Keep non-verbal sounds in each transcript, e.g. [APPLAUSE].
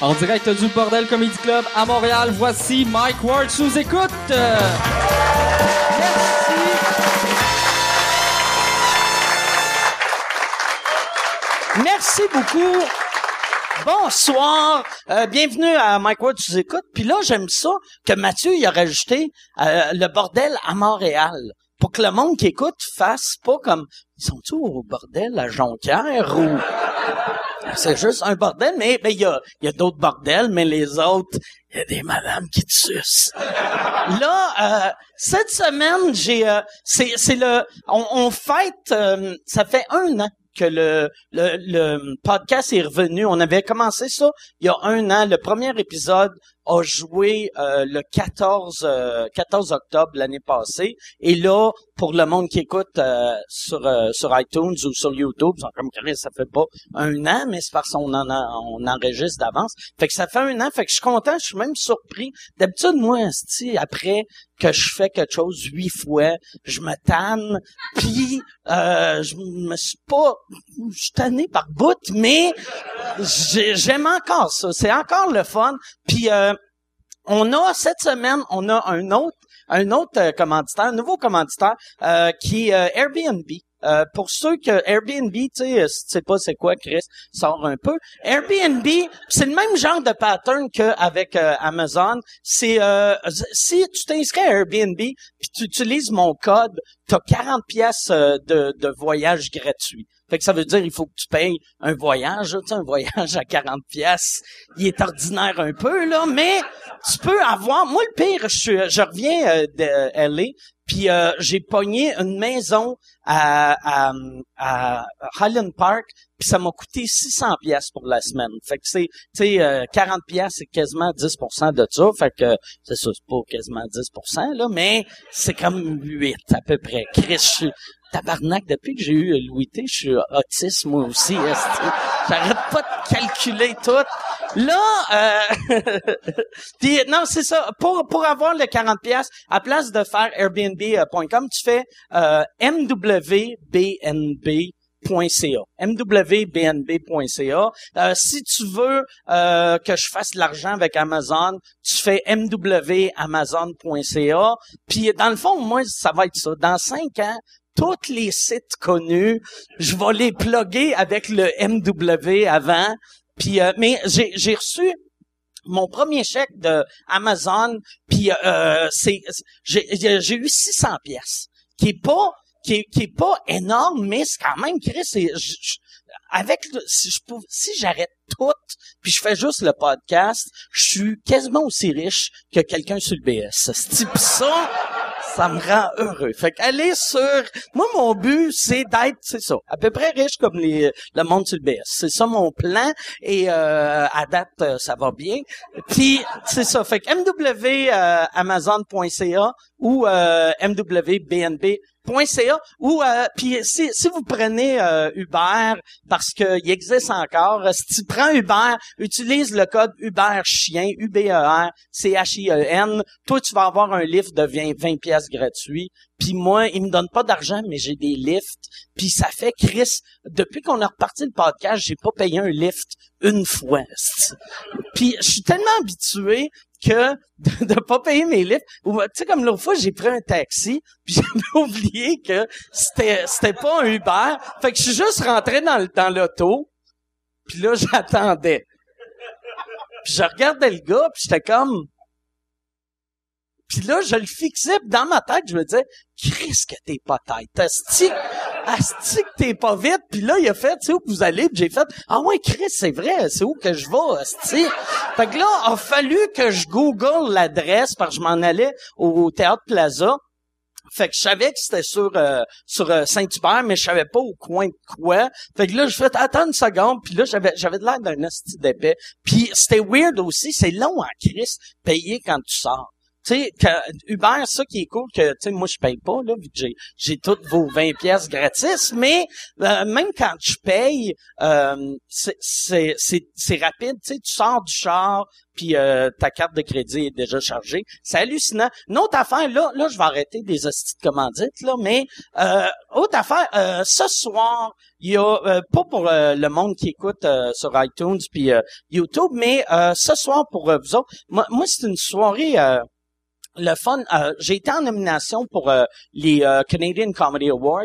En direct du Bordel Comedy Club à Montréal, voici Mike Ward sous écoute. Euh, Merci beaucoup. Bonsoir. Euh, bienvenue à Mike Ward, tu écoutes. Puis là, j'aime ça que Mathieu il a rajouté euh, le bordel à Montréal. Pour que le monde qui écoute fasse pas comme ils sont tous au bordel à Jonquière ou c'est juste un bordel, mais ben, il y a, il y a d'autres bordels, mais les autres, il y a des madames qui te sucent. Là, euh, cette semaine, j'ai euh, c'est, c'est le on, on fête euh, ça fait un an que le, le, le podcast est revenu. On avait commencé ça il y a un an. Le premier épisode a joué euh, le 14, euh, 14 octobre l'année passée. Et là, pour le monde qui écoute euh, sur, euh, sur iTunes ou sur YouTube, ils sont comme Chris, ça fait pas un an, mais c'est parce qu'on en a- on enregistre d'avance. Fait que ça fait un an, fait que je suis content, je suis même surpris. D'habitude, moi, esti, après que je fais quelque chose huit fois, je me tanne, puis euh, je me suis pas... Je suis tanné par bout, mais j'ai- j'aime encore ça. C'est encore le fun. Puis... euh, on a cette semaine, on a un autre, un autre euh, commanditaire, un nouveau commanditaire euh, qui est euh, Airbnb. Euh, pour ceux que Airbnb, tu sais, euh, si tu sais pas c'est quoi, Chris, sort un peu. Airbnb, c'est le même genre de pattern qu'avec euh, Amazon. C'est euh, si tu t'inscris à Airbnb puis tu utilises mon code, t'as 40 pièces euh, de, de voyage gratuit. Fait que ça veut dire il faut que tu payes un voyage, là. tu sais, un voyage à 40 pièces, il est ordinaire un peu là, mais tu peux avoir moi le pire, je suis- je reviens euh, de LA, puis euh, j'ai pogné une maison à, à, à Highland Park, puis ça m'a coûté 600 pièces pour la semaine. Fait que c'est tu sais euh, 40 pièces c'est quasiment 10% de ça, fait que c'est ça c'est pas quasiment 10% là, mais c'est comme 8 à peu près. Chris, je suis tabarnak depuis que j'ai eu euh, Louis T, je suis autiste moi aussi. esti. J'arrête pas de calculer tout. Là, euh, [LAUGHS] puis, non, c'est ça. Pour, pour avoir le 40 pièces, à place de faire Airbnb.com, tu fais euh, MWBNB .ca, mwbnb.ca. Euh, si tu veux euh, que je fasse de l'argent avec Amazon, tu fais mwamazon.ca. Puis dans le fond, moi, ça va être ça. Dans cinq ans, tous les sites connus, je vais les plugger avec le MW avant. Puis, euh, mais j'ai j'ai reçu mon premier chèque de Amazon, puis euh, c'est j'ai j'ai eu 600 pièces, qui est pas qui est, qui est pas énorme, mais c'est quand même Chris. c'est- je- je- avec le- si je pouvais- si j'arrête tout, puis je fais juste le podcast, je suis quasiment aussi riche que quelqu'un sur le BS. Ce type ça. Ça me rend heureux. Fait que aller sur moi mon but c'est d'être c'est ça à peu près riche comme les le monde sur le BS. C'est ça mon plan et euh, à date euh, ça va bien. Puis c'est ça fait que euh, mwamazon.ca ou euh, mwbnb.ca ou euh, puis si, si vous prenez euh, Uber parce que il existe encore euh, si tu prends Uber utilise le code Uber chien U B E R C H I E N toi tu vas avoir un lift de 20 20 pièces gratuit puis moi ils me donnent pas d'argent mais j'ai des lifts puis ça fait Chris depuis qu'on a reparti le podcast j'ai pas payé un lift une fois esti. puis je suis tellement habitué que de, de pas payer mes lifts ou tu sais comme l'autre fois j'ai pris un taxi puis [LAUGHS] j'avais oublié que c'était c'était pas un Uber fait que je suis juste rentré dans le- dans l'auto puis là [LAUGHS] j'attendais puis je regardais le gars puis j'étais comme puis là, je le fixais, pis dans ma tête, je me disais, Chris que t'es pas tête, asti, asti que t'es pas vite, puis là, il a fait, tu sais où que vous allez, Pis j'ai fait, ah ouais, Chris, c'est vrai, c'est où que je vais, asti. Fait que là, a fallu que je google l'adresse, parce que je m'en allais au Théâtre Plaza, fait que je savais que c'était sur euh, sur euh, Saint-Hubert, mais je savais pas au coin de quoi. Fait que là, je fais attends une seconde, puis là j'avais j'avais de l'air d'un hostie d'épais. Puis c'était weird aussi, c'est long en crise payer quand tu sors. Tu Tu sais, que Uber, ça qui est cool, que, tu sais, moi, je paye pas, là, vu que j'ai, j'ai toutes vos 20 pièces gratis, mais euh, même quand je paye, euh, c'est, c'est, c'est, c'est rapide, tu sais, tu sors du char, puis euh, ta carte de crédit est déjà chargée. C'est hallucinant. Une autre affaire, là, là, je vais arrêter des hosties de commandites, là, mais euh, autre affaire, euh, ce soir, il y a, euh, pas pour euh, le monde qui écoute euh, sur iTunes puis euh, YouTube, mais euh, ce soir, pour euh, vous autres, moi, moi, c'est une soirée... euh, le fun, euh, j'ai été en nomination pour euh, les euh, Canadian Comedy Awards,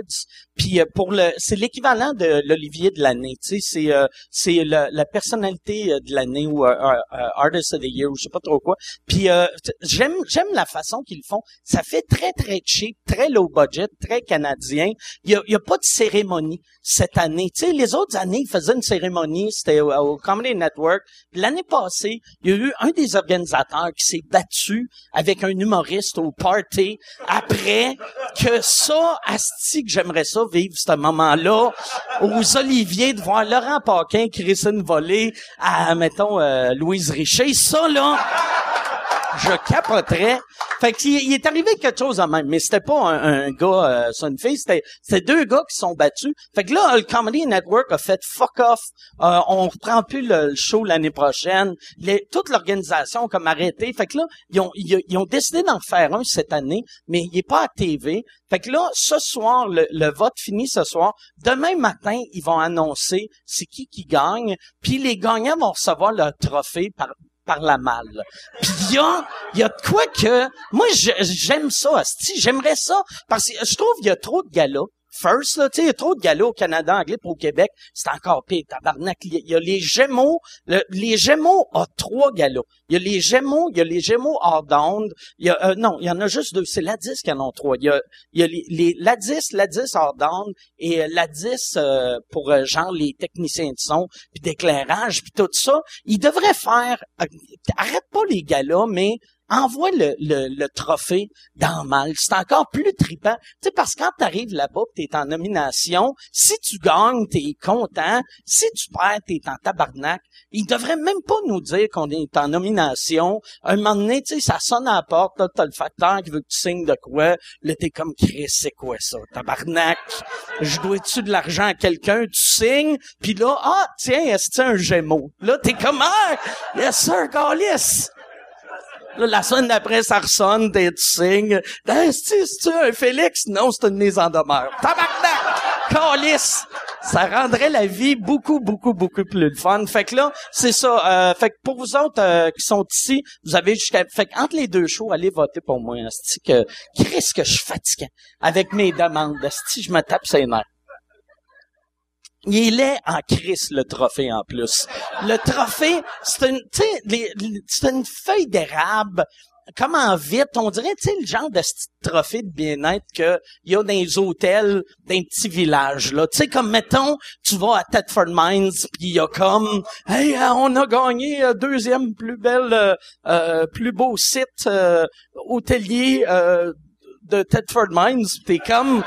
puis euh, pour le, c'est l'équivalent de l'Olivier de l'année, tu sais, c'est euh, c'est la, la personnalité euh, de l'année ou euh, euh, Artist of the Year ou je sais pas trop quoi. Puis euh, t- j'aime j'aime la façon qu'ils le font. Ça fait très très cheap, très low budget, très canadien. Il y a, il y a pas de cérémonie cette année. Tu sais, les autres années, ils faisaient une cérémonie, c'était au, au Comedy Network. L'année passée, il y a eu un des organisateurs qui s'est battu avec un humoriste au party après que ça, asti que j'aimerais ça vivre ce moment-là aux Oliviers de voir Laurent Paquin, Christine Volée, à, mettons, euh, Louise Richer. Ça, là, je capoterais. Fait qu'il il est arrivé quelque chose en même, mais c'était pas un, un gars, euh, sur une fille, c'était, c'était deux gars qui sont battus. Fait que là, le Comedy Network a fait fuck off, euh, on reprend plus le, le show l'année prochaine. Les- toute l'organisation a comme arrêté. Fait que là, ils ont, ils, ils ont décidé d'en faire un cette année, mais il est pas à TV. Fait que là, ce soir, le, le vote finit ce soir. Demain matin, ils vont annoncer c'est qui qui gagne, puis les gagnants vont recevoir leur trophée par par la malle. Puis il y a, il y a de quoi que... Moi, je- j'aime ça, asti, J'aimerais ça. Parce que je trouve qu'il y a trop de galas. First, là, tu sais, il y a trop de galas au Canada anglais pour au Québec. C'est encore pire, tabarnak. Il y a- il y a les Gémeaux. le- les Gémeaux ont trois galas. Il y a les Gémeaux, il y a les Gémeaux hors d'onde. Il y a, euh, non, il y en a juste deux. C'est l'Adis qui en ont trois. Il y a, il y a les, les- l'Adis, l'Adis hors d'onde et euh, l'Adis euh, pour, euh, genre, les techniciens de son, puis d'éclairage, puis tout ça. Ils devraient faire... euh, Arrête pas les galas, mais envoie le, le, le trophée dans mal. C'est encore plus tripant. Tu sais, parce que quand t'arrives là-bas, pis t'es en nomination, si tu gagnes, t'es content. Si tu perds, t'es en tabarnak. Ils devraient même pas nous dire qu'on est en nomination. Un moment donné, tu sais, ça sonne à la porte, là, t'as le facteur qui veut que tu signes de quoi. Là, t'es comme, Chris, c'est quoi ça? Tabarnak! Je dois-tu de l'argent à quelqu'un? Tu signes, puis là, ah, tiens, est-ce que c'est un gémeau? Là, t'es comme, ah, yes sir, calice! Là, la semaine d'après, ça ressonne, t'es- tu signes. Ben, Hey, c'est-tu c'est-tu un Félix? Non, c'est une mise en demeure. Tabarnak! Calice! Ça rendrait la vie beaucoup, beaucoup, beaucoup plus le fun. Fait que là, c'est ça. Euh, fait que pour vous autres euh, qui sont ici, vous avez jusqu'à... Fait que entre les deux shows, allez voter pour moi. Asti, que... Christ, que je suis fatiguant avec mes demandes. Asti, je me tape ses nerfs. Il est en crise, le trophée, en plus. Le trophée, c'est une, tu sais, les- les- c'est une feuille d'érable. Comme en vite, on dirait, tu sais, le genre de petit trophée de bien-être qu'il y a dans les hôtels d'un petit village, là. Tu sais, comme, mettons, tu vas à Thetford Mines, puis il y a comme, « Hey, euh, on a gagné euh, deuxième plus belle, euh, euh, plus beau site euh, hôtelier euh, de Thetford Mines. » Puis T'es comme...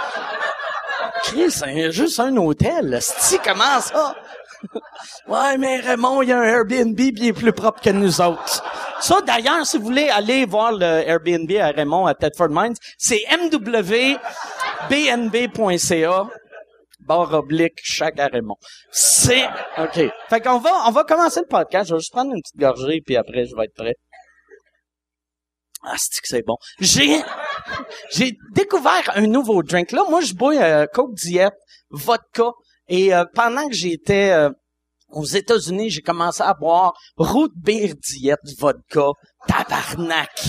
Chris, c'est juste un hôtel. Si comment ça? [LAUGHS] ouais, mais Raymond, il y a un Airbnb puis il est plus propre que nous autres. Ça, d'ailleurs, si vous voulez aller voir le Airbnb à Raymond à Thetford Mines, c'est mwbnb.ca barre oblique chaque à Raymond. C'est, OK. Fait qu'on va, on va commencer le podcast. Je vais juste prendre une petite gorgée puis après, je vais être prêt. Ah, c'est que c'est bon. J'ai, j'ai découvert un nouveau drink. Là, moi, je bois euh, Coke Diet, vodka. Et euh, pendant que j'étais euh, aux États-Unis, j'ai commencé à boire root beer diet, vodka, tabarnak.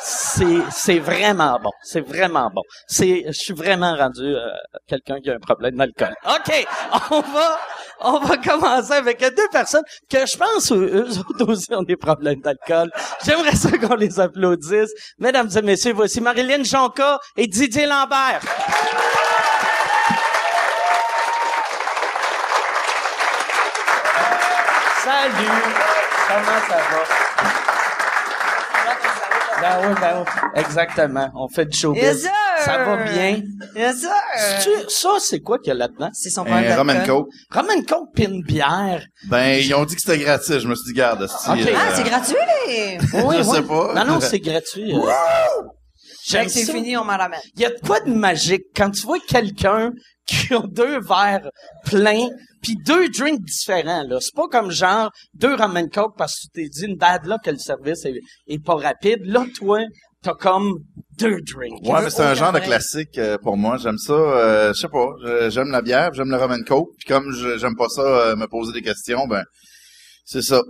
C'est, c'est vraiment bon. C'est vraiment bon. C'est, je suis vraiment rendu euh, quelqu'un qui a un problème d'alcool. OK, on va, on va commencer avec deux personnes que je pense eux, eux autres aussi ont des problèmes d'alcool. J'aimerais ça qu'on les applaudisse. Mesdames et messieurs, voici Marilyn Jonca et Didier Lambert. Salut! Comment ça va? Ben oui, ben oui. Exactement. On fait du showbiz. Yes, sir! Ça va bien? Yes, sir. C'est-tu- Ça, c'est quoi qu'il y a là-dedans? euh, C'est son problème Un Roman d'alcool. Coke. Roman Coke pis une bière. Ben, ils ont dit que c'était gratuit. Je me suis dit, garde, si, Ok. euh, Ah, c'est gratuit! Je sais pas. Non, non, c'est gratuit. euh. Fait J'aime que c'est ça. fini, on m'en ramène. Il y a de quoi de magique quand tu vois quelqu'un [LAUGHS] qui a deux verres pleins puis deux drinks différents là. C'est pas comme genre deux ramen coke parce que tu t'es dit une bad là que le service est, est pas rapide. Là toi t'as comme deux drinks. Ouais, mais c'est un aucun genre de vrai. classique euh, pour moi. J'aime ça. euh, je sais pas. Je- J'aime la bière, j'aime le Roman Coke. Puis comme je- j'aime pas ça, euh, me poser des questions, ben c'est ça.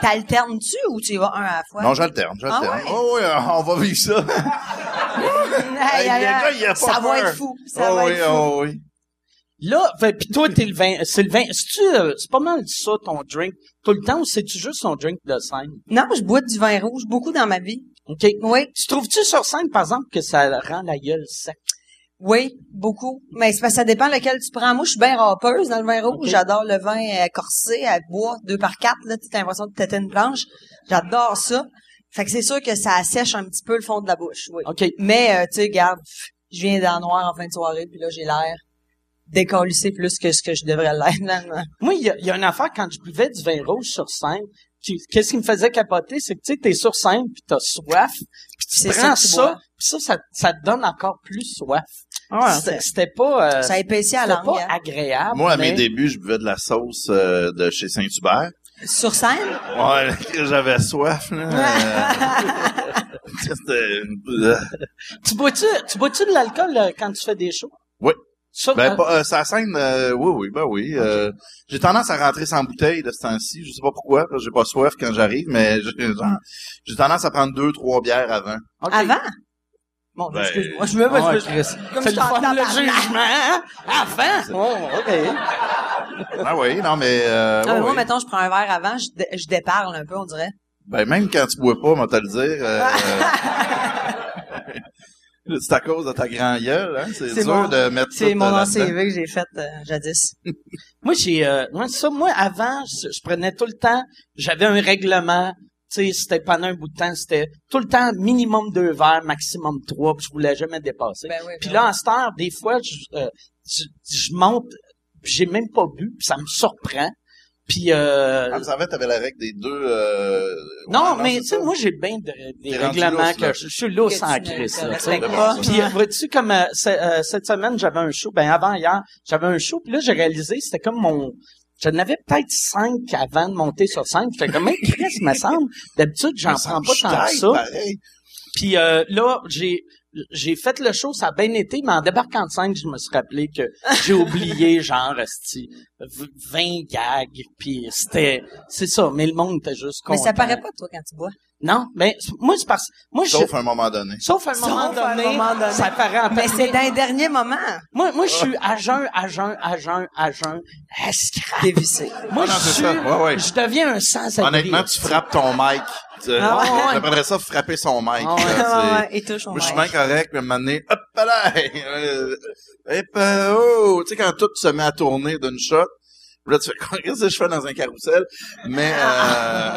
T'alternes-tu ou tu y vas un à la fois? Non, j'alterne, j'alterne. Ah ouais? Oh oui, euh, on va vivre [LAUGHS] ça. [LAUGHS] Aïe, Hey, aïe, le aïe. gars, il a pas Ça va peur. être fou. Ça oh va oui, être fou. oh oui. Là fait, puis toi t'es le vin, c'est le vin. C'est c'est pas mal ça ton drink tout le temps ou c'est tu juste ton drink de scène. Non, je bois du vin rouge beaucoup dans ma vie. Ok. Oui, Tu trouves-tu sur scène par exemple que ça rend la gueule sec? oui, beaucoup. Mais c'est parce que ça dépend lequel tu prends. Moi, je suis bien rappeuse dans le vin rouge. Ok. J'adore le vin euh, corsé à bois, deux par quatre. Là, t'as l'impression de têter une planche. J'adore ça. Fait que c'est sûr que ça assèche un petit peu le fond de la bouche. Oui. Ok. Mais, euh, tu sais, regarde, pff, je viens dans le noir en fin de soirée, puis là, j'ai l'air décalissé plus que ce que je devrais l'être. finalement. Moi, il y, a- il y a une affaire quand je buvais du vin rouge sur scène. qui- Qu'est-ce qui me faisait capoter, c'est que tu sais, t'es sur scène puis t'as soif, puis tu C'est prends ça que tu ça, bois. puis ça, ça, ça te donne encore plus soif. C'était- C'était- C'était pas, euh, ça c'était épaissit à pas langue. hein. agréable. Moi, à mais- mes débuts, je buvais de la sauce euh, de chez Saint-Hubert. Sur scène, Ouais, [LAUGHS] j'avais soif, là. [LAUGHS] Euh, c'était une- euh, Tu bois-tu, tu bois-tu de l'alcool euh, quand tu fais des shows? Oui. Ça, Ben, euh, pas, euh, sa scène, euh, oui, oui, ben oui. euh, j'ai tendance à rentrer sans bouteille de ce temps-ci. Je sais pas pourquoi, parce que j'ai pas soif quand j'arrive, mais [LAUGHS] j'ai genre, j'ai tendance à prendre deux, trois bières avant. ok. avant. Bon, Ben, excuse-moi, je me Ah ouais, je me- Chris. comme T'as je le fun, t'entends le parler. [LAUGHS] jugement, avant. Oh, ok. Ah oui, non, mais... Euh, Ah, mais ouais, moi, ouais. mettons, je prends un verre avant, je, dé- je déparle un peu, on dirait. Ben, même quand tu bois pas, moi, te le dire... [LAUGHS] euh, euh, c'est à cause de ta grand gueule, hein? C'est C'est dur mon- de mettre C'est tout, mon euh, ancien là-dedans. CV que j'ai fait euh, jadis. Moi, j'ai, euh, moi, ça, moi, avant, je, je prenais tout le temps, j'avais un règlement, tu sais, c'était pendant un bout de temps, c'était tout le temps minimum deux verres, maximum trois, puis je voulais jamais dépasser. Ben oui, ben puis là, en cette heure, des fois, je, euh, je, je monte, puis j'ai même pas bu, puis ça me surprend. Puis, euh, Ah, vous savez, t'avais la règle des deux... euh, non, ouais, mais c'est tu sais, ça. moi, j'ai bien de- des T'es rendu règlements lousse, là. que je, je suis lousse Que en tu ne crise. te là, tu sais. respectes C'est bon, pas. ça. Puis euh, vois-tu comme euh, ce- euh, cette semaine j'avais un show, ben avant hier j'avais un show, puis là j'ai réalisé c'était comme mon, j'en avais peut-être cinq avant de monter sur scène. J'étais comme mais Chris me semble, d'habitude j'en Ça ben. prends me pas tant que chie, ça. pareil. Puis euh, là j'ai j'ai fait le show, ça a bien été, mais en débarquant de scène, je me suis rappelé que [LAUGHS] j'ai oublié genre esti, v- 20 gags, puis c'était c'est ça, mais le monde était juste Mais content. ça paraît pas, toi, quand tu bois. Non, mais moi c'est parce moi je Sauf à un moment donné. Sauf à un moment, Sauf à un donné, moment donné. ça paraît en Mais c'est dans les derniers moments. moi, moi, je suis à jeun, à jeun, à jeun, à jeun. Escrap. Dévissé. Moi, Ah non, je c'est suis, ça. Ouais, ouais. je deviens un sans abri Honnêtement, tu frappes ton mic. Tu- Ah ouais. J'appellerais ça frapper son mic. Ah ouais. là, c'est- Ah, ouais, et touche, on Moi, je suis va. bien correct, mais à un moment donné, hop là! [LAUGHS] euh, hop, euh, oh! Tu sais, quand tout se met à tourner d'une shot, là, tu fais, [LAUGHS] qu'est-ce que je fais dans un carrousel? Mais, [LAUGHS] euh,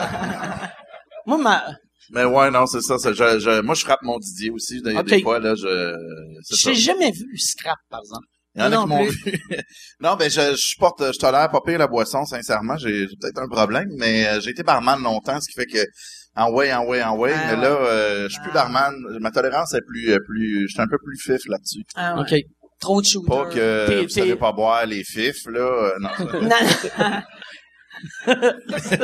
Moi, ma, mais ouais, non, c'est ça. c'est- je- je- moi, je frappe mon Didier aussi. Des, des Ok. fois, là, je, c'est je ça. l'ai jamais vu, Scrap, par exemple. Il y en a Non qui m'ont plus. vu. [LAUGHS] non, ben, je, je supporte, je tolère pas pire la boisson, sincèrement. J'ai j'ai peut-être un problème, mais euh, j'ai été barman longtemps, ce qui fait que, en way, en way, en way. Ah, mais ouais. là, euh, je suis plus barman. Ma tolérance est plus, euh, plus, je suis un peu plus fif là-dessus. Ah, ouais. OK. Trop de shooters. Pas que T'es- vous savez t'es- pas boire les fifs, là. euh, non. [LAUGHS] Non, non. Ah, C'est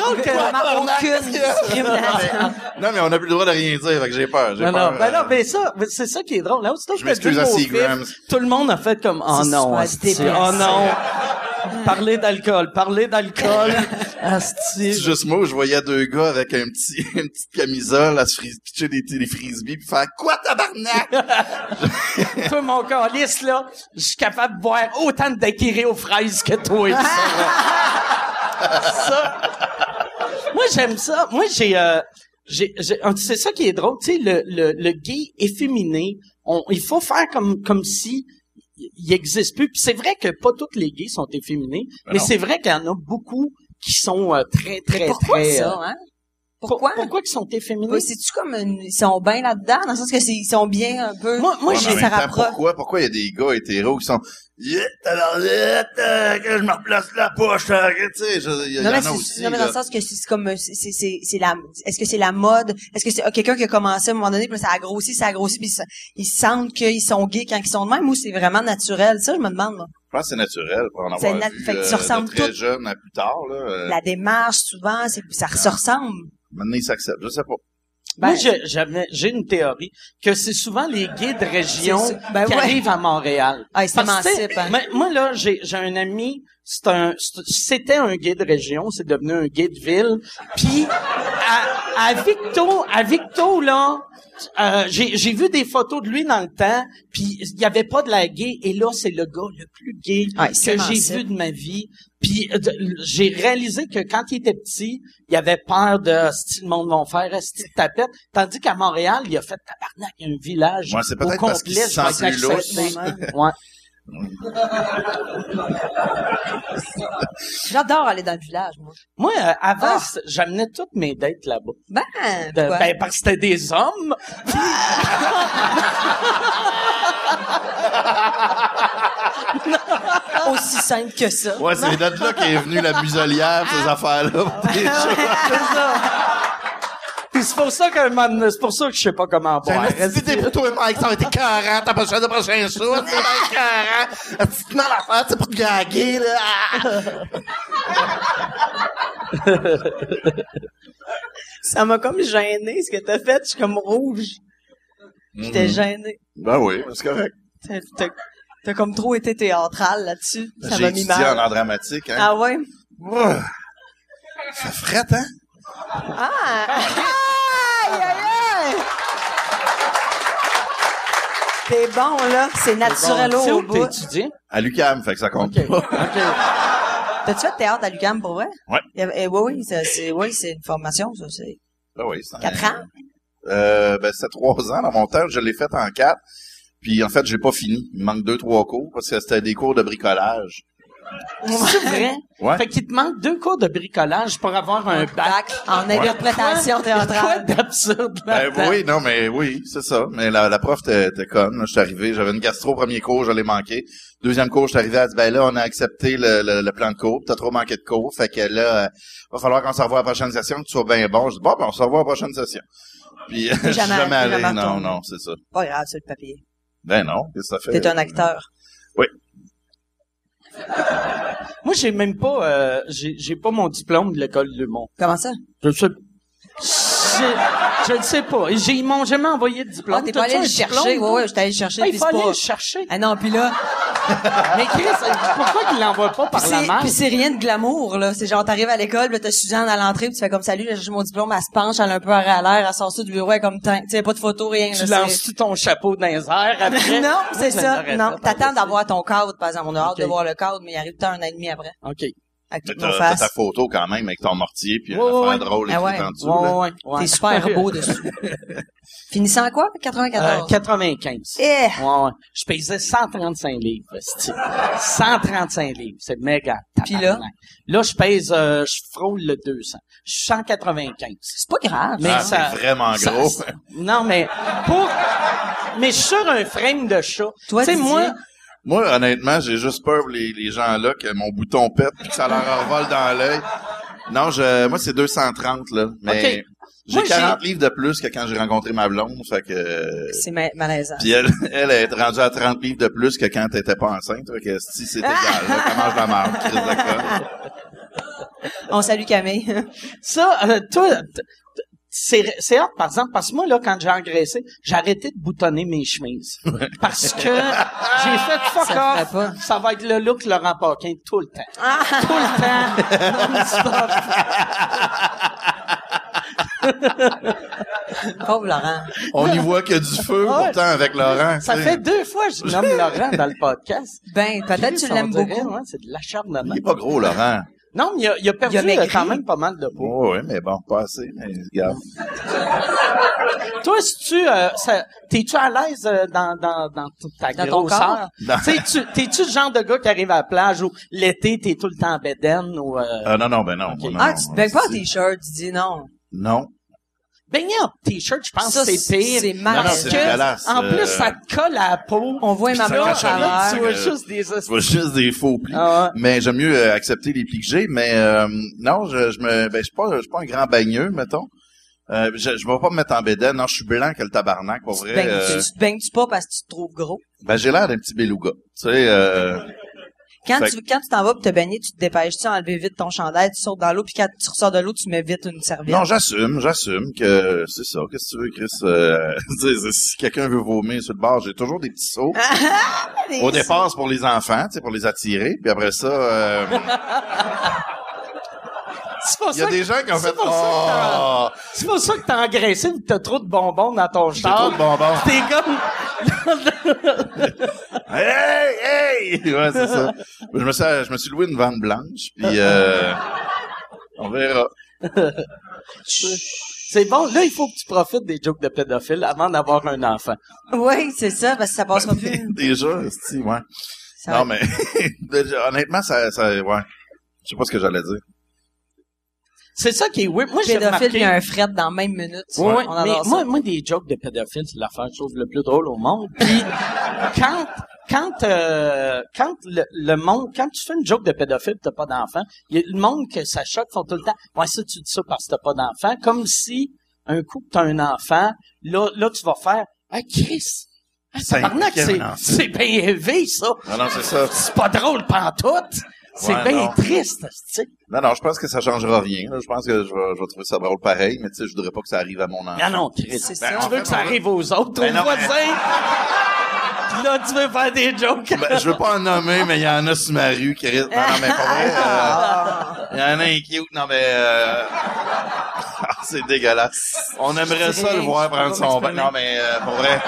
drôle que- Maman, aucune discrimination. Non, mais on n'a plus le droit de rien dire, fait que j'ai peur. J'ai Non, peur. non, ben euh, non, mais ça, mais c'est ça qui est drôle. Là, aussitôt que je t'as dit m'excuse le à mot Seagrams. vif, Tout le monde a fait comme, oh C'est non, super asti, déplacé. oh non. Parler d'alcool, parler [LAUGHS] d'alcool. asti. C'est juste moi où je voyais deux gars avec un petit, [LAUGHS] une petite camisole à se fris- pitcher des, des frisbees puis faire quoi tabarnak? [LAUGHS] Toi, mon calice, là, je suis capable de boire autant de daiquiris aux fraises que toi. ça, là. [LAUGHS] Ça. Moi, j'aime ça. Moi, j'ai... euh, j'ai- j'ai- euh, c'est ça qui est drôle. Tu sais, le, le, le gay efféminé, on, il faut faire comme, comme si il existe plus. Puis c'est vrai que pas tous les gays sont efféminés, mais non. c'est vrai qu'il y en a beaucoup qui sont euh, très, très, Pourquoi très... euh, ça, hein? Pourquoi? Pourquoi qu'ils sont efféminés? Ouais, C'est-tu comme une... Ils sont bien là-dedans? Dans le sens que c'est- ils sont bien un peu... Moi- moi, Ouais, j'ai- mais en ça même temps, rapproche. pourquoi, pourquoi il y a des gars hétéros qui sont, yeah, tabarnak, euh, que je me replace la poche, euh, que tu sais, je- il y, en Non, mais, a c'est- aussi. non, mais dans là. le sens que c'est c'est comme euh, c'est c'est- c'est c'est la est-ce que c'est la mode est-ce que c'est euh, quelqu'un qui a commencé à un moment donné puis là, ça a grossi ça a grossi puis ça- ils sentent qu'ils sont gays quand ils sont de même ou c'est vraiment naturel ça je me demande moi. Je pense que c'est naturel pour en C'est avoir nat- vu, fait que tu euh, ressembles de très tout. jeune à plus tard, là. euh, la démarche souvent c'est ça se ressemble Maintenant, ils s'acceptent. Je sais pas. Moi, Ben- je- j'avais- j'ai une théorie que c'est souvent les gays de région C'est ça. Ben qui ouais. arrivent à Montréal. Ah, ils Parce que, s'émancipent, hein. mais Ben, moi, là, j'ai j'ai un ami, c'est un- c'est- c'était un gay de région, c'est devenu un gay de ville. Puis, à, à Victo, à Victo, là, euh, j'ai j'ai vu des photos de lui dans le temps, puis il n'y avait pas de la gay, et là, c'est le gars le plus gay Ah, il que j'ai s'émancipe. vu de ma vie. Puis euh, de- j'ai réalisé que quand il était petit, il avait peur de si le monde va faire, si tapette. Tandis qu'à Montréal, il a fait tabarnak, il y a un village Ouais, c'est au peut-être complet. parce qu'il se je vais sent plus l'accepter. Ouais. j'adore aller dans le village moi Moi, euh, avant, Ah. c'est- j'amenais toutes mes dates là-bas. ben De- quoi? ben, parce que c'était des hommes. aussi simple que ça Ouais, c'est de là qu'est venue la muselière, [LAUGHS] ces affaires-là. Ah [LAUGHS] Des choses. Puis c'est pour ça que man, c'est pour ça que je sais pas comment boire. T'as dit des pour toi, Mike, ça va être 40, t'as pas le choix de prochain show, c'est bien 40. C'est dans l'affaire, c'est pour te gaguer, là. Ah! [LAUGHS] ça m'a comme gêné ce que t'as fait je suis comme rouge j'étais gênée Ben oui, c'est correct. T'as- t'as t'as comme trop été théâtral là-dessus ça Ben, J'ai m'a mis étudié mal en art dramatique, hein. ah ouais Ouh. Ça frette, hein? Ah! Aïe, aïe, aïe! T'es bon, là. C'est naturel Tu sais au où bout. t'étudies? À l'UCAM, fait que ça compte OK. pas. T'as-tu fait de théâtre à l'UQAM, pour vrai? Ouais. Il y avait- eh, oui, oui, ça, c'est, oui, c'est une formation, ça. C'est Ben oui, c'est un- quatre ans. Euh, ben, c'était trois ans. Dans mon temps, je l'ai fait en quatre. Puis, en fait, j'ai pas fini. Il me manque deux, trois cours parce que c'était des cours de bricolage. C'est vrai? Ouais. Fait qu'il te manque deux cours de bricolage pour avoir un bac. Bac en interprétation Quoi théâtrale. d'absurde Ben là-dedans? oui, non, mais oui, c'est ça. Mais la, la prof était était conne. là. Je suis arrivé, j'avais une gastro, premier cours, je l'ai manqué. Deuxième cours, je suis arrivé, elle dit, ben là, on a accepté le, le, le plan de cours, puis t'as trop manqué de cours, fait que là, euh, va falloir qu'on se revoie à la prochaine session, que tu sois bien bon. Je dis, bon, ben, on se revoit à la prochaine session. Puis, [LAUGHS] je suis jamais- jamais allé. jamais Non, retourné. non, c'est ça. Pas grave, c'est le papier. Ben non, qu'est-ce que ça fait? T'es un acteur. Moi, j'ai même pas, euh, j'ai, j'ai pas mon diplôme de l'école de l'humour. Comment ça? Je le sais. Je, je le sais pas. Et j'ai- Ils m'ont jamais envoyé de diplôme. Ah, t'es pas allé le chercher. Ouais, ouais, j'étais allé le chercher. Ah, il puis faut c'est aller pas- le chercher. Ah non, puis là, Mais Chris, pourquoi qu'il l'envoie pas puis par la c'est, main? puis c'est rien de glamour, là. C'est genre, t'arrives à l'école, puis là, t'as Suzanne à l'entrée, puis tu fais comme, salut, j'ai cherché mon diplôme, elle se penche, elle a un peu à l'air, elle sort ça du bureau, elle est comme, Tain, tu sais, pas de photo, rien, là, Tu c'est- lances-tu ton chapeau dans les airs après? non, Moi, c'est ça. j'adorais Non, par t'attends dessus. d'avoir ton cadre, par exemple. On a hâte Ok. de voir le cadre, mais il arrive tant un an et demi après, OK. avec Mais toute nos T'as t'as faces. ta photo quand même avec ton mortier, puis Ouais, une ouais, affaire ouais. drôle Ah écrite ouais. en dessous. Ouais, là. ouais, ouais. T'es super beau dessus. [LAUGHS] Finissant quoi? Euh, 94? 95. Eh! Ouais, ouais. Je pesais 135 livres, hostie. 135 livres. C'est méga. Puis là? tabarnak. Là, je pèse, euh, je frôle le 200. Je suis 195. C'est pas grave. Mais Ah, ça. ça- c'est vraiment ça- gros. ça- non, mais pour... Mais je suis sur un frame de chat. Toi, Tu sais, Didier? moi... Moi, honnêtement, j'ai juste peur pour les, les gens là que mon bouton pète puis que ça leur envole dans l'œil. Non, je, moi c'est 230 là, mais Ok. Moi, j'ai 40 livres de plus que quand j'ai rencontré ma blonde, fait que C'est ma- malaisant. puis elle, [LAUGHS] elle est rendue à 30 livres de plus que quand t'étais pas enceinte, fait que si Ah! c'est égal, là, ça mange la marde, Chris de conne. [LAUGHS] On salue Camille. [LAUGHS] Ça, euh, toi... t- t- C'est, c'est hot, par exemple, parce que moi, là, quand j'ai engraissé, j'ai arrêté de boutonner mes [LAUGHS] chemises. Parce que j'ai fait fuck Ça off. se ferait pas. Ça va être le look Laurent Paquin tout le temps. Ah, Tout le temps. non-stop. Pauvre Laurent. On y voit que du feu Ouais. pourtant avec Laurent. Ça tu sais. fait deux fois que je nomme Laurent dans le podcast. Ben, peut-être tu On l'aimes dirait, beaucoup. ouais, c'est de l'acharnement. Il est pas gros Laurent. Non, mais il a, il a perdu euh, Il a maigri. quand même pas mal de poids. Oui, mais bon, pas assez, mais regarde. Toi, si tu, euh, ça- t'es-tu à l'aise euh, dans, dans, dans toute ta Dans ton grosseur? corps? Dans- [LAUGHS] Tu sais, tu- T'es-tu le genre de gars qui arrive à la plage où l'été, t'es tout le temps en bédaine ou... euh, Ah non non, ben non. Ok. ben, moi, non, Ah, non, tu te baignes pas en c'est- t-shirt, tu dis non. Non. Baigner en t-shirt, je pense Ça, que c'est pire. c'est marrant. Non, non, Parce c'est que, dégueulasse, en euh, plus, ça te colle à la peau. On voit Ça ma crache mort à à l'œil, travers. tu euh, vois juste des... Je vois juste des faux plis. Ah ouais. Mais j'aime mieux euh, accepter les plis que j'ai. Mais euh, non, je, je me, ben, je suis pas, je suis pas un grand baigneux, mettons. Euh, je, je vais pas me mettre en bédaine. Non, je suis blanc que le tabarnak, pour vrai. Ben, euh, tu, tu te baignes-tu pas parce que tu te trouves gros? ben, j'ai l'air d'un petit beluga. Tu sais, euh, Quand Fait- tu quand tu t'en vas pour te baigner, tu te dépêches, tu enlever vite ton chandail, tu sautes dans l'eau, puis quand tu ressors de l'eau, tu mets vite une serviette. non, j'assume, j'assume que c'est ça. Qu'est-ce que tu veux, Chris? Euh, [LAUGHS] tu sais, si quelqu'un veut vomir sur le bord, j'ai toujours des petits seaux. Ah, Au départ, c'est pour les enfants, tu sais, pour les attirer. Puis après ça, euh, [LAUGHS] C'est pour il y a ça que des gens qui ont c'est fait pour ça Oh, c'est pour ça que t'as engraissé ou que t'as trop de bonbons dans ton j'ai trop char. de bonbons. T'es comme... Hey, hey! [LAUGHS] Ouais, c'est ça. Je me, suis, je me suis loué une vente blanche, puis euh, on verra. C'est bon, là, il faut que tu profites des jokes de pédophiles avant d'avoir un enfant. Oui, c'est ça, parce que ça [LAUGHS] passera plus. Déjà, si, ouais. Ça Non, mais [LAUGHS] déjà, honnêtement, ça, ça, ouais. Je sais pas ce que j'allais dire. C'est ça qui est weird. Moi, j'ai pédophile, remarqué... il y a un fret dans la même minute. Oui, oui, On mais adore ça. moi, moi, des jokes de pédophiles, c'est l'affaire que je trouve le plus drôle au monde. [LAUGHS] Puis, quand, quand, euh, quand le, le monde, quand tu fais une joke de pédophile, t'as pas d'enfant, il y a le monde que ça choque font tout le temps. Ouais, ça, tu dis ça parce que t'as pas d'enfant. Comme si, un coup, que t'as un enfant, là, là, tu vas faire, ah, Chris, ah, Ça tabarnak, implique c'est, un enfant. c'est bien élevé, ça. Non, non, c'est ça. C'est pas drôle pantoute. C'est Ouais, bien non. triste, tu sais. Non, non, je pense que ça changera rien. là. Je pense que je vais, je vais trouver ça drôle pareil, mais tu sais, je voudrais pas que ça arrive à mon enfant. Ah non, Chris. C'est Ben, ça. en Tu veux fait, que ça on va- arrive aux autres, Ben aux non, voisins. [LAUGHS] Puis là, tu veux faire des jokes. Ben, je veux pas en nommer, mais il y en a sur ma rue qui risque. Non, non, mais pour vrai, Ah, euh, il y en a un qui Non, mais euh... [LAUGHS] ah, c'est dégueulasse. On aimerait ça le voir prendre son bain. Non, mais euh, pour vrai.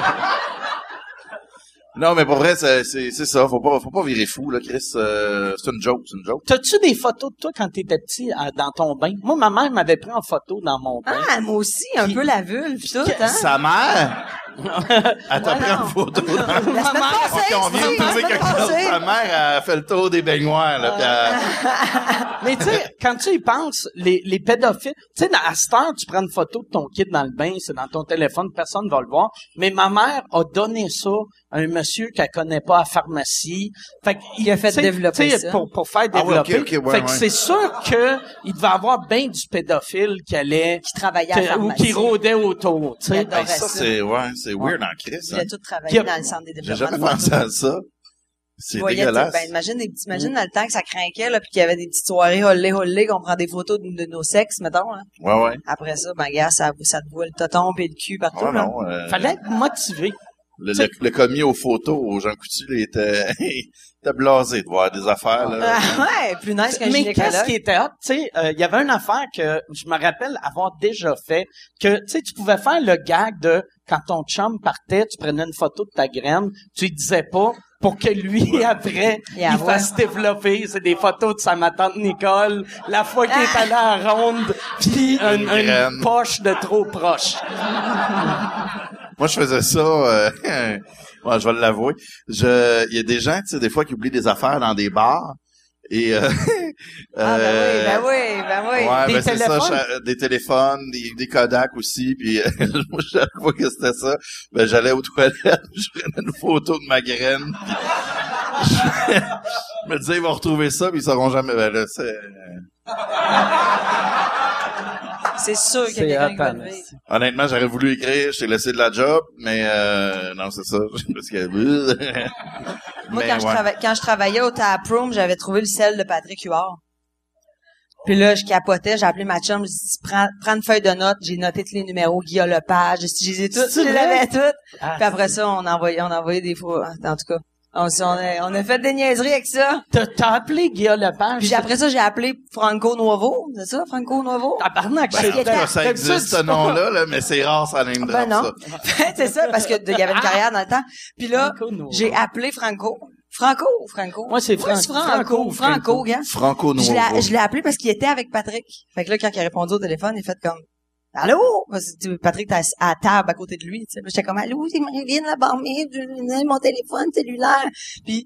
Non, mais pour vrai, c'est c'est- c'est ça. Faut pas, faut pas virer fou, là, Chris. Euh, c'est une joke, c'est une joke. T'as-tu des photos de toi quand t'étais petit à- dans ton bain? Moi, ma mère m'avait pris en photo dans mon bain. Ah, moi aussi, un peu la vulve, pis tout, hein? Sa mère? [LAUGHS] Elle t'a pris en non. photo. [LAUGHS] dans- La semaine passée, Ok, on vient c'est ça, de trouver la semaine quelque chose. passée. Sa mère a fait le tour des baignoires, là, puis elle- Ah, Mais tu sais, quand tu y penses, les, les pédophiles, tu sais, dans- à cette heure, tu prends une photo de ton kid dans le bain, c'est dans ton téléphone, personne va le voir. Mais ma mère a donné ça à un monsieur qu'elle connaît pas à pharmacie. Fait qu'il Il a fait tu sais, développer tu sais, ça. Pour, pour faire Ah ouais, ok, développer. ok, ouais, fait que ouais. c'est sûr que il devait avoir bien du pédophile qui allait, Qui travaillait à que- la ou pharmacie. qui rôdait autour, tu sais. Ben, J'adore. Hey, ça. ça, c'est, ouais, c'est weird en Chris. Il hein. a tout travaillé Qui a- dans le centre des J'ai développements. jamais de pensé Montréal. à ça. C'est Voyais, dégueulasse. Mm. tu sais, Ben, imagine, des petits, imagine dans le temps que ça craquait, là, puis qu'il y avait des petites soirées holé holé, qu'on prend des photos de, de nos sexes, mettons, là. ouais, ouais. Après ça, ben, gars, ça, ça te voit le toton et le cul partout, Ouais, là. non, euh, Fallait être motivé. le, le, le commis aux photos, Jean Coutu, il était, [LAUGHS] il était blasé de voir des affaires, là. Ah ouais, plus nice qu'un Mais qu'est-ce gynécologue. qui était hot, tu sais, euh, il y avait une affaire que je me rappelle avoir déjà fait, que tu sais, tu pouvais faire le gag de quand ton chum partait, tu prenais une photo de ta graine, tu lui disais pas pour que lui [LAUGHS] après Il il avoue. fasse développer, c'est des photos de sa ma tante Nicole, la fois qu'il est allé à la ronde, puis un- Une une, graine. poche de trop proche. Moi, je faisais ça, euh, [LAUGHS] ouais, je vais l'avouer. Je, il y a des gens, tu sais, des fois, qui oublient des affaires dans des bars. Et, euh, [LAUGHS] Ah, ben oui, ben euh, oui, ben oui. Ouais, Des ben c'est ça, téléphones. cha- des téléphones, des, des Kodak aussi, puis euh, [LAUGHS] moi chaque fois que c'était ça, ben j'allais aux toilettes, [LAUGHS] je prenais une photo de ma graine. puis [LAUGHS] je, je me disais ils vont retrouver ça, puis ils sauront jamais ben là c'est C'est sûr qu'il y C'est a quelqu'un qui hot, va lever. honnêtement, j'aurais voulu écrire, je t'ai laissé de la job, mais euh, non, c'est ça [LAUGHS] parce que [LAUGHS] Moi, Mais quand, je Ben ouais. trava- quand je travaillais au Taproom, j'avais trouvé le sel de Patrick Huard. Puis là, je capotais, j'ai appelé ma chum, je dis, prends, prends une feuille de notes, j'ai noté tous les numéros, Guillaume Lepage, je les ai toutes, je C'est les vrai? avais toutes. Ah, Puis après ça, on envoyait, on envoyait des fois, ah, en tout cas. On, s- on a, on a fait des niaiseries avec ça. T'as t'as appelé Guillaume Lepage. Puis après ça, j'ai appelé Franco Nuovo, c'est ça, Franco Nuovo? Tabarnak, c'est en tout cas, ça d'habitude, existe ce c'est pas- nom là, là mais c'est rare ça name drop Ben non. ça. [LAUGHS] c'est ça, parce que de- il y avait une carrière dans le temps. Puis là, Franco Nuovo. j'ai appelé Franco. Franco ou Franco? Ouais, c'est Fran- Franco, Franco. Franco, Franco. Franco, gars. Franco Je Nouveau. l'ai, je l'ai appelé parce qu'il était avec Patrick. Fait que là, quand il a répondu au téléphone, il a fait comme Allô? Parce que, tu sais, Patrick était assis à la table à côté de lui. tu sais. J'étais comme Allô, c'est Marilyn, la barmaid, j'ai mon téléphone cellulaire. Puis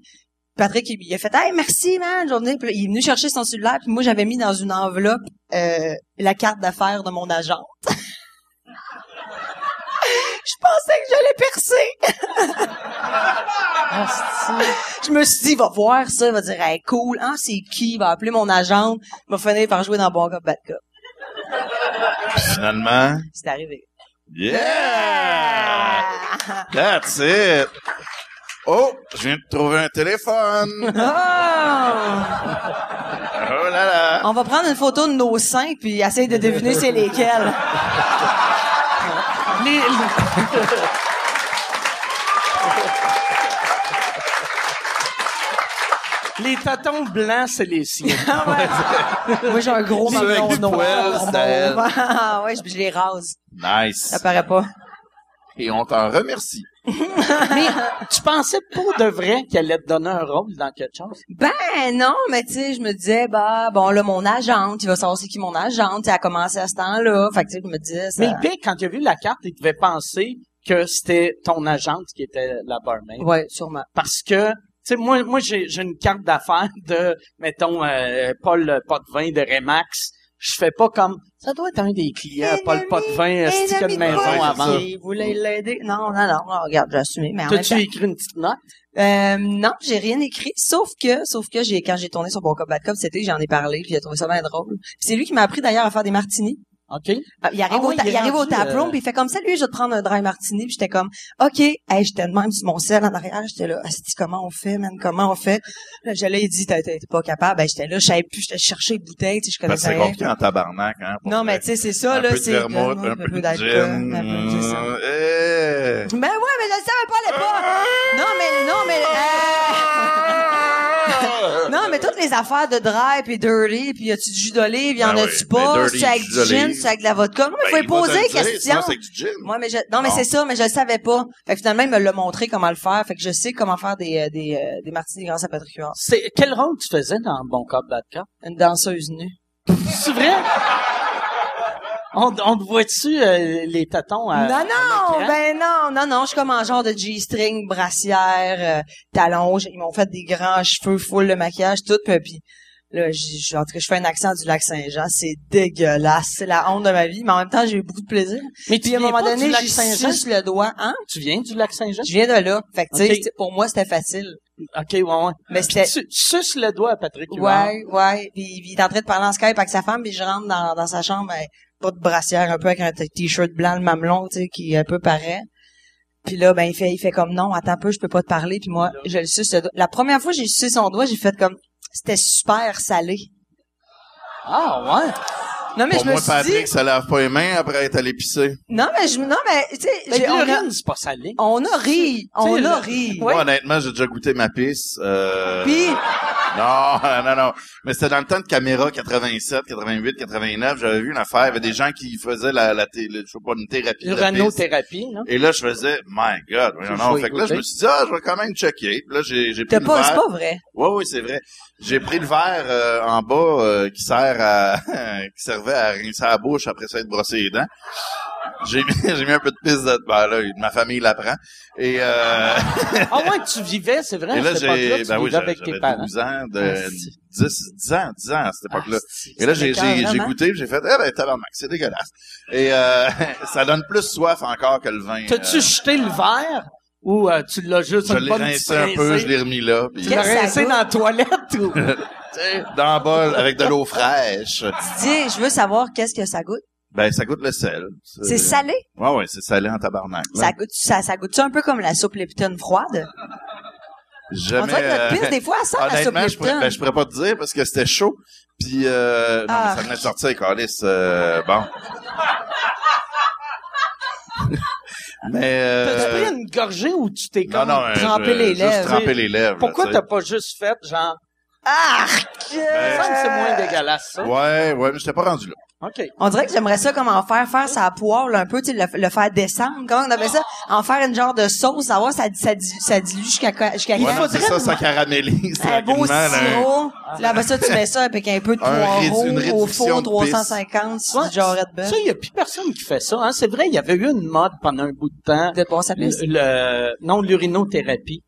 Patrick, il, il a fait, hey, merci, man, je vais venir. Puis là, il est venu chercher son cellulaire. Puis moi, j'avais mis dans une enveloppe euh, la carte d'affaires de mon agente. [LAUGHS] je pensais que j'allais percer. je me suis dit, il va voir ça, il va dire, hey, cool, hein, c'est qui? Il va appeler mon agente, il va finir par jouer dans Bon Cop, Bad Cop. Finalement, C'est arrivé. yeah! Euh. That's it! Oh, je viens de trouver un [LAUGHS] téléphone! Ah! Oh là là! On va prendre une photo de nos seins puis essayer de deviner [LAUGHS] c'est lesquels. Les- Les tatons blancs, c'est les siens. Ah Moi, j'ai un gros Ceux avec mamelon du poil, noir. c'est à elle. Ah, ouais, je, je les rase. Nice! Ça paraît pas. Et on t'en remercie. Mais tu pensais pour de vrai qu'elle allait te donner un rôle dans quelque chose? Ben non, mais tu sais, je me disais, bah bon là, mon agente, il va savoir c'est qui mon agente, elle a commencé à ce temps-là. Fait que tu sais, je me disais ça. Mais le pire, quand il a vu la carte, il devait penser que c'était ton agente qui était la barmaid. Ouais, sûrement. Parce que, tu sais, moi, moi j'ai j'ai une carte d'affaires de, mettons, euh, Paul Potvin de Remax. Je fais pas comme, ça doit être un des clients, Paul Potvin, euh, stick de maison Paul. avant. C'est Vous voulez l'aider? Non, non, non, non, regarde, j'ai assumé, mais en même T'as-tu temps- écrit une petite note? Euh, non, j'ai rien écrit, sauf que, sauf que j'ai, quand j'ai tourné sur Bon Cop Bad Cop, c'était, j'en ai parlé, puis il a trouvé ça bien drôle. Puis c'est lui qui m'a appris d'ailleurs à faire des martinis. OK? Ah, Il arrive, Ah au, oui, ta- il est il arrive au rendu, taproom, euh, puis il fait comme salut, je vais te prendre un dry martini, puis j'étais comme OK, hey, j'étais de même sur mon sel en arrière, j'étais là, Asti, comment on fait, man, comment on fait Là, j'allais il dit t'as- t'as- t'es pas capable, ben j'étais là, je savais plus, j'étais chercher les bouteilles, tu sais, je Parce que connaissais c'est rien. compliqué en tabarnak, hein? pour Non, vrai. mais tu sais, c'est ça un Ah, là, peu de c'est vermouth, comme, un peu de d'alcool, gin. euh, un peu de- c'est ça. Eh. Ben ouais, mais je le savais pas à l'époque. Non, mais non, mais euh, non, mais toutes les affaires de dry puis dirty, puis y a-tu du jus d'olive, y en Ben oui, a-tu pas, mais dirty, c'est avec jus du gin, d'olive. c'est avec de la vodka. Non, mais Ben, il faut il va y poser te le dire, question. sinon c'est avec du gin. Moi, mais je, non, mais Non. c'est ça, mais je le savais pas. Fait que finalement, il me l'a montré comment le faire. Fait que je sais comment faire des, euh, des, euh, des martinis grâce à Patrick Huard. C'est, quel rôle tu faisais dans Bon Cop, Bad Cop? Une danseuse nue. C'est vrai? On, on te voit-tu euh, les tatons à, à non, non, l'écran? ben non, non, non, je suis comme en genre de G-string, brassière, euh, talons. J'ai- Ils m'ont fait des grands cheveux, full de maquillage, tout. Puis, puis là, j- j- en tout cas, je fais un accent du lac Saint-Jean. C'est dégueulasse. C'est la honte de ma vie. Mais en même temps, j'ai eu beaucoup de plaisir. Mais tu Puis à viens un moment pas donné, du lac j'ai Saint-Jean? suce le doigt. Hein? Tu viens du lac Saint-Jean? Je viens de là. Fait que, tu sais, Ok. Ah, c'était- pour moi, c'était facile. OK, ouais, ouais. Mais c'était... Su- suce le doigt à Patrick Huard. Euh, Ouais, ouais. Puis, puis il est en train de parler en Skype avec sa femme, puis je rentre dans, dans sa chambre, elle, pas de brassière, un peu avec un t- t-shirt blanc, le mamelon, tu sais, qui est un peu paraît. Puis là, ben il fait, il fait comme non, attends un peu, je peux pas te parler. Puis moi, je le suce le doigt. La première fois que j'ai sucé son doigt, j'ai fait comme c'était super salé. Ah, ouais. Non mais Pour je me moi, suis Patrick, dit, ça lave pas les mains après être allé pisser. non mais je, non mais tu sais, Mais j'ai- on, a- l'urine, c'est pas salé. on a ri, on sais, a le- ri. Moi, honnêtement, j'ai déjà goûté ma pisse. Euh... Puis Non, [LAUGHS] non, non. Mais c'était dans le temps de caméra 87, 88, 89. J'avais vu une affaire. Il y avait des gens qui faisaient la, la, thé- le- je sais pas, une thérapie. de pisse. L'uranothérapie, non? Et là, je faisais, my God, voyons Tu donc. jouais Fait que là, goûter. je me suis dit, ah, je vais quand même checker. Puis là, j'ai, j'ai pris hein. t'as le pas, c'est verre. pas vrai. Oui, oui, c'est vrai. J'ai pris le verre euh, en bas euh, qui sert à [LAUGHS] qui servait à rincer la bouche après ça être brossé les dents. J'ai mis, [LAUGHS] j'ai mis un peu de pisse de ben là, ma famille l'apprend. Et, euh, Ah ouais, tu vivais, c'est vrai, et là Ah, à cette époque-là, j'ai tu ben oui, vivais j'avais avec tes parents. 12 ans de Ah, 10 10 ans, 10 ans à cette époque-là. Et là, Ça j'ai, m'écoeure j'ai, j'ai hein? vraiment. goûté, j'ai fait, eh ben, tabarnak, c'est dégueulasse. Et, euh, [LAUGHS] ça donne plus soif encore que le vin. T'as-tu euh, jeté le verre ou euh, tu l'as juste je une l'ai bonne rincé petite un peu, rincée? je l'ai remis là. puis- Tu l'as Qu'est-ce que ça rincé goûte? dans la toilette ou... dans le bol avec de l'eau fraîche. Dis, je veux savoir qu'est-ce que ça goûte. Ben, ça goûte le sel. C'est salé. Ouais, ouais, c'est salé en tabarnak. là. Ça goûte, ça, ça goûte un peu comme la soupe Lipton froide? Jamais, On dirait que notre euh, pisse, des fois, elle sent la soupe Honnêtement, je Lipton. pourrais, ben, je pourrais pas te dire parce que c'était chaud. Puis, euh, non, Ah. mais ça venait de sortir, Carlis. Euh, [LAUGHS] bon. mais, T'as-tu euh, pris une gorgée ou tu t'es non, comme... non, euh, trempé je- les juste lèvres. tremper les lèvres. Pourquoi tu t'as sais. pas juste fait, genre... Arc! Ça me semble que c'est moins dégueulasse, ça. Euh, Ouais, ouais, mais j'étais pas rendu là. OK. On dirait que j'aimerais ça comme en faire faire sa poire là, un peu, tu sais, le, le faire descendre. Comment on appelle ça? En faire une genre de sauce, savoir ça, ça, di- ça dilue jusqu'à quoi- jusqu'à Ouais, non, quand? c'est ça, ça caramélise. Un beau tranquillement, là. sirop. Ah. Là, ben ça, tu mets ça avec un peu de Un rédu- poireau une au réduction four de 350, c'est Ouais, du genre de bœuf. Ça, il n'y a plus personne qui fait ça. Hein. C'est vrai, il y avait eu une mode pendant un bout de temps. De bon, ça Le, le- non, l'urinothérapie.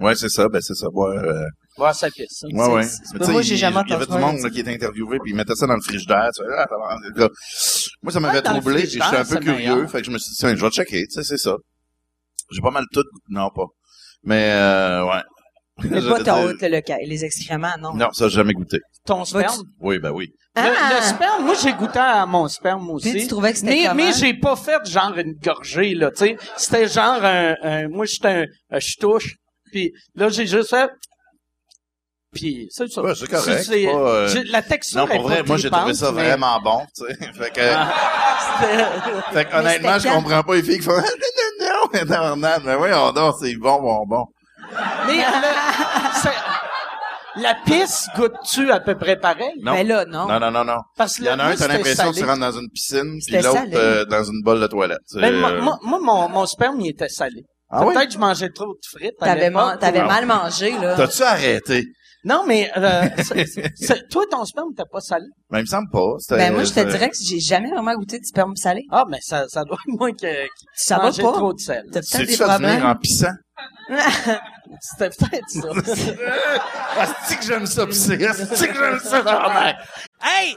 Ouais, c'est ça, ben c'est ça. Ouais, euh, Voir sa pièce. ça. ouais, ouais. c'est- moi, Mais tu sais, j'ai il- jamais Il y avait entendu du monde ça. là, qui était interviewé, puis ils mettaient ça dans le frigidaire. tu vois, ah, ça va, là. Moi, ça m'avait Ouais, dans le troublé, puis frigidaire, j'étais un peu c'est curieux, meilleur. fait que je me suis dit, tiens, je vais checker, tu sais, c'est ça. J'ai pas mal tout, goûté- non, pas. Mais, euh, ouais. [LAUGHS] Mais Je pas veux ta dire- haute, le ca- les excréments, non. Non, ça, j'ai jamais goûté. Ton sperme. Oui, ben oui. Le, le Ah! sperme, moi, j'ai goûté à mon sperme aussi. Puis tu trouvais que c'était Mais, comment? mais j'ai pas fait genre une gorgée, là, tu sais. C'était genre un, un- moi, j'étais un, un ch'touche. Puis là, j'ai juste fait... Puis c'est ça. Ouais, c'est correct, C'est- pas, euh, j'ai- La texture Non, est pour pas vrai, moi, j'ai trouvé trippante, ça mais- vraiment bon, tu sais. Fait que, Ah. fait que, Mais honnêtement, je c'était quand? comprends pas les filles qui font, [LAUGHS] non, non, non, tabarnak, mais oui, on dort, c'est bon, bon, bon. Mais le- c'est- la pisse goûte-tu à peu près pareil? Non. Ben là, non. Non, non, non, non. Parce que Il y en a moi, un, t'as c'était l'impression que salé. tu rentres dans une piscine, puis C'était l'autre, salé. euh, dans une bolle de toilette. Ben, Euh, moi, moi, moi, mon, mon sperme, il était salé. Ah oui? Peut-être que je mangeais trop de frites. à T'avais, l'époque, man- t'avais ou- mal mangé, là. T'as-tu arrêté? Non, mais euh, c'est- c'est- toi, ton sperme, t'as pas salé. Ben, il me semble pas. C'était- euh, Ben, moi, je te c'était- dirais que j'ai jamais vraiment goûté du sperme salé. Ah, mais ça, ça doit être moi qui ai Ça va mangé pas. trop de sel. T'as peut-être des C'est-tu à venir problèmes. en pissant? C'était peut-être ça. Ah, c'est que j'aime ça [LAUGHS] pisser? c'est que j'aime ça, tabarnak? Hey,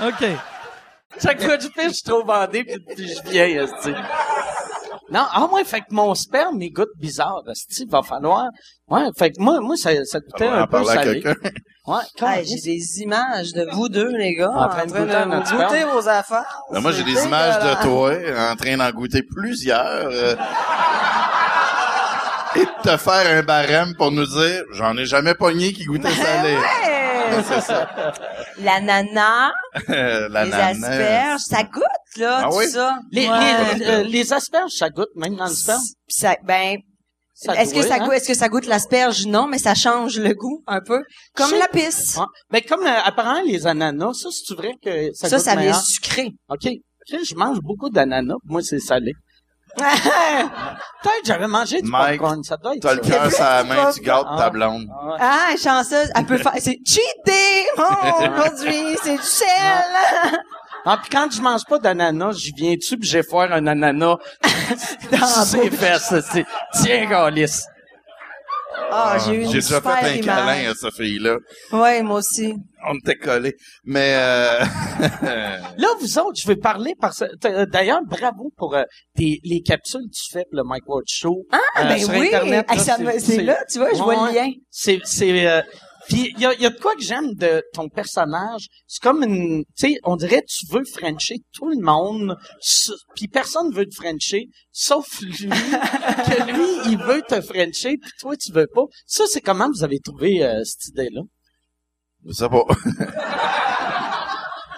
ha! OK. Chaque fois que je fais, je suis trop bandé, puis, puis je viens, esti. Non, ah ouais, fait que mon sperme, il goûte bizarre, esti, va falloir... Ouais, fait que moi, moi ça, ça On goûtait va un en peu parler à salé. quelqu'un. Ouais, quand Hey, j'ai des images de vous deux, les gars, En train de goûter à notre sperme. goûter vos affaires. [LAUGHS] Ben, moi, j'ai C'est des images de dégueulasse. toi en train d'en goûter plusieurs. euh, et de te faire un barème pour nous dire « J'en ai jamais pogné qui goûtait salé. Hey! L'ananas, Euh, [LAUGHS] La les nana. asperges, ça goûte, là, Ah tout oui? ça. Les, Ouais. les, euh, les asperges, ça goûte, même dans le sperme. Puis ça- ben, Ça est-ce que doit, ça hein? goûte, est-ce que ça goûte l'asperge? Non, mais ça change le goût, un peu. Comme C'est- la pisse. Ouais. Ben, comme, euh, apparemment, les ananas, ça, c'est vrai que ça, Ça, ça, goûte meilleur? vient sucré. OK. Là, je mange beaucoup d'ananas, puis moi, c'est [LAUGHS] salé. Peut-être que j'avais mangé du Mike, popcorn, ça doit être T'as le ça. cœur sur la main, tu gardes ta Ah. blonde. Ah ouais. Ah, chanceuse, elle peut faire, c'est cheaté! [LAUGHS] Oh, aujourd'hui, c'est du sel! Ah, puis quand je mange pas d'ananas, j'y viens-tu puis j'ai faire un ananas [LAUGHS] dans ses fesses, c'est- Tiens, Galice. Ah, j'ai eu une J'ai déjà fait super un image. câlin à cette fille-là. Ouais, moi aussi. On était collés. Mais, euh, [LAUGHS] Là, vous autres, je vais parler parce que, euh, d'ailleurs, bravo pour euh, tes- les capsules que tu fais pour le Mike Ward Show. Ah, ben oui. Hey, ça me- c'est là, tu vois, je vois le lien. C'est, c'est, euh, puis il y a, il y a de quoi que j'aime de ton personnage. C'est comme une, tu sais, on dirait que tu veux Frencher tout le monde, s- puis personne veut te Frencher, sauf [LAUGHS] lui, que lui, il veut te Frencher, puis toi, tu veux pas. Ça, c'est comment vous avez trouvé euh, cette idée-là? je sais pas.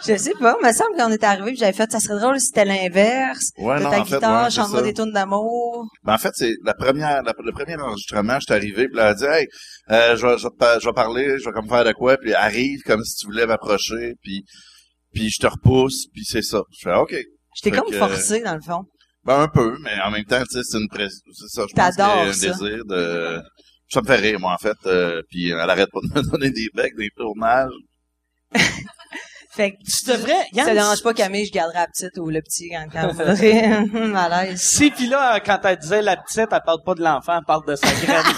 Je sais pas, il me semble qu'on est arrivé, puis j'avais fait, ça serait drôle si c'était l'inverse. Ouais, de non, ta en fait, guitare, ouais, c'est chante-moi ça. des tunes d'amour. Ben, en fait, c'est la première, la- le premier enregistrement, je suis arrivé, puis elle a dit, hey, euh, je vais, je vais te par- je vais parler, je vais comme faire de quoi, puis elle arrive comme si tu voulais m'approcher, puis, puis je te repousse, puis c'est ça. Je fais, ok. J'étais Fait comme que- forcée, dans le fond. Ben, un peu, mais en même temps, tu sais, c'est une presse, c'est ça, je pense qu'il y a T'adores un ça. désir de, ça me fait rire, moi, en fait, euh, puis elle arrête pas de me [LAUGHS] donner des becs, des tournages. Fait que, Tu devrais, ça Yann, dérange pas Camille, je garderai la petite ou le petit quand, [LAUGHS] quand vous [LAUGHS] aurez malaise. Si, puis là, quand elle disait la petite, elle parle pas de l'enfant, elle parle de sa [LAUGHS] graine.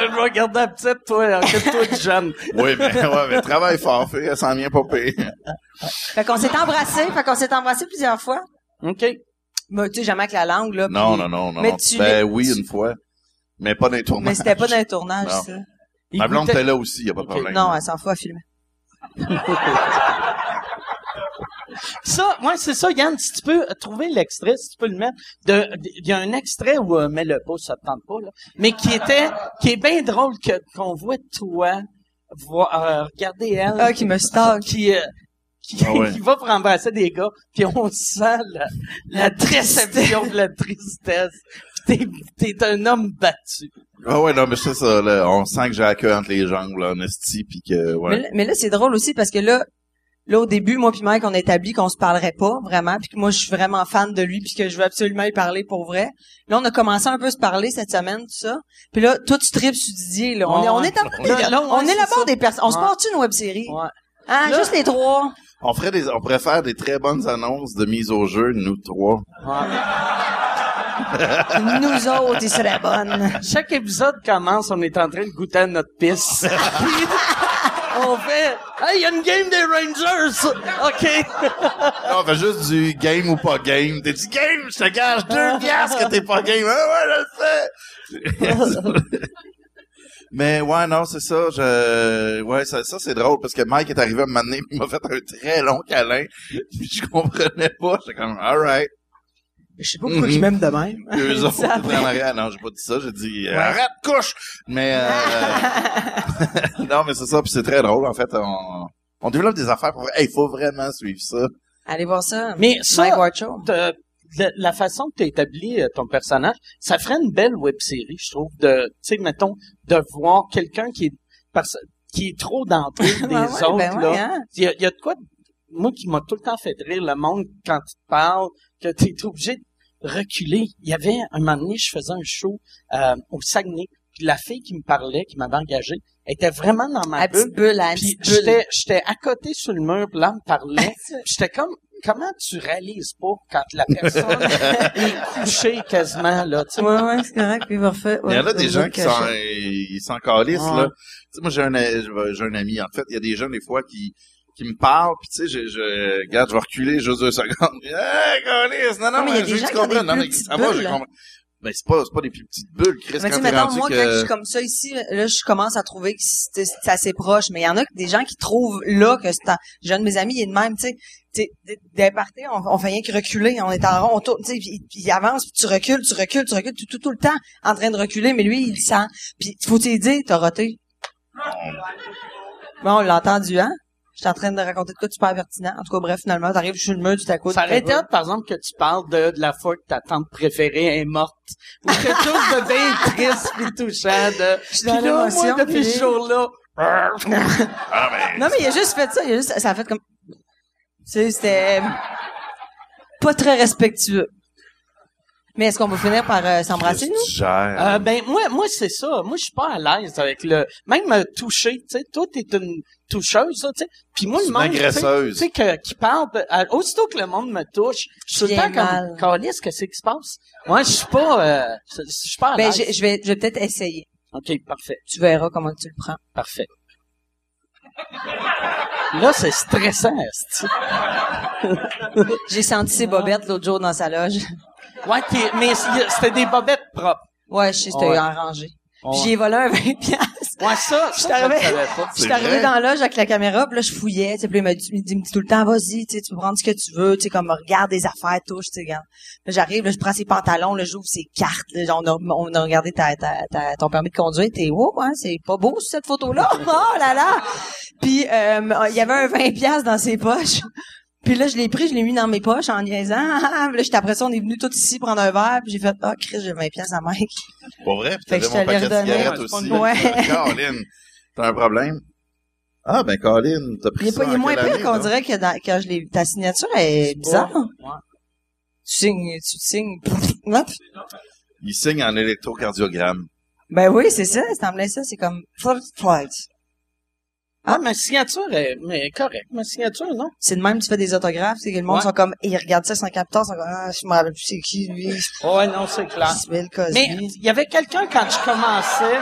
Je vais regarder la petite, toi, occupe-toi du jeune. Oui, mais, [LAUGHS] ouais, mais travaille fort, fille, elle s'en vient pas [LAUGHS] pire. Fait qu'on s'est embrassés, fait qu'on s'est embrassés plusieurs fois. OK. Mais tu sais, jamais avec la langue, là. Non, puis- non, non, non. Mais non. tu ben l'es- oui, tu- une fois. Mais pas dans les tournages. Mais c'était pas dans un tournage, Non. ça. Il Ma blonde goûtait- était là aussi, y a pas de problème. Non, elle s'en fout à filmer. Ça, ouais, c'est ça, Yann, si tu peux euh, trouver l'extrait, si tu peux le mettre. de- de- Il y a un extrait où, euh, mets le pouce, ça te tente pas, là. Mais qui était, qui est bien drôle que, qu'on voit toi, voir, euh, regarder elle. Ah, qui me stalk. qui, euh, qui, Ah [LAUGHS] ouais. qui va pour embrasser des gars, puis on sent la, la déception de la tristesse. Puis T'es, t'es un homme battu. Ah ouais, non, mais c'est ça, là. On sent que j'ai la queue entre les jambes, là, en esti, pis que, ouais. Mais, là- mais là, c'est drôle aussi parce que là, là, au début, moi puis Mike, on a établi qu'on se parlerait pas vraiment, puis que moi, je suis vraiment fan de lui, puis que je veux absolument y parler pour vrai. Là, on a commencé un peu à se parler cette semaine, tout ça. Puis là, toi, tu tripes sur Didier, là. On, est, on est à Ouais. Là, là, ouais, on c'est élabore ça. des personnes. On se Ouais. porte une web-série? Ouais. Ah, Là- juste les trois. On ferait des, on pourrait faire des très bonnes annonces de mise au jeu, nous trois. Nous autres, ils seraient bonnes. Chaque épisode commence, on est en train de goûter à notre [LAUGHS] pisse. Puis, on fait, hey, il y a une game des Rangers! OK. Non, on fait juste du game ou pas game. T'es dit game, je te gage deux piastres que t'es pas game. Ah ouais, je le sais. [LAUGHS] Mais ouais, non, c'est ça. Je... Ouais, ça, ça c'est drôle parce que Mike est arrivé à m'amener il m'a fait un très long câlin. [LAUGHS] Puis je comprenais pas. J'étais comme, alright. Je sais pas pourquoi ils m'aiment de même. Deux autres Ça en arrière. Non, j'ai pas dit ça. J'ai dit, arrête, couche! Mais, euh, [LAUGHS] non, mais c'est ça. Puis c'est très drôle, en fait. On, on développe des affaires pour, hey, faut vraiment suivre ça. Allez voir ça. Mais Mike ça, Ward Show. t'as- la, la façon que tu établi euh, ton personnage, ça ferait une belle web-série, je trouve, de, tu sais, mettons, de voir quelqu'un qui est, parce- qui est trop dans [LAUGHS] le truc des Ouais, ouais, autres, ben ouais, là. hein. Il y, a, il y a de quoi, de- moi, qui m'a tout le temps fait rire le monde quand il te parle, que tu es obligé de reculer. Il y avait un moment donné, je faisais un show euh, au Saguenay, puis la fille qui me parlait, qui m'avait engagé, était vraiment dans ma La bulle. petite bulle, hein, la Puis petite bulle. j'étais, j'étais à côté sur le mur, puis là, on me [LAUGHS] parlait. Puis j'étais comme, comment tu réalises pas quand la [LAUGHS] personne est couchée quasiment, là, tu sais. Ouais, ouais, c'est correct. Puis refait. Il y en a des gens qui s'en, ils s'en calissent, Ouais. là. Tu sais, moi, j'ai un, euh, j'ai un ami, en fait. Il y a des gens, des fois, qui, qui me parlent, puis tu sais, je, je, regarde, je vais reculer juste deux secondes. [LAUGHS] Hey, calisse! Non, non, Non, mais il y a mais des je veux gens que tu qui ont des comprennes. Non, plus mais petites ça va, bulles, j'ai hein. compris. Ben, c'est pas, c'est pas des plus petites bulles, Chris, Mais tu quand sais, t'es mettons, rendu moi, quand je que... suis comme ça ici, là, je commence à trouver que c'est c'est assez proche. Mais il y en a que- des gens qui trouvent là que c'est... en- J'ai un de mes amis, il est de même, tu sais. tu sais, d- D'un party, on, on fait rien que reculer. On est en rond, on tourne, tu sais, puis puis il avance, puis tu recules, tu recules, tu recules, tout, tout, tout le temps en train de reculer. Mais lui, il le sent. Puis faut t'y dire, t'as roté. Bon, on l'a entendu, hein? Je suis en train de raconter de quoi tu perds pertinent. En tout cas, bref, finalement, t'arrives, je suis le mur, tu t'accoutes. Ça hein? aurait tu été hot, par exemple, que tu parles de, de la fois que ta tante préférée est morte. Ou quelque chose de bien [LAUGHS] triste et touchant. De... suis Puis dans là, moi, l'émotion, depuis puis- ce jour-là, Non, mais il a juste fait ça. Il a juste, ça a fait comme. Tu sais, c'était pas très respectueux. Mais est-ce qu'on peut finir par euh, s'embrasser, nous? Gère. Ah. euh, ben moi, moi c'est ça. Moi, je suis pas à l'aise avec le... Même euh, toucher, tu sais. Toi, t'es une toucheuse, là, tu sais. Puis moi, C'est le une monde, tu sais, tu agresseuse. sais, que- qui parle... de- à- aussitôt que le monde me touche, je suis tout le Bien temps comme... mal. Calisse, qu'est-ce qui se passe? Moi, je suis pas... euh, je je suis pas à Ben, l'aise. je, je vais, je vais peut-être essayer. OK, parfait, Tu verras comment tu le prends. parfait. Là, c'est stressant, esti. J'ai senti Ah. ses bobettes l'autre jour dans sa loge. Ouais, qui- mais c'est- c'était des bobettes propres. Ouais, je sais, c'était Ouais. en rangée. Puis Ouais. J'ai volé un 20 piastres. Ouais, ça, ça, Je je t'avais- le savais pas. C'est J'étais arrivée vrai? dans la loge avec la caméra, puis là, je fouillais, tu sais, puis il m'a dit, il me dit tout le temps, vas-y, tu sais, tu peux prendre ce que tu veux, tu sais, comme, regarde des affaires, touche, tu sais, regarde. Là, j'arrive, là, je prends ses pantalons, là, j'ouvre ses cartes, là, on a, on a regardé ta, ta, ta- ton permis de conduire, t'es, wow, hein, c'est pas beau, cette [LAUGHS] photo-là, oh là là! Puis, euh, il y avait un 20 piastres dans ses poches. Puis là, je l'ai pris, je l'ai mis dans mes poches en niaisant. [LAUGHS] Puis là, j'étais après ça, on est venu tous ici prendre un verre, puis j'ai fait, ah, Chris, j'ai 20 piastres à Mike. Pas vrai? Puis Fait t'avais que je te l'ai mon paquet de redonné. cigarettes Ouais, c'est pas aussi. une Ouais. [LAUGHS] Caroline, t'as un problème? Ah, ben, Caroline, t'as pris Il est, ça pas, il est en moins quelle pire année, qu'on là? dirait que dans- quand je l'ai ta signature est bizarre. Ouais. Tu signes, tu signes. Hop. Il signe en électrocardiogramme. ben oui, c'est ça, c'est en plein ça, c'est comme first flight. Ah, ma signature est mais correcte. Ma signature, non? C'est de même tu fais des autographes, c'est que le monde Ouais. sont comme ils regardent ça 114, ils sont comme ah, je me rappelle plus c'est qui lui, Ouais, non, c'est clair. Isabelle Mais Cosby. il y avait quelqu'un quand je commençais.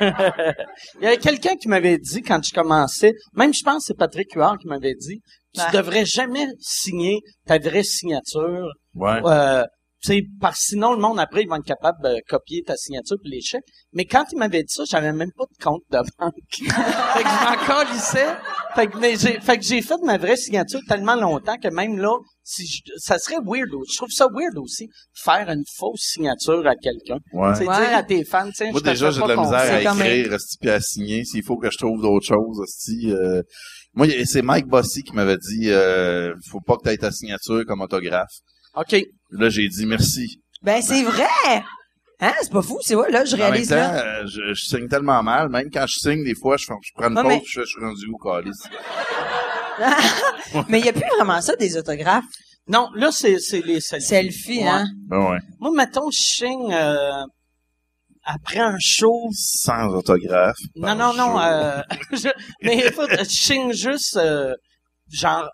Il y avait quelqu'un qui m'avait dit quand je commençais, même je pense que c'est Patrick Huard qui m'avait dit, tu Ouais. devrais jamais signer ta vraie signature, Ouais. euh, tu sais, parce que sinon le monde après ils vont être capables de copier ta signature pour les chèques. Mais quand il m'avait dit ça, j'avais même pas de compte de banque. [LAUGHS] fait que je m'en calissais. Fait que, mais j'ai, fait que j'ai fait ma vraie signature tellement longtemps que même là, si je- ça serait weird. aussi. Je trouve ça weird aussi, faire une fausse signature à quelqu'un. Ouais. C'est Ouais. dire à tes fans, tiens, Moi, je te déjà, fais j'ai pas de la ton- misère à C'est comme un- écrire, esti, puis à signer. S'il faut que je trouve d'autres choses, esti, euh, Moi, y- c'est Mike Bossy qui m'avait dit, euh, faut pas que tu aies ta signature comme autographe. OK. Là, j'ai dit merci. Ben, c'est vrai! Hein? C'est pas fou, c'est vrai. Là, je En même réalise, temps, là. euh, je, je signe tellement mal. Même quand je signe, des fois, je, fais- je prends une Ouais, pause, mais- puis je, je suis rendu où, calice? [LAUGHS] Mais il y a plus vraiment ça, des autographes. Non, là, c'est, c'est les selfies. Selfie, hein? Ben ouais. Moi, mettons, je signe euh, après un show. Sans autographe. Non, non, non. Bonjour. euh, [LAUGHS] je, mais écoute, je signe juste, euh, genre,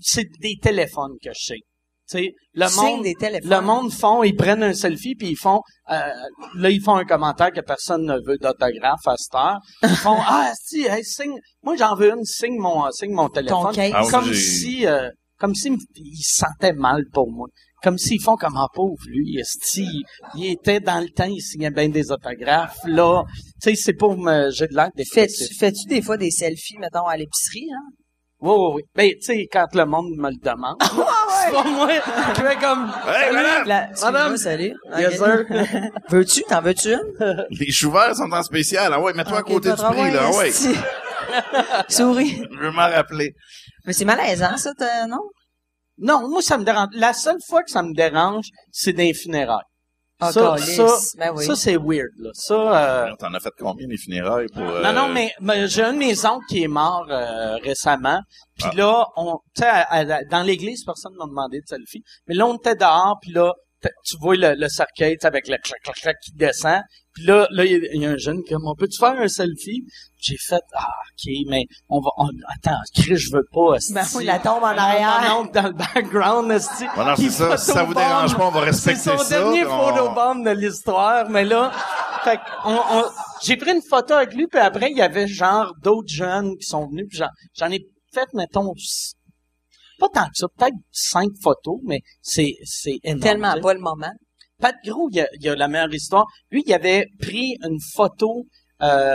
c'est des téléphones que je signe. Tu sais, le Tu signes monde, des téléphones. le monde font, ils prennent un selfie puis ils font, euh, là ils font un commentaire que personne ne veut d'autographe à cette heure. Ils font ah si, hey, signe, moi j'en veux une, signe mon, euh, signe mon téléphone. cake. Ah oui, comme j'ai- si, euh, comme si me- ils se sentaient mal pour moi. Comme s'ils font comme un pauvre, lui. esti, il était dans le temps, il signait bien des autographes, là. Tu sais, c'est pour me, j'ai de l'air Fais-tu, défectif. fais-tu des fois des selfies, mettons, à l'épicerie, hein? Oui, oui, oui. Ben, tu sais, quand le monde me le demande. C'est pas moi. Je fais comme, Hey, madame! La- excuse-moi, Madame. salut. Yes, Ok. [LAUGHS] Veux-tu? T'en veux-tu une? Les chouverts sont en spécial. Ah ouais, mets-toi Ok, à côté pas du trop prix, loin, là. Ah ouais. esti. [LAUGHS] Souris. Je veux m'en rappeler. Mais c'est malaisant, ça, t'as- non? Non, moi, ça me dérange. La seule fois que ça me dérange, c'est dans les funérailles. Ah, ça, calisse. ça, Ben oui. ça, c'est weird, là. Ça, euh, Alors, T'en as fait combien, les funérailles, pour... euh, Non, non, mais, mais j'ai un de mes oncles qui est mort euh, récemment. Ah. Puis là, on, tu sais, à- à- dans l'église, personne ne m'a demandé de selfie. Mais là, on était dehors, puis là, t- tu vois le, le cercueil tu sais, avec le clac, clac, clac qui descend. Puis là, là, il y a- il y, a un jeune qui dit, on peut-tu faire un selfie? J'ai fait, ah, OK, mais on va... on- attends, Chris, je veux pas, esti. [LAUGHS] Ben oui, la tombe en Mon- mon arrière. oncle dans le background, esti. Ouais, non, qui c'est ça. Si ça vous dérange photobombe. pas, on va respecter C'est son ça, dernier puis on- photobomb de l'histoire, mais là, fait qu'on- on- j'ai pris une photo avec lui, puis après, il y avait genre d'autres jeunes qui sont venus, puis j'en, j'en ai fait, mettons, s- pas tant que ça, peut-être cinq photos, mais c'est, c'est énorme. [LAUGHS] Tellement tu sais. pas le moment. Pat Gros, il y a, il y a la meilleure histoire. Lui, il avait pris une photo. Euh,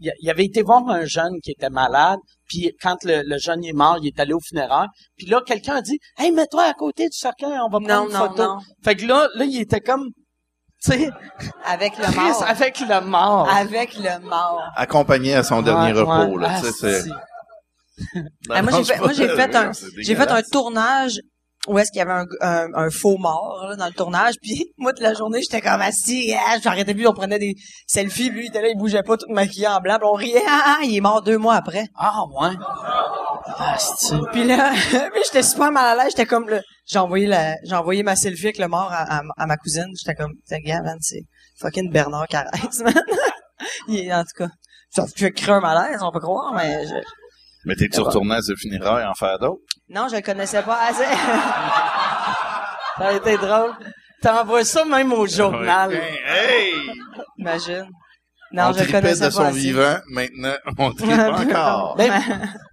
il il avait été voir un jeune qui était malade. Puis quand le, le jeune est mort, il est allé au funéraire. Puis là, quelqu'un a dit Hey, mets-toi à côté du cercueil, on va prendre Non, une non, photo. non. Fait que là, là, il était comme tu sais, Avec [LAUGHS] le triste mort. Ah, avec le mort. Avec le mort. Accompagné à son dernier Ouais, repos, ouais. là. Tu sais, c'est... Asti. Ah, moi, j'ai fait, moi, j'ai fait un, C'est j'ai fait un dégueulasse. tournage où est-ce qu'il y avait un, un, un faux mort là, dans le tournage. Puis [LAUGHS] moi, toute la journée, j'étais comme assis. Ah, j'arrêtais plus, on prenait des selfies. Lui, il était là, il bougeait pas, tout maquillé en blanc. Puis on riait. Ah, ah, il est mort deux mois après. Ah ouais. Asti. Puis là, [LAUGHS] puis j'étais super mal à l'aise. J'étais comme, le- j'ai envoyé la, j'ai envoyé ma selfie avec le mort à, à- à ma cousine. J'étais comme, Tiens, regarde, man, c'est fucking Bernard Carrez, [LAUGHS] man. Il est- en tout cas, ça fait créer un malaise, on peut croire, mais je- Mais Ah. t'es-tu retourné à ce funérailles en faire d'autres? non, je le connaissais pas assez. [LAUGHS] Ça a été drôle. T'envoies ça même au journal. Hey! Imagine. Non, on je le tripait connaissais de pas son assez. [LAUGHS] vivant, maintenant, on tripe encore. Ben,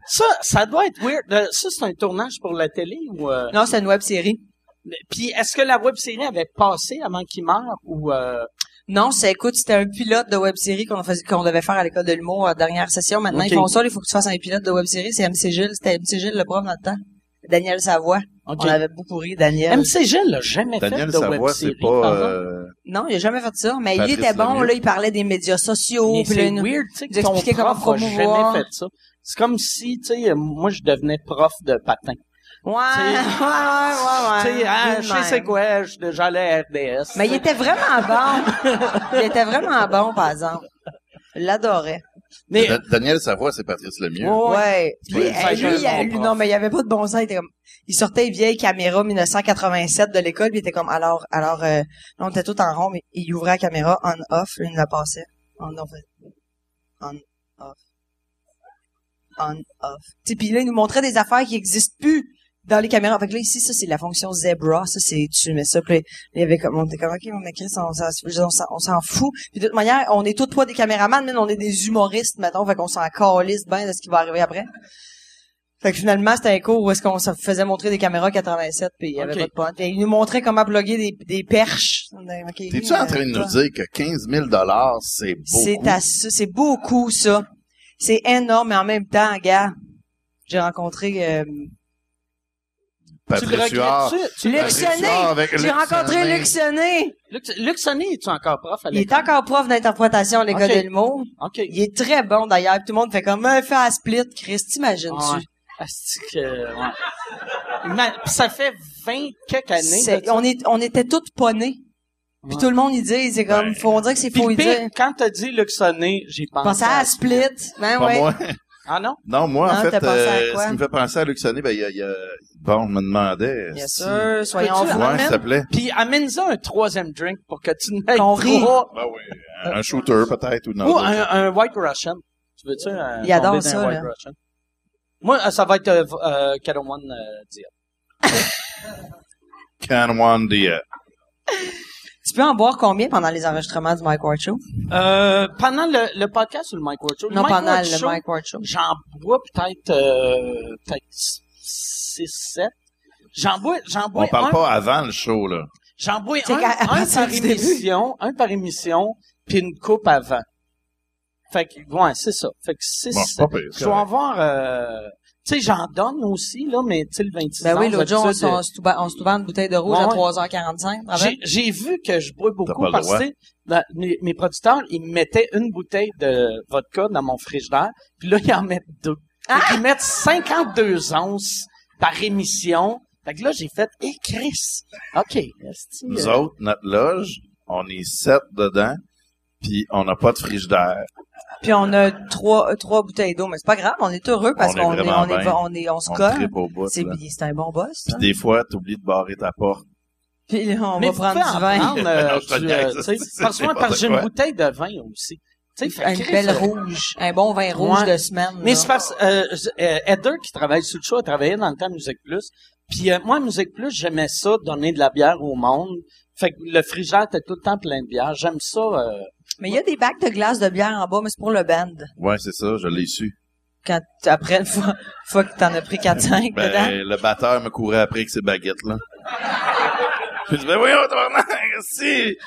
ça, ça doit être weird. Euh, Ça, c'est un tournage pour la télé ou euh, Non, c'est une web série. Mais- Puis est-ce que la web série avait passé avant qu'il meure ou euh, Non, c'est écoute, c'était un pilote de web série qu'on faisait, qu'on devait faire à l'école de l'humour euh, dernière session. Maintenant, Ok. ils font ça, il faut que tu fasses un pilote de web série. C'est MC Gilles, c'était MC Gilles le prof dans le temps. Daniel Savoie. Ok. On avait beaucoup ri, Daniel. MC Gilles l'a jamais Daniel fait de web Savoie, série. c'est pas... pardon. euh, Non, il a jamais fait ça, mais Patrice il était bon, Lemieux. là, il parlait des médias sociaux, Mais Oh, puis c'est là, nous- weird, tu sais, nous que ton expliquer prof comment a promouvoir. jamais fait ça. C'est comme si, tu sais, euh, moi, je devenais prof de patin. Ouais, Tu sais- ouais, ouais, ouais, tu sais, ah, De je sais même. c'est quoi, je- j'allais à RDS. Mais il était vraiment [LAUGHS] bon. il était vraiment bon, par exemple. Je L'adorais. Mais- Da- Daniel Savoie, c'est Patrice Lemieux. Oh, Ouais, ouais. Ouais. Puis, Ouais, hey, c'est lui, un il a- bon lui, prof. non, mais il y avait pas de bon sens. Il, était comme, il sortait une vieille caméra 1987 de l'école, puis il était comme, alors, alors, euh, là, on était tout en rond, mais il ouvrait la caméra on-off, il la passait. On-off. On-off. On-off. Tu sais, puis là, il nous montrait des affaires qui existent plus dans les caméras. Fait que là, ici, ça, c'est la fonction zebra. Ça, c'est, tu mets ça, puis là, il y avait comme, on était comme, OK, mais Chris, on s'en, je veux dire, on s'en- on s'en fout. Puis de toute manière, on est toutes pas des caméramans, mais on est des humoristes, mettons, fait qu'on s'en calisse bien de ce qui va arriver après. Fait que finalement, c'était un cours où est-ce qu'on se faisait montrer des caméras 87, puis il y avait Ok. pas de pointe. Puis il nous montrait comment bloguer des, des perches. Ok, T'es-tu en train de toi. nous dire que 15 000 c'est beaucoup? C'est à ça, c'est beaucoup ça. C'est énorme, mais en même temps, gars, j'ai rencontré euh, Tu Patrice le Huard. regrettes-tu? Tu- Luc Patrick Huard Sené. J'ai avec Luc rencontré Sené. Luc Sené. Luc, Luc Sonny, es-tu encore prof à Il est l'école? encore prof d'interprétation à l'école Ok. de l'humour. OK. Il est très bon d'ailleurs. Puis Tout le monde fait comme un fait à split, Chris, Ouais. t'imagines-tu? Asti que- ouais. Ma- pis ça fait 20 quelques années. C'est- on, est, on était tous ponés. Puis tout le monde y dit, c'est comme, faut, on dirait que c'est Pis faux le y pire, dire. quand t'as dit Luxonné, j'ai pensé. Pensez à Split, ben Pas ouais. moi. Ah non? Non, moi, Non, en fait, t'as pensé à euh, quoi? ce qui me fait penser à Luxonné, ben, il y a, il y a- Bon, on me demandait... Bien si- sûr, soyons Peux-tu fous. Ouais, s'il te plaît. Puis amène-en un troisième drink pour que tu n'aies Qu'on rit. trois. Ben oui, un un shooter peut-être ou non. Ou un, un White Russian. Tu veux-tu un Il adore tomber ça, d'un White là. Russian? Moi, euh, ça va être euh, v- euh, Canon One euh, Diet. Can one E. deal. Tu peux en boire combien pendant les enregistrements du Mike Ward Show? Euh, pendant le, le podcast ou le Mike Ward Show? Le Non, Mike pendant Ward le Show, Mike Ward Show. J'en bois peut-être euh, peut-être 6, 7. J'en bois, j'en bois On parle un, pas avant le show, là. j'en bois C'est un, qu'à- à [LAUGHS] un partir par du début. émission, un par émission, puis une coupe avant. Fait que, ouais, c'est ça. Fait que 6, Bon, pas pire, Je vais en voir, euh, tu sais, j'en donne aussi, là, mais tu sais, le 26 Ben oui, ans, l'autre jour, on, d'habitude, se- on se touba- on se trouvait une bouteille de rouge Ouais, à ouais. 3h45. bravo. J'ai, j'ai vu que je bois pas beaucoup le parce droit. que tu sais, dans- mes, mes producteurs, ils mettaient une bouteille de vodka dans mon frigidaire, puis là, ils en mettent deux. Fait Ah! qu'ils mettent 52 onces par émission. Fait que là, j'ai fait « Eh, Chris! OK. esti, euh, Nous autres, notre loge, on est sept dedans, puis on n'a pas de frigidaire. Puis on a trois, euh, trois bouteilles d'eau, mais c'est pas grave, on est heureux parce On est qu'on est, on est, vraiment on est, bien. on est, on se On colle. tripe au bout, C'est, là. c'est un bon boss. hein. Puis ça. des fois, t'oublies de barrer ta porte. [LAUGHS] Puis là, on mais va vous pouvez prendre en du vin. prendre, euh, Non, [LAUGHS] je te du, niaise, euh, tu sais, c'est parce que moi, parce que j'ai une n'importe bouteille de vin aussi. Tu sais, fait Une Chris, belle euh, rouge. Un bon vin rouge Ouais. de semaine. Mais là. c'est parce euh, je- euh, Heather qui travaille sur le show, elle travaillait dans le temps de Musique Plus. Puis euh, moi, à Musique Plus, j'aimais ça, donner de la bière au monde. Fait que le frigidaire était tout le temps plein de bière. J'aime ça. euh, Mais il y a des bacs de glace de bière en bas, mais c'est pour le band. Ouais, c'est ça, je l'ai su. Quand, après, une fois, une fois que t'en as pris 4-5 Ben, dedans. le batteur me courait après avec ses baguettes, [LAUGHS] là. Puis je dis, ben voyons, tabarnak, si!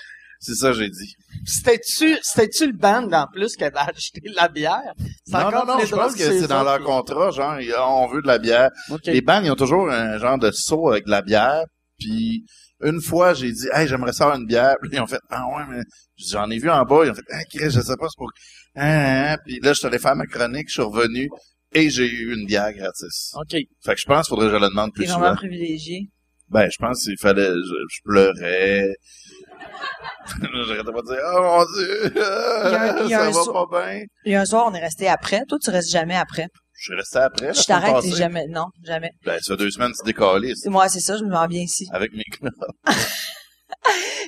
C'est ça, j'ai dit. C'était-tu, c'était-tu le band en plus qui avait acheté la bière? C'est Non, non, encore non, plus je drôle pense que ces c'est dans autres. leur contrat, genre, il y a- on veut de la bière. Ok. Les bandes, ils ont toujours un genre de seau avec de la bière. Puis une fois, j'ai dit, hey, j'aimerais ça avoir une bière. Puis ils ont fait, ah ouais, mais j'en ai vu en bas. Ils ont fait, ah, Chris, je sais pas, c'est pour. Ah, ah, ah. Puis là, je suis allé faire ma chronique, je suis revenu et j'ai eu une bière gratis. OK. Fait que je pense qu'il faudrait que je le demande T'es plus vraiment souvent. privilégié. Ben, je pense qu'il fallait, je, je pleurais. [LAUGHS] J'arrêtais pas de dire, oh mon dieu, Il y a un- il y a ça un va so- pas bien. Il y a un soir, on est resté après. Toi, tu restes jamais après. Je suis resté après. la Je semaine t'arrête, t'es passée. jamais. Non, jamais. Ben, ça fait deux semaines, tu décolles Moi, c'est ça, je me rends bien ici. avec mes clowns.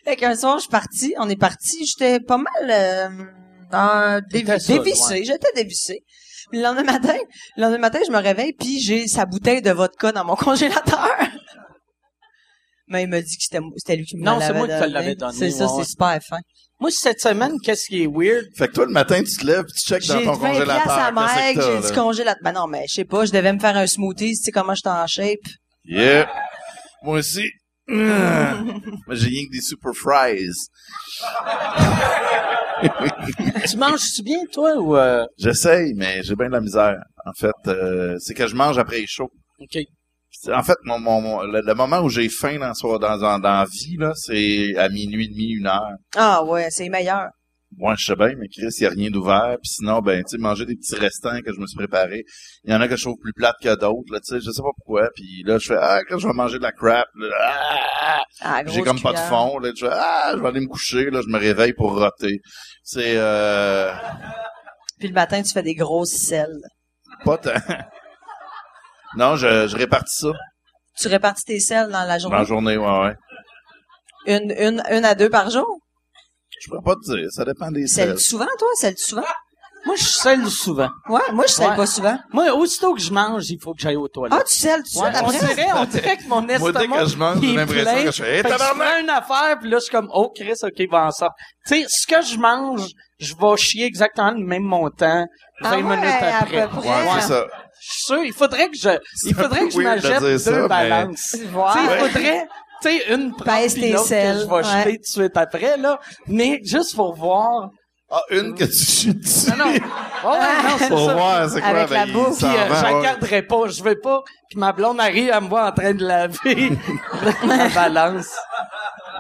Fait qu'un soir, je suis partie, on est parti, j'étais pas mal euh, euh, dévi- T'étais seule, dévissée, ouais. j'étais dévissée. Le lendemain matin, le lendemain matin, je me réveille puis j'ai sa bouteille de vodka dans mon [LAUGHS] congélateur. Mais il me dit que c'était mo- c'était lui qui me Non, c'est l'avait moi qui te donné. l'avais donné, C'est ça, ouais, ouais. c'est super fin. Moi, cette semaine, qu'est-ce qui est weird? Fait que toi, le matin, tu te lèves pis tu checkes dans J'ai ton 20 congélateur. piastres à Qu'est-ce Mike, que t'as, j'ai là? dit congélateur. Ben non, mais je sais pas, je devais me faire un smoothie, tu sais comment je suis en shape. Yeah. [LAUGHS] Moi aussi. Mais j'ai rien que des super fries. tu manges-tu bien, toi, ou, euh, J'essaye, mais j'ai bien de la misère. En fait, euh, c'est que je mange après les shows. OK. C'est- En fait, mon, mon- mon- le, le moment où j'ai faim dans, so- dans, dans, dans la vie, là, c'est à minuit et demi, une heure. Ah ouais, c'est meilleur. Moi, je sais bien, mais Chris, il n'y a rien d'ouvert. Puis sinon, ben, tu sais, manger des petits restants que je me suis préparé. Il y en a que je trouve plus plates que d'autres, là, tu sais, je sais pas pourquoi. Puis là, je fais, ah, quand je vais manger de la crap, là, ah, Ah, J'ai grosse comme pas de cuillère. fond. Là, je, fais, ah, je vais aller me coucher. Là, je me réveille pour roter. C'est euh, Puis le matin, tu fais des grosses selles. pas tant. [LAUGHS] Non, je, je répartis ça Tu répartis tes selles dans la dans la journée. journée. Ouais, ouais. Une, une, une à deux par jour? Je pourrais pas te dire. Ça dépend des selles. Celle souvent, toi? Celle souvent? Moi, je scelle souvent. Ouais, moi, je celle Ouais. pas souvent. Moi, aussitôt que je mange, il faut que j'aille aux Ah, toilettes. tu selles tout Ouais, de suite on après? dirait, on dirait que mon Moi, dès estomac que je mange, j'ai il est l'impression plein. que je fais, Fait Eh, que je tabarnak! fais une affaire, puis là, je suis comme, oh, Chris, OK, va ensemble. Tu sais, ce que je mange, je vais chier exactement le même montant 20 Ah ouais, minutes à après. peu près. Ouais, c'est ça. Je suis sûr, il faudrait que je, il C'est un faudrait peu que je weird de m'achète dire deux ça, mais- balances. Tu Tu vois? sais, il faudrait, tu sais, une propre Pèse puis tes l'autre que selles, je vais ouais. jeter tout de suite après, là. Mais juste pour voir. Ah, une que tu [LAUGHS] chutes dessus. Non, non. Ouais, ouais, non, c'est Pour ça. voir, c'est quoi ben, Avec la il bouffe, Puis s'en euh, va, j'en ouais. garderai pas, je veux pas. Puis ma blonde arrive, elle me voit en train de [LAUGHS] laver la balance.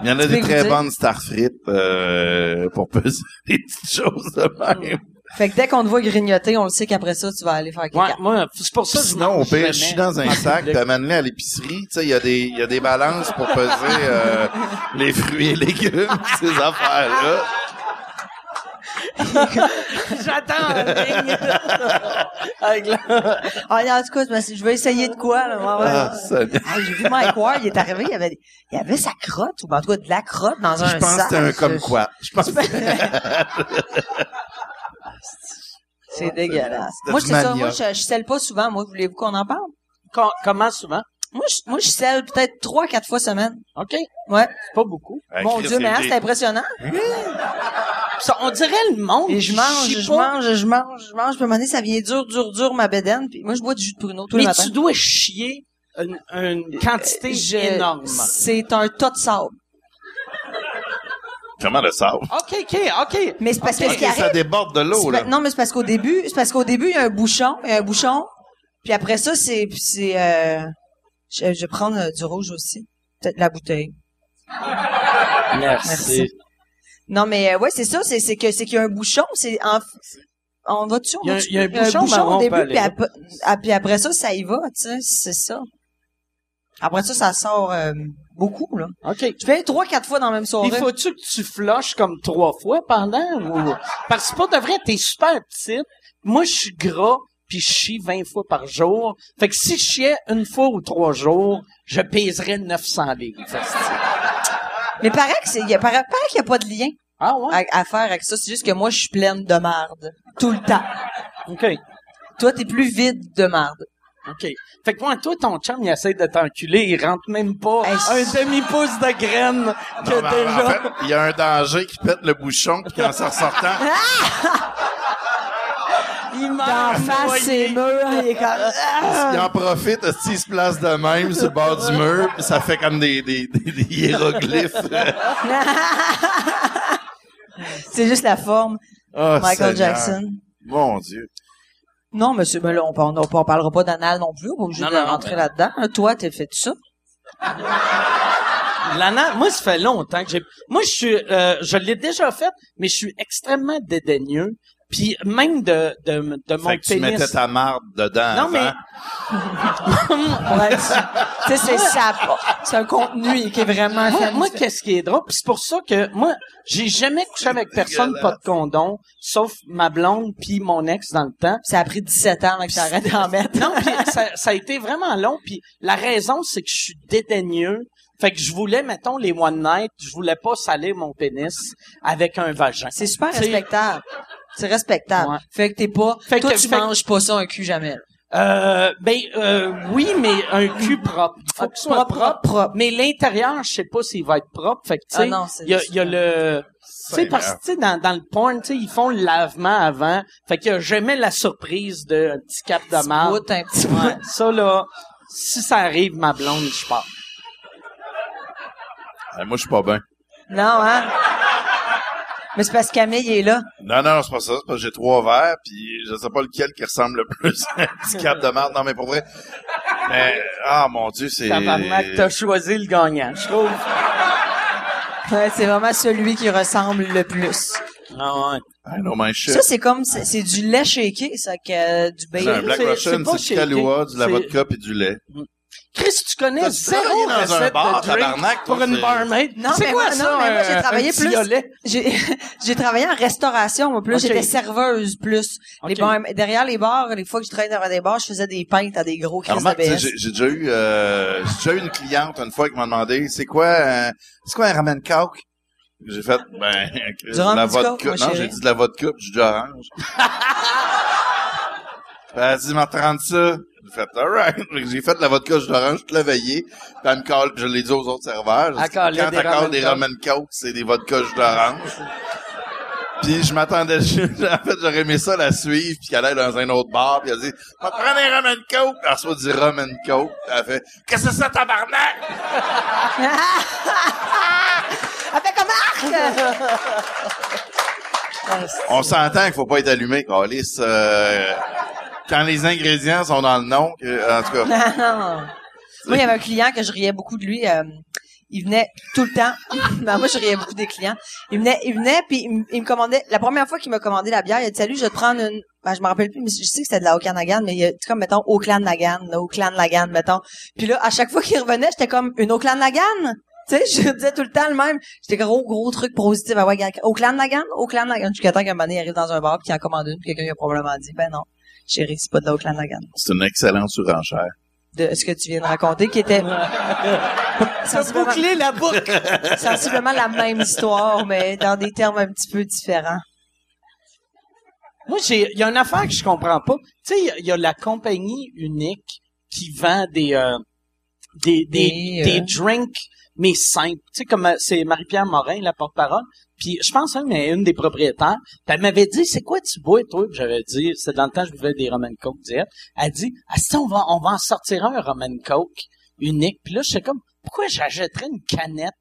Il y en a Tu des peux très goûter. [LAUGHS] bonnes star frites euh, pour peser des petites choses de même. Fait que dès qu'on te voit grignoter, on le sait qu'après ça, tu vas aller faire Ouais, caca. moi, c'est pour ça que je Sinon, au mange pire, jamais je chie dans un en sac, public. puis amène-le à l'épicerie. Tu sais, il y, a des- il y a des balances pour peser euh, les fruits et légumes, [LAUGHS] ces affaires-là. J'attends en ligne. Avec la- [LAUGHS] Ah, non, en tout cas, je me suis- je vais essayer de quoi, là. Ouais, ouais. Ah, Seigneur. Ah, J'ai vu Mike Ward, il est arrivé, il avait, il avait sa crotte, ou en tout cas de la crotte dans un Je pense que sac. c'était un comme quoi. Je [LAUGHS] pense que C'est dégueulasse. de Moi, c'est ça. maniaque. Moi, je, je scelle pas souvent. Moi, voulez-vous qu'on en parle? Com- comment souvent? Moi, je, moi, je scelle peut-être trois, quatre fois semaine. OK, c'est Ouais. pas beaucoup. Ah, Mon Chris, Dieu, mais c'est hein, des- c'est impressionnant. Ça, on dirait le monde. Et je qui mange, chie je pas, mange, je mange, je mange. Je me demandais, ça vient dur, dur, dur, ma bédaine. Puis moi, je bois du jus de pruneau tous les Mais matins. tu dois chier une, une quantité Je- énorme. C'est un tas de sable. Comment le sable? OK, OK, OK. Mais c'est parce que ce qui Ok, ça arrive. déborde de l'eau, c'est là. pas- Non, mais c'est parce qu'au début, c'est parce qu'au début, il y a un bouchon, il y a un bouchon. Puis après ça, c'est, puis c'est, euh, je, je vais prendre euh, du rouge aussi. Peut-être la bouteille. Merci. Non, mais euh, ouais, c'est ça, c'est, c'est que c'est qu'il y a un bouchon, c'est en on va dessus, on Il y a va un- dessus. il y a un bouchon, mais on au peut début, aller puis, là. après, ah, puis après ça, ça y va, tu sais, c'est ça. Après ça, ça sort euh, beaucoup, là. OK. Je fais trois, quatre fois dans la même soirée. Il faut-tu que tu flushes comme trois fois pendant ou... Parce que pour de vrai, t'es super petite. Moi, je suis gras puis je chie 20 fois par jour. Fait que si je chiais une fois ou trois jours, je pèserais 900 livres. esti. Mais paraît que c'est, il y a- paraît, paraît qu'il n'y a pas de lien Ah ouais? à, à faire avec ça. C'est juste que moi, je suis pleine de marde. Tout le temps. OK. Toi, t'es plus vide de marde. OK. Fait que moi, toi, ton chum, il essaie de t'enculer. Il rentre même pas Hey, un demi-pouce de graine que Non, mais en- déjà... en fait, il y a un danger qui pète le bouchon, puis en s'en sortant, il D'en meurt. face, c'est mûr, il est comme, Ah! il en profite, il se place de même sur le bord du mur, puis ça fait comme des, des, des- des hiéroglyphes. [LAUGHS] C'est juste la forme. Oh, Michael Seigneur. Jackson. Mon Dieu. Non, monsieur, ben là, on, par- on, on parlera pas d'anal non plus. On va obligé Non, de non, non, rentrer ben- là-dedans. Hein, Toi, t'as fait ça. L'anal, moi, ça fait longtemps que j'ai. Moi, je suis, euh, je l'ai déjà fait, mais je suis extrêmement dédaigneux. Puis même de de, de mon Fait que tu pénis. mettais ta marde dedans Non, mais- avant. Ouais, tu tu sais, c'est ça. C'est un contenu qui est vraiment... Moi, fait- moi, qu'est-ce qui est drôle Puis c'est pour ça que moi, j'ai jamais couché avec personne pas de condom, sauf ma blonde puis mon ex dans le temps. ça a pris 17 ans avant que j'arrête [LAUGHS] d'en mettre. Non, puis ça, ça a été vraiment long. Puis la raison, c'est que je suis dédaigneux. Fait que je voulais, mettons, les one night, je voulais pas salir mon pénis avec un vagin. C'est super C'est- respectable. C'est respectable. Ouais. Fait que t'es pas... Fait toi, que- tu fait- manges pas ça un cul jamais. là. Euh, ben euh, oui, mais un cul propre. Il faut que ce soit Propre, propre. propre, propre. Mais l'intérieur, je sais pas s'il va être propre. Fait que tu Ah sais, non, c'est- il y a, il y a le, tu sais Seigneur. parce que tu sais, dans, dans le porn, tu sais, ils font le lavement avant. Fait qu'il y a jamais la surprise d'un petit cap de marde. bout, un petit Ouais, ça là, si ça arrive, ma blonde, je pars. Eh, moi, je suis pas bien. Non, hein? Mais c'est parce que Camille est là. Non, non, c'est pas ça. C'est parce que j'ai trois verres, puis je sais pas lequel qui ressemble le plus à un petit cap de marde. Non, mais pour vrai. Mais, ah, mon Dieu, c'est... Tabarnak, t'as choisi le gagnant, je trouve. Ouais, c'est vraiment celui qui ressemble le plus. Ah ouais. I know my shit. Ça, c'est comme... C'est c'est du lait shaké, ça, que euh, du C'est un bacon. Black c'est- Russian, c'est pas c'est du Kahlua, shaké. du la C'est- vodka puis du lait. Chris, tu connais T'as-tu travaillé zéro dans un recette bar, de drink tabarnak, toi, pour une c'est- barmaid. Non, c'est mais quoi moi- ça non, mais moi, j'ai un- travaillé un plus- tiolet? J'ai [LAUGHS] j'ai travaillé en restauration, moi, plus. Ok. J'étais serveuse, plus. Les Ok. bars- derrière les bars, les fois que je travaillais derrière des bars, je faisais des peintes à des gros crises Alors, de Marc, tu sais, BS. j'ai j'ai déjà eu, euh, j'ai déjà eu une cliente une fois qui m'a demandé, c'est quoi, euh, c'est quoi un ramen coke? J'ai fait, ben, [LAUGHS] de rhum, la du coke, vodka. moi, non, chérie. j'ai dit de la vodka puis du jus orange. Ben, elle dit, m'en 30 ça. J'ai fait, alright. [LAUGHS] J'ai fait de la vodka jus d'orange toute la veillée. Puis elle me colle, je l'ai dit aux autres serveurs. J'ai Elle dit, collait Quand des elle colle ramen des coke. ramen coke, c'est des vodka jus d'orange. Puis je m'attendais juste, [LAUGHS] en fait, j'aurais aimé ça la suivre, puis qu'elle allait dans un autre bar, puis elle dit, va te prendre un rum and coke. Elle reçoit du rum and coke. Elle fait, qu'est-ce que c'est ça, tabarnak? [LAUGHS] Elle fait comme arc! On s'entend qu'il faut pas être allumé, Calis. Euh, quand les ingrédients sont dans le nom, que- en tout cas. [LAUGHS] Moi, il y avait un client que je riais beaucoup de lui. euh, Ils venaient tout le temps. [LAUGHS] non, moi, je riais beaucoup des clients. Ils venaient, ils venaient, puis ils, me- ils me commandaient. La première fois qu'il m'a commandé la bière, il a dit Salut, je vais te prendre une. Ben, je me rappelle plus, mais je sais que c'était de la Okanagan, mais il y a, tu sais, comme, mettons, Okanagan, là, Okanagan, mettons. Puis là, à chaque fois qu'il revenait, j'étais comme une Okanagan. Tu sais, je disais tout le temps le même. J'étais gros, gros truc positif. Ah ouais, gars, Okanagan, Okanagan. Jusqu'à temps qu'un moment donné, il arrive dans un bar, puis qu'il en commande une, puis quelqu'un lui a probablement dit Ben non, chérie, c'est pas de la Okanagan C'est une excellente surenchère. de ce que tu viens de raconter, qui [LAUGHS] était sensiblement, Boucler la boucle. sensiblement la même histoire, mais dans des termes un petit peu différents. Moi, j'ai, il y a une affaire que je comprends pas. Tu sais, il y a- il y, a la compagnie unique qui vend des, euh, des, des, Des, des euh, drinks, mais simples. Tu sais, comme euh, c'est Marie-Pierre Morin, la porte-parole. Puis je pense hein, mais une des propriétaires. Puis elle m'avait dit, c'est quoi tu bois, toi? Puis j'avais dit, c'est dans le temps que je buvais des Roman Coke diète. Elle dit, ah, si on va, on va en sortir un Roman Coke unique. Puis là, j'étais comme, pourquoi j'achèterais une canette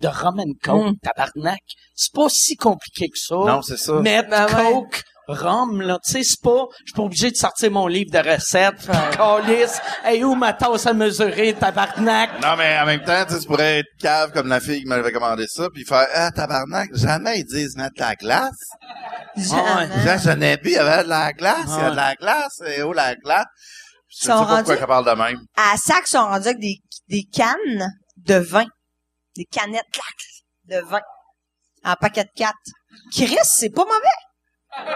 de Roman Coke, Hmm. tabarnak? C'est pas si compliqué que ça Non, c'est ça. mettre Ben ouais. coke, rhum, là. Tu sais, c'est pas, je suis pas obligé de sortir mon livre de recettes. Calice, hey, où ma tasse à mesurer, tabarnak? Non, mais en même temps, tu sais, tu pourrais être cave comme la fille qui m'avait commandé ça, puis faire « Ah, tabarnak, jamais ils disent mettre de la glace. Ah Ah, ouais. Jeanne, Jean Genepi, il y avait de la glace, il y Ah a ouais. de la glace, et où la glace? » Ils sont Je sais pas pourquoi rendus- qu'elle parle de même. à Sac, ils sont rendus avec des, des cannes de vin. Des canettes clac, de vin. En paquet de quatre. Chris, c'est pas mauvais.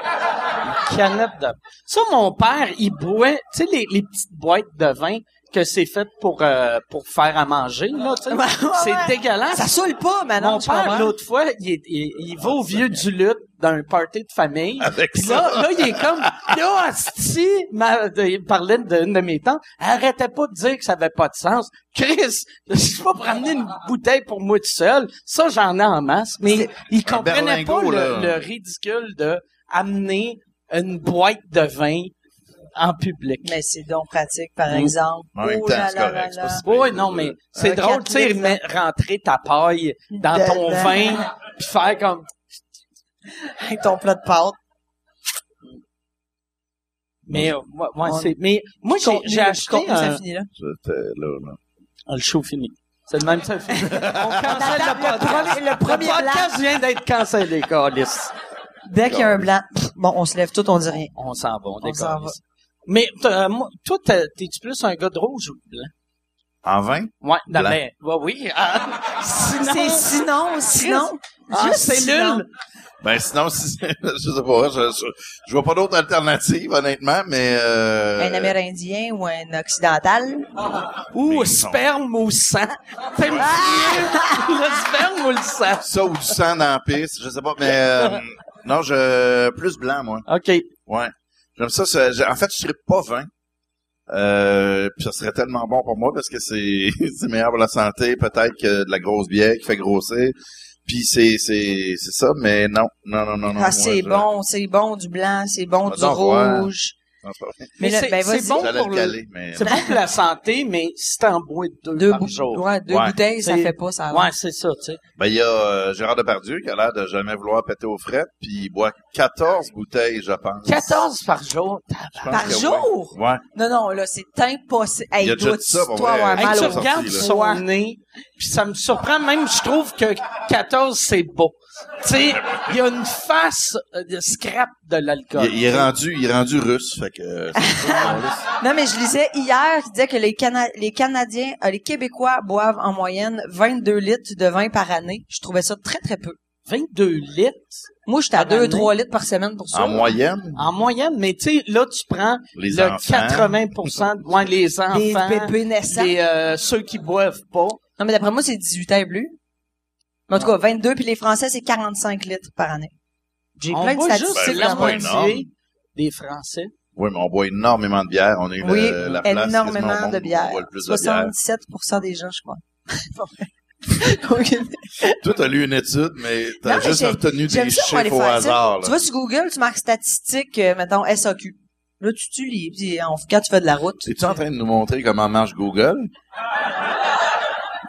Canette de... Ça, mon père, il boit, tu sais, les, les petites boîtes de vin que c'est fait pour, euh, pour faire à manger, là, tu sais. C'est ouais. dégueulasse. Ça saoule pas, maintenant. Mon père, l'autre fois, il, est- il- il va au vieux du lutte d'un party de famille. Avec Puis ça. là, là, il est [LAUGHS] comme, là, asti, ma- de- il parlait d'une de mes tantes, elle arrêtait pas de dire que ça avait pas de sens. Chris, je suis pas pour amener une bouteille pour moi tout seul. Ça, j'en ai en masse. Mais il comprenait pas berlingot, le, là. le ridicule de amener une boîte de vin en public. Mais c'est donc pratique, par Mm. exemple. En même Oh temps, là c'est là correct, là c'est pas là. si- Oui, non, mais c'est Euh, drôle, quatre tu sais, litres, mais rentrer ta paille dans ton Dedans. vin, puis faire comme... Avec ton plat de pâtes. Mais, euh, ouais, ouais, On- c'est- mais moi, j'ai- Contenu, j'ai là, acheté contenu, ça un... finit là. J'étais là, là. Ah, le show fini. C'est le même ça. [LAUGHS] le fini. On cancelle Attends, le le podcast. premier- le premier Le podcast vient d'être cancellé, câlisse. Dès qu'il y a un blanc, pff, bon, on se lève tout, on dit rien. On s'en va, on, On s'en décalisse. Mais t'as- moi, toi, t'as- t'es-tu plus un gars de rouge ou de blanc? En vain? Ouais, non, Blanc. mais, ouais, hein. oui. Ah, C'est sinon, sinon, sinon. Ah, juste sinon. cellule. Ben sinon, [LAUGHS] si, je sais pas, je, je, je vois pas d'autre alternative, honnêtement, mais... Euh, Un Amérindien ou un Occidental. Ou Mais sperme ou sang. Ah! T'aimes le sperme ou le sang? Ça ou du sang dans la piste, je sais pas, mais... euh, non, je... Plus blanc, moi. OK. Ouais. J'aime ça. ça- j'ai- en fait, je serais pas vain. Euh, puis ça serait tellement bon pour moi parce que c'est [LAUGHS] c'est meilleur pour la santé, peut-être que de la grosse bière qui fait grossir. Puis c'est c'est c'est ça, mais non, non, non, non, Ah, non. moi, c'est je- bon, c'est bon du blanc, c'est bon Va du donc voir. rouge. Non, c'est pas vrai. Mais Mais là, c'est ben, c'est vas-y. bon J'allais pour le le... caler, mais... C'est bon pour la santé, mais si t'en bois deux, Deux, par bou- jour. ouais, deux Ouais. bouteilles, ça C'est- fait pas ça. a l'air. Ouais, c'est ça, tu sais. Ben, il y a euh, Gérard Depardieu qui a l'air de jamais vouloir péter aux frettes, puis il boit 14 bouteilles, je pense. 14 par jour. Je pense Par que oui. jour? Ouais. Non, non, là, c'est impossible. Hey, Il a déjà dois- dit ça, pour toi, vrai. avoir Hey, mal Hey, tu au sorti, regardes là. son nez, puis ça me surprend même, je trouve que 14, c'est beau. Tu sais, il y a une face euh, de scrap de l'alcool. Il, il est rendu, il est rendu russe, fait que... euh, c'est ça, mon russe. Non, mais je lisais hier, qui disait que les, Cana- les Canadiens, euh, les Québécois boivent en moyenne 22 litres de vin par année. Je trouvais ça très, très peu. 22 litres Moi, j'étais à Par 2, année? 3 litres par semaine pour ça. en moyenne, en moyenne, mais tu sais, là, tu prends Les le enfants. 80% de moins les enfants, Des bébés naissants. les, euh, ceux qui boivent pas. Non, mais d'après moi, c'est 18 ans et plus. Mais en Ah. tout cas, 22, puis les Français, c'est 45 litres par année. J'ai On plein de boit juste statistiques. Ben, la c'est pas là-bas. énorme. moitié des Français. oui, mais on boit énormément de bière. On est le- Oui, la place quasiment au énormément monde de où bière. On boit le plus de bière. 77 des gens, [LAUGHS] je crois. [LAUGHS] Aucune- Toi, t'as lu une étude, mais Non, t'as mais juste j'ai- obtenu J'aime des ça, moi, les chiffres au faire ça. hasard. là. Tu vas sur Google, tu marques statistiques, euh, mettons, SAQ. Là, tu, tu lis, puis en- quand tu fais de la route, tu Es-tu en train de nous montrer comment marche Google?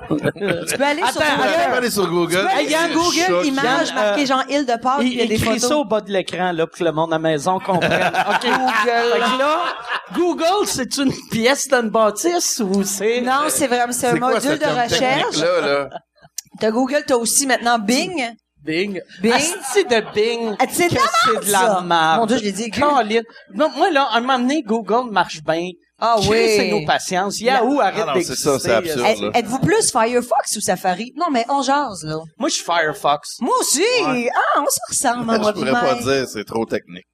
peux aller sur Attends, Tu peux Google. aller sur Google. Il y a Je suis Google choqué. Images Yann, marquées euh, genre île de Pâques, puis Ah, il y a Il des écrit ça photos. au bas de l'écran, là, pour que le monde à la maison [LAUGHS] comprenne. OK. Fait que là, Google, c'est une pièce d'une bâtisse ou c'est... Non, c'est vraiment, c'est un C'est quoi module ce de terme recherche. [LAUGHS] technique-là, là? T'as Google, t'as aussi maintenant Bing. Bing. Bing. Asti de Bing. Ah, c'est que de la merde, c'est de la ça. merde. Mon Dieu, je l'ai dit aigu. Caroline. Non, moi, là, à un moment donné, Google marche bien. Ah Chris, oui. c'est nos patiences. Yahoo arrête Ah non, c'est d'exister. ça, c'est absurde. Hey, Êtes- Êtes-vous plus Firefox ou Safari? Non, mais on jase, là. Moi, je suis Firefox. Moi aussi! Ah, on se ressemble, Je hein, moi, pourrais puis pas Mike. dire, c'est trop technique.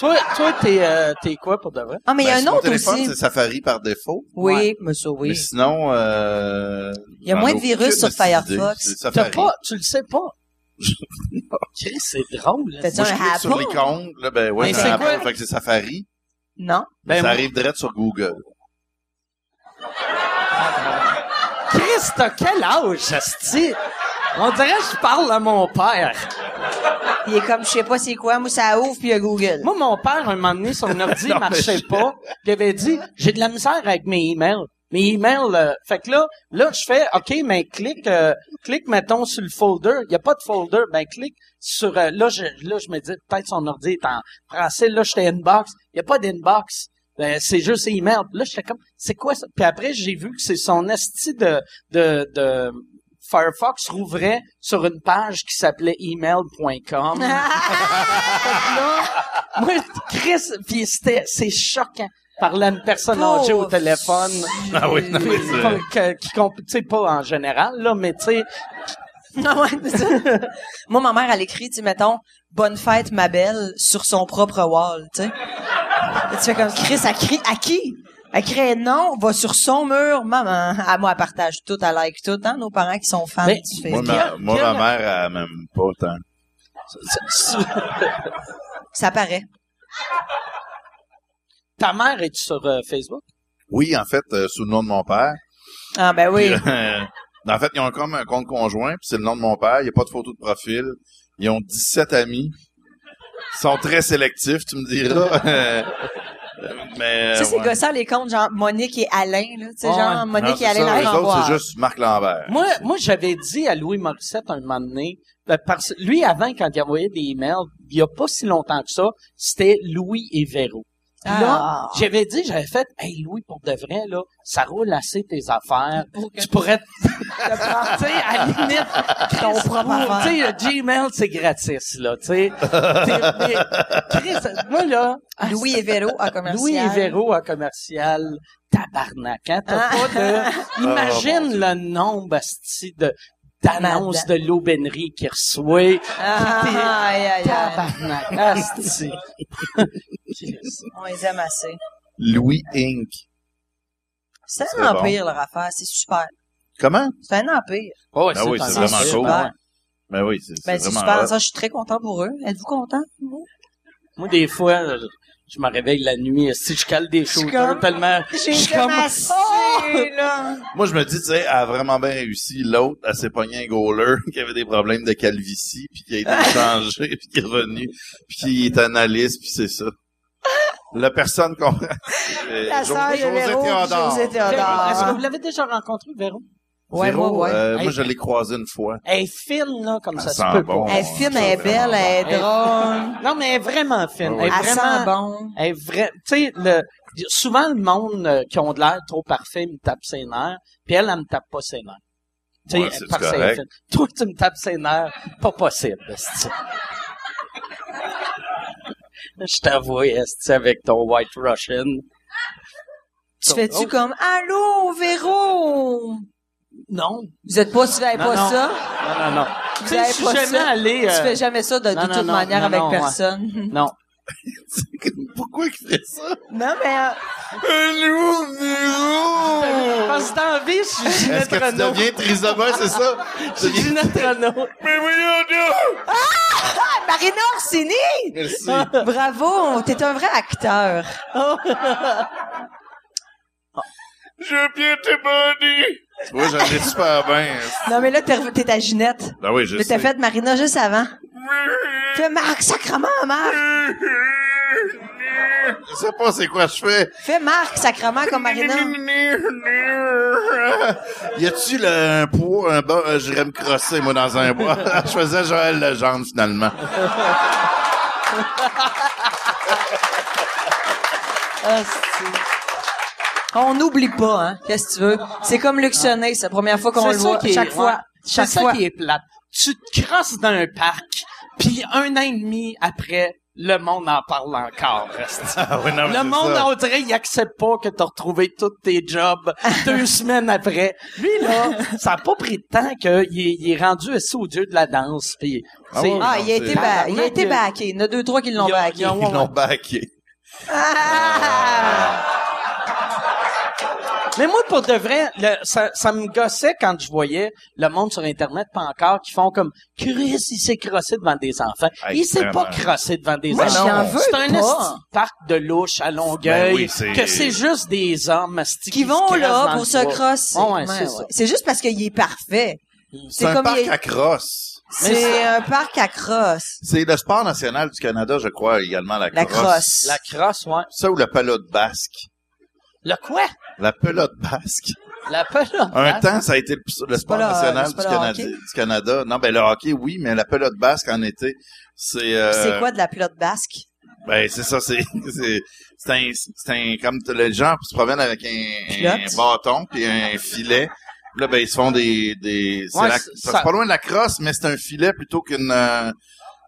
Toi, toi, t'es, euh, t'es quoi pour de vrai? Ah, mais il y Ben, a un sur mon autre téléphone, aussi. c'est Safari par défaut. Oui, mais ça, oui. Mais sinon, euh, Il y a j'en moins ai de virus aucune sur Firefox. idée. C'est T'as Safari. pas, tu le sais [LAUGHS] pas. Chris, c'est drôle. là. Fais-tu Moi, je un clique sur Apple? l'icône, là, ben, ouais, Mais j'ai c'est un Apple, quoi? fait que c'est Safari. Non. Ben, ça moi- arrive direct sur Google. Chris, t'as quel âge, asti? On dirait que je parle à mon père. Il est comme, je sais pas c'est quoi, moi, ça ouvre, puis il y a Google. Moi, mon père, un moment donné, son ordi ne marchait pas. Il avait dit, j'ai de la misère avec mes emails. Mes emails, euh, fait que là, là, je fais, OK, mais clique, euh, clique, mettons, sur le folder. Il n'y a pas de folder. Ben, clique sur, euh, là, je, là, je me dis, peut-être son ordi est en français. Là, j'étais inbox. Il n'y a pas d'inbox. Ben, c'est juste email. Là, j'étais comme, c'est quoi ça? Puis après, j'ai vu que c'est son esti de, de, de Firefox rouvrait sur une page qui s'appelait email.com. Moi, Chris, puis c'était, c'est choquant. Parler à une personne âgée au Pauvre. téléphone. Ah oui, [LAUGHS] non, mais c'est- Pas- que- Qui comp- tu sais, pas en général, là, mais tu sais, [LAUGHS] Non, Ah ouais, c'est ça. Moi, ma mère, elle écrit, tu sais, mettons, Bonne fête, ma belle, sur son propre wall, tu sais. Et tu fais comme, Chris, elle crie à qui? Elle crie, non, va sur son mur, maman. À moi, elle partage tout, elle like tout, hein, nos parents qui sont fans Mais- du Moi, Facebook. ma, Guillaume- moi, ma Guillaume- mère, elle m'aime pas autant. Ça paraît. ta mère est sur euh, Facebook? Oui, en fait, euh, sous le nom de mon père. Ah, ben [LAUGHS] oui. Euh, en fait, ils ont comme un compte conjoint, puis c'est le nom de mon père. Il n'y a pas de photo de profil. Ils ont 17 amis. Ils sont très sélectifs, tu me [LAUGHS] diras. Euh, Mais, euh, Ça, c'est ouais. Ah, gossant, les comptes, genre Monique et Alain, là. Tu sais, Ouais. genre Non, Monique c'est et Alain ça. dans Eux le autres, remboire. c'est juste Marc Lambert. Moi, moi, j'avais dit à Louis Morissette un moment donné, ben, parce, lui, avant, quand il envoyait des emails, il y a pas si longtemps que ça, c'était Louis et Véro. Puis là, Ah. j'avais dit, j'avais fait, hey, Louis, pour de vrai, là, ça roule assez tes affaires. Tu pourrais te, [LAUGHS] te prendre, tu sais, à la limite, Ton propre affaire. Tu sais, le Gmail, c'est gratis, là, tu sais. T'es- mais, Chris, moi, là. Ah, Louis et Véro à commercial. Louis et Véro à commercial. Tabarnak, hein? T'as Ah. pas [LAUGHS] de. Ah, Imagine le nombre, asti, de, d'annonces de l'aubainerie qu'il reçoit. Ah, [LAUGHS] aïe, aïe, aïe. Tabarnak, [LAUGHS] asti. On les aime assez. Louis Inc. C'est C'est un bon. empire, leur affaire. C'est super. Comment? C'est un empire. Oh, Ah oui, pas c'est mal. vraiment cool. super. Ben oui, c'est Ben, c'est c'est vraiment super. hot. Ça, je suis très content pour eux. Êtes-vous content? Moi, des fois, euh, je me réveille la nuit, si je cale des choses comme- tellement... Je suis comme... là. Moi, je me dis, tu sais, elle a vraiment bien réussi. L'autre, elle s'est pognée un goaler [LAUGHS] qui avait des problèmes de calvitie, puis qui a [LAUGHS] été changé, puis qui est revenu, puis qui est analyste, puis c'est ça. La personne [LAUGHS] qu'on... [LAUGHS] Euh, La Jo- sœur de Véro, José Théodore. Est-ce que vous l'avez déjà rencontré, Véro? Ouais, Véro, ouais, ouais. euh, Hey. moi, je l'ai croisé une fois. Elle est fine, là, comme Elle ça se sent peut bon. pas. Elle est fine, elle est Ça, belle, elle est vraiment. drôle. Non, mais elle est vraiment Ah fine. Elle est Elle sent vraiment... bon. Elle est vra- Tu sais, le... souvent, le monde euh, qui ont de l'air trop parfait me tape ses nerfs, puis elle, elle me tape pas ses nerfs. Tu sais, Ouais, c'est parce qu'elle est correct. fine. Toi, tu me tapes ses nerfs, pas possible, esti. [LAUGHS] Je t'avoue, esti, avec ton White Russian. Tu fais-tu comme, allô, Véro? Non. Vous êtes pas, tu fais Non, pas non. ça? Non, non, non. Tu sais, avez je suis pas jamais ça? allé... euh, Tu fais jamais ça de, de non, non, toute non, manière non, avec non, ouais. personne. Non. [LAUGHS] Pourquoi il fait ça? Non, mais euh, Hello, [LAUGHS] Parce que dans la vie, je suis Est-ce Ginette que tu Renault. deviens trisoma, [LAUGHS] c'est ça? Tu Je suis deviens- Ginette Renault. Mais voyons donc! Ah. Marina Orsini! Merci. Bravo, t'es un vrai acteur. Je bien te bandit! Tu vois, j'en ai super bien. Non, mais là, t'es rev- t'es ta Ginette. Ben oui, je Mais t'as sais. fait Marina juste avant. Fais Marc, sacrement, Marc! Je sais pas c'est quoi je fais. Fais Marc, sacrement, comme Marina. Y a-tu le, un poids, un bas, euh, j'irais me crosser, moi, dans un [LAUGHS] bois? je faisais Joël Legendre, finalement. On n'oublie pas, hein. Qu'est-ce que tu veux? C'est comme Luc Sonnet, c'est la première fois qu'on C'est le ça voit qui est- chaque ouais. fois. C'est Chaque ça fois. qui est plate. Tu te crosses dans un parc, puis un an et demi après, le monde en parle [LAUGHS] encore. esti. Ah oui, non, mais le c'est monde, ça. on dirait, il accepte pas que t'as retrouvé tous tes [LAUGHS] jobs deux semaines après. Lui, là, ça a pas pris de temps qu'il est, il est rendu assez au dieu de la danse. Puis, Ah c'est- ouais. Ah, il a été, ba- il a été Il a- backé. Il y en a deux, trois qui l'ont il a- backé. il a- Ils l'ont backé. Ah! Mais moi, pour de vrai, le- ça, ça me gossait quand je voyais le monde sur Internet, pas encore, qui font comme « Chris, il s'est crossé devant des enfants. Hey, il s'est pas vraiment. crossé devant des Moi, enfants. j'en veux C'est un pas. esti de parc de louche à Longueuil, Ben oui, c'est- que c'est juste des hommes esti, Qui se vont crossent dans là le pour se bois. crosser. Ouais, ouais, Ouais, c'est ouais. ça. C'est juste parce qu'il est parfait. C'est un comme parc il est- à crosse. C'est un parc à crosse. C'est le sport national du Canada, je crois, également, la, La crosse. La crosse, ouais. Ça ou la pelote basque. Le quoi? La pelote basque. La pelote. Un hein? temps, ça a été le, le sport pas le- national c'est du, pas le Canadi- hockey? du Canada. Non, ben le hockey, oui, mais la pelote basque en été, c'est... euh, C'est quoi de la pilote basque? Ben, c'est ça, c'est... [LAUGHS] C'est c'est un, c'est un... Comme t- les gens se promènent avec un, un Pilote. bâton puis un filet. Puis Là, ben, ils se font des... des c'est Ouais, la- c'est- c'est ça- pas loin de la crosse, mais c'est un filet plutôt qu'une... euh,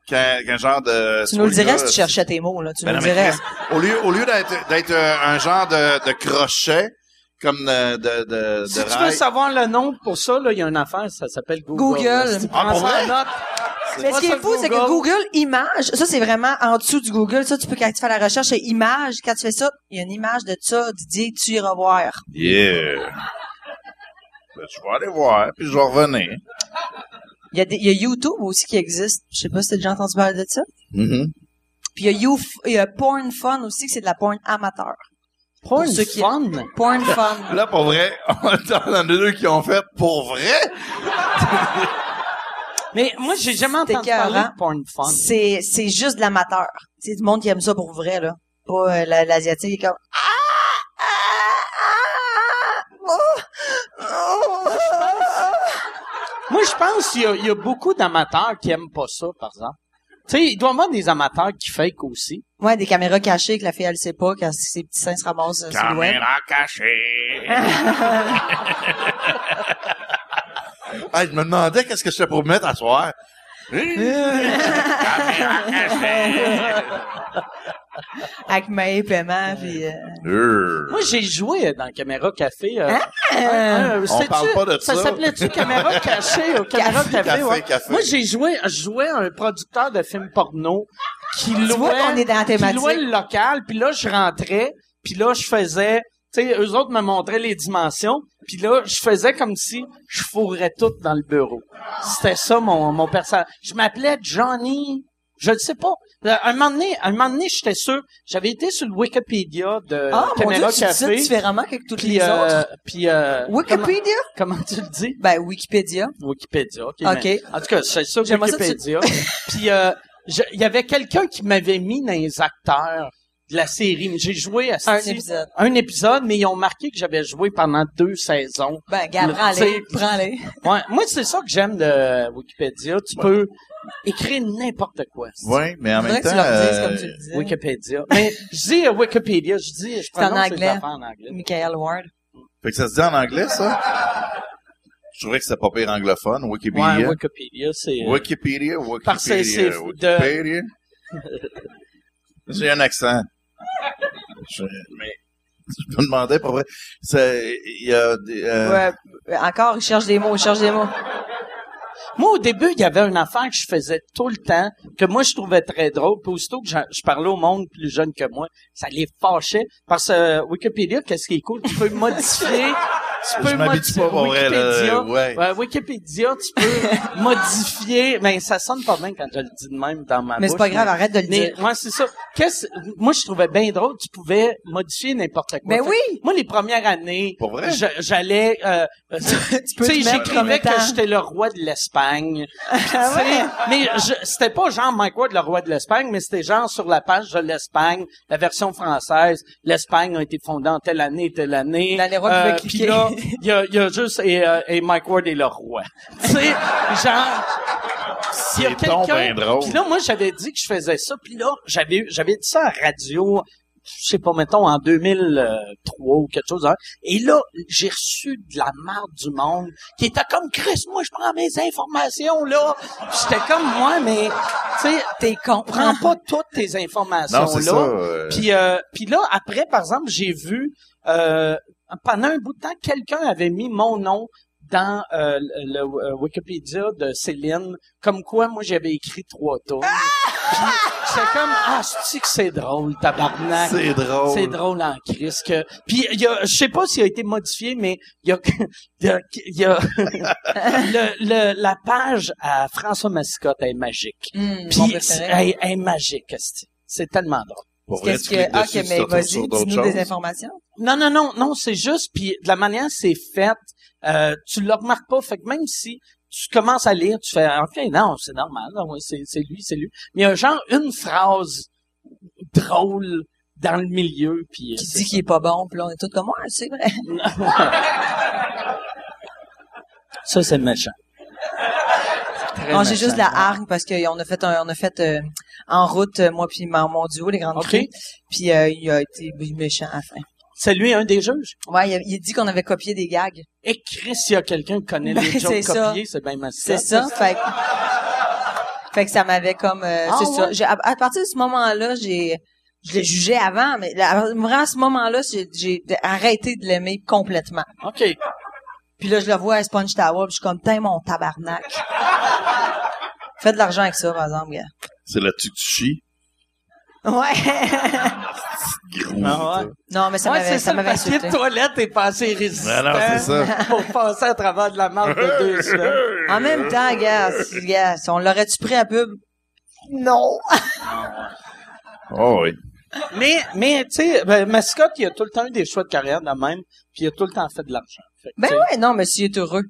qu'un qu'un genre de... Tu nous le dirais si tu là, cherchais tes mots, là. Tu euh, Ben nous non, le mais dirais. Chris, au lieu, au lieu d'être, d'être euh, un genre de, de crochet, comme de, de, de, de Si tu veux rail, savoir le nom pour ça, là, il y a un enfant, ça s'appelle Google. Google. esti. Ah, Prends pour ça en vrai? note. Mais ce qui Pas est sur fou, c'est que Google. Google Images, ça c'est vraiment en dessous du Google. Ça, tu peux quand tu fais la recherche, c'est Images. Quand tu fais ça, il y a une image de ça, Didier, tu iras voir. Yeah. Ben, je vais aller voir, puis je vais revenir. Il y a, des- il y a YouTube aussi qui existe. Je sais pas si t'as déjà entendu parler de ça. Mhm. Puis il y a, Youf, il y a Porn Fun aussi, que c'est de la porn amateur. Pour ceux qui- fun. Porn Fun. Là, pour vrai, [LAUGHS] on a deux qui ont fait pour vrai. Mais moi, j'ai jamais C'était entendu parler écœurant. de porn fun. C'est, c'est juste de l'amateur. C'est du monde qui aime ça pour vrai, là. Pas euh, la- l'asiatique qui est comme ah ah ah oh, oh, Moi, je pense qu'il y a- il y, a beaucoup d'amateurs qui aiment pas ça, par exemple. Tu sais, il doit y avoir des amateurs qui fake aussi. Ouais, des caméras cachées que la fille elle sait pas quand ses petits seins se ramassent euh, sur le web. Caméra [LAUGHS] cachée. ah, je me demandais qu'est-ce que je te pour mettre à soir. Caméra cachée. Avec mes paiements puis euh, Euh. Moi, j'ai joué dans Caméra Café. euh, Ah! euh, On c'était-tu- parle pas de ça. Ça s'appelait-tu [LAUGHS] Caméra Cachée ou Caméra Café? Café, ouais. café. Moi, j'ai joué, je jouais à un producteur de films porno qui louait, vois qu'on est dans la qui thématique. louait le local, puis là, je rentrais, puis là, je faisais... Tu sais, eux autres me montraient les dimensions, puis là, je faisais comme si je fourrais tout dans le bureau. C'était ça, mon, mon personnage. Je m'appelais Johnny... Je ne sais pas. Là, Un moment donné, un moment donné, j'étais sûr. J'avais été sur le Wikipédia de Ah, mon Dieu, Caméra tu dis ça Café. différemment que toutes Puis, les euh, autres. puis euh, Wikipédia? [LAUGHS] Comment, comment tu le dis? Ben, Wikipédia. Wikipédia. OK. Ok. mais- en tout cas, c'est ça, J'aimerais ça que tu- Wikipédia. [LAUGHS] puis euh, je- il y avait quelqu'un qui m'avait mis dans les acteurs de la série. mais J'ai joué à ce Un type- épisode. Un épisode, mais ils ont marqué que j'avais joué pendant deux saisons. Ben, gars, Le- prends-les. tu sais- Prends-les. Ouais, moi, c'est ça que j'aime de Wikipédia. Tu peux écrire n'importe quoi. c'est- Oui, mais en Faudrait même que temps... tu leur dises comme euh, tu le disais. Wikipédia. Mais je dis euh, Wikipédia, je dis, je prononce les anglais. affaires en anglais. Michael Ward. Fait que ça se dit en anglais, ça? Je trouvais que c'était pas pire anglophone. Wikipédia. Ouais, Wikipédia, c'est... euh, Wikipédia, Parce que Wikipédia, c'est de- [LAUGHS] Wikipédia. J'ai un accent. Je, mais je me demandais pour vrai. C'est, il y a des, euh, Ouais. Encore, il cherche des mots, il cherche des mots. Moi, au début, il y avait une affaire que je faisais tout le temps, que moi, je trouvais très drôle. Puis aussitôt que je, je parlais au monde plus jeune que moi, ça les fâchait. Parce que euh, Wikipédia, qu'est-ce qui est cool? Tu peux modifier... Tu peux Je m'habitue modifier pas pour vrai, là, euh, Wikipédia. ouais. Ouais, Wikipédia, tu peux [LAUGHS] modifier. Ben, ça sonne pas bien quand je le dis de même dans ma Mais c'est bouche, pas grave, arrête de le mais dire. ouais, c'est ça. Qu'est-ce moi je trouvais bien drôle, tu pouvais modifier n'importe quoi. Ben Fait- oui! Moi les premières années, Pour vrai? je- j'allais euh, [LAUGHS] tu peux sais te mettre comme j'écrivais que étant- j'étais le roi de l'Espagne. Puis, tu sais, Mais je- c'était pas genre Mike Ward le roi de l'Espagne, mais c'était genre sur la page de l'Espagne, la version française, l'Espagne a été fondée en telle année, telle année. Euh, Dans les rois pouvaient puis cliquer. là, il y a, il y a juste et, euh, et Mike Ward est le roi. [LAUGHS] Tu sais genre il y a C'est donc quelqu'un. ben drôle. Puis là, moi, j'avais dit que je faisais ça. Puis là, j'avais, j'avais dit ça à radio je sais pas, mettons, en 2003 ou quelque chose. hein. Et là, j'ai reçu de la marde du monde qui était comme, Chris, moi, je prends mes informations, là. J'étais comme, moi, mais, tu sais, t'es comprends pas toutes tes informations, Non, c'est là. ça. euh, Puis, euh, puis là, après, par exemple, j'ai vu euh, pendant un bout de temps, quelqu'un avait mis mon nom dans euh, le, le, euh, Wikipédia de Céline, comme quoi moi j'avais écrit trois tours. C'est comme ah c'est que c'est drôle tabarnak. euh, C'est drôle. C'est drôle en crise que puis il y a je sais pas s'il a été modifié mais il y a il y a, il y a- [LAUGHS] le, le- la page à François Mascotte est magique. Hum, mon Puis c'est- préféré. elle, elle est magique, esti. c'est tellement drôle. Pour vrai, Qu'est-ce tu que... cliques Ah, dessus, ok, tu te mais retrouves vas-y, sur d'autres dis-nous des choses. informations. Non, non, non, non, c'est juste, puis de la manière que c'est fait, euh, tu le remarques pas. Fait que même si tu commences à lire, tu fais ok, non, c'est normal, non, ouais, c'est, c'est lui, c'est lui. Mais il y a genre une phrase drôle dans le milieu, puis euh, Qui c'est- dit qu'il est pas bon, puis là, on est tous comme, ouais, c'est vrai. ça c'est méchant. Non, Ah, j'ai juste la hargne parce qu'on a fait un- on a fait euh, en route euh, moi puis mon, mon duo les grandes Ok. crues. Puis euh, il a été méchant à la fin. C'est lui un des juges. Ouais, il, a- il a dit qu'on avait copié des gags. Et Chris, s'il y a quelqu'un qui connaît les Ben, jokes c'est ça. copiés, c'est bien masqué. C'est ça, fait que, fait que ça m'avait comme euh, Ah, c'est ça. ouais? J'ai- à, à partir de ce moment-là, j'ai je l'ai jugé avant, mais là, à- vraiment à ce moment-là, j'ai- j'ai arrêté de l'aimer complètement. Ok. Puis là, je le vois à Sponge Tower, puis je suis comme, t'es mon [LAUGHS] tabarnak. Fais de l'argent avec ça, par exemple, gars. C'est là-dessus que tu chies. Ouais. Gros, Ah ouais. ça. Non, mais ça ouais, m'avait c'est ça ça, le m'avait papier insulté. de toilette est passé résistant Alors, c'est ça. pour passer à travers de la marque de deux semaines. En Euh. même temps, gars, si- gars, si on l'aurait-tu pris à pub? Non. Oh, oui. Mais, mais tu sais, ben, Mascotte, il a tout le temps eu des choix de carrière de même, puis il a tout le temps fait de l'argent. Fait que, Ben tu sais, ouais, non, mais s'il est heureux.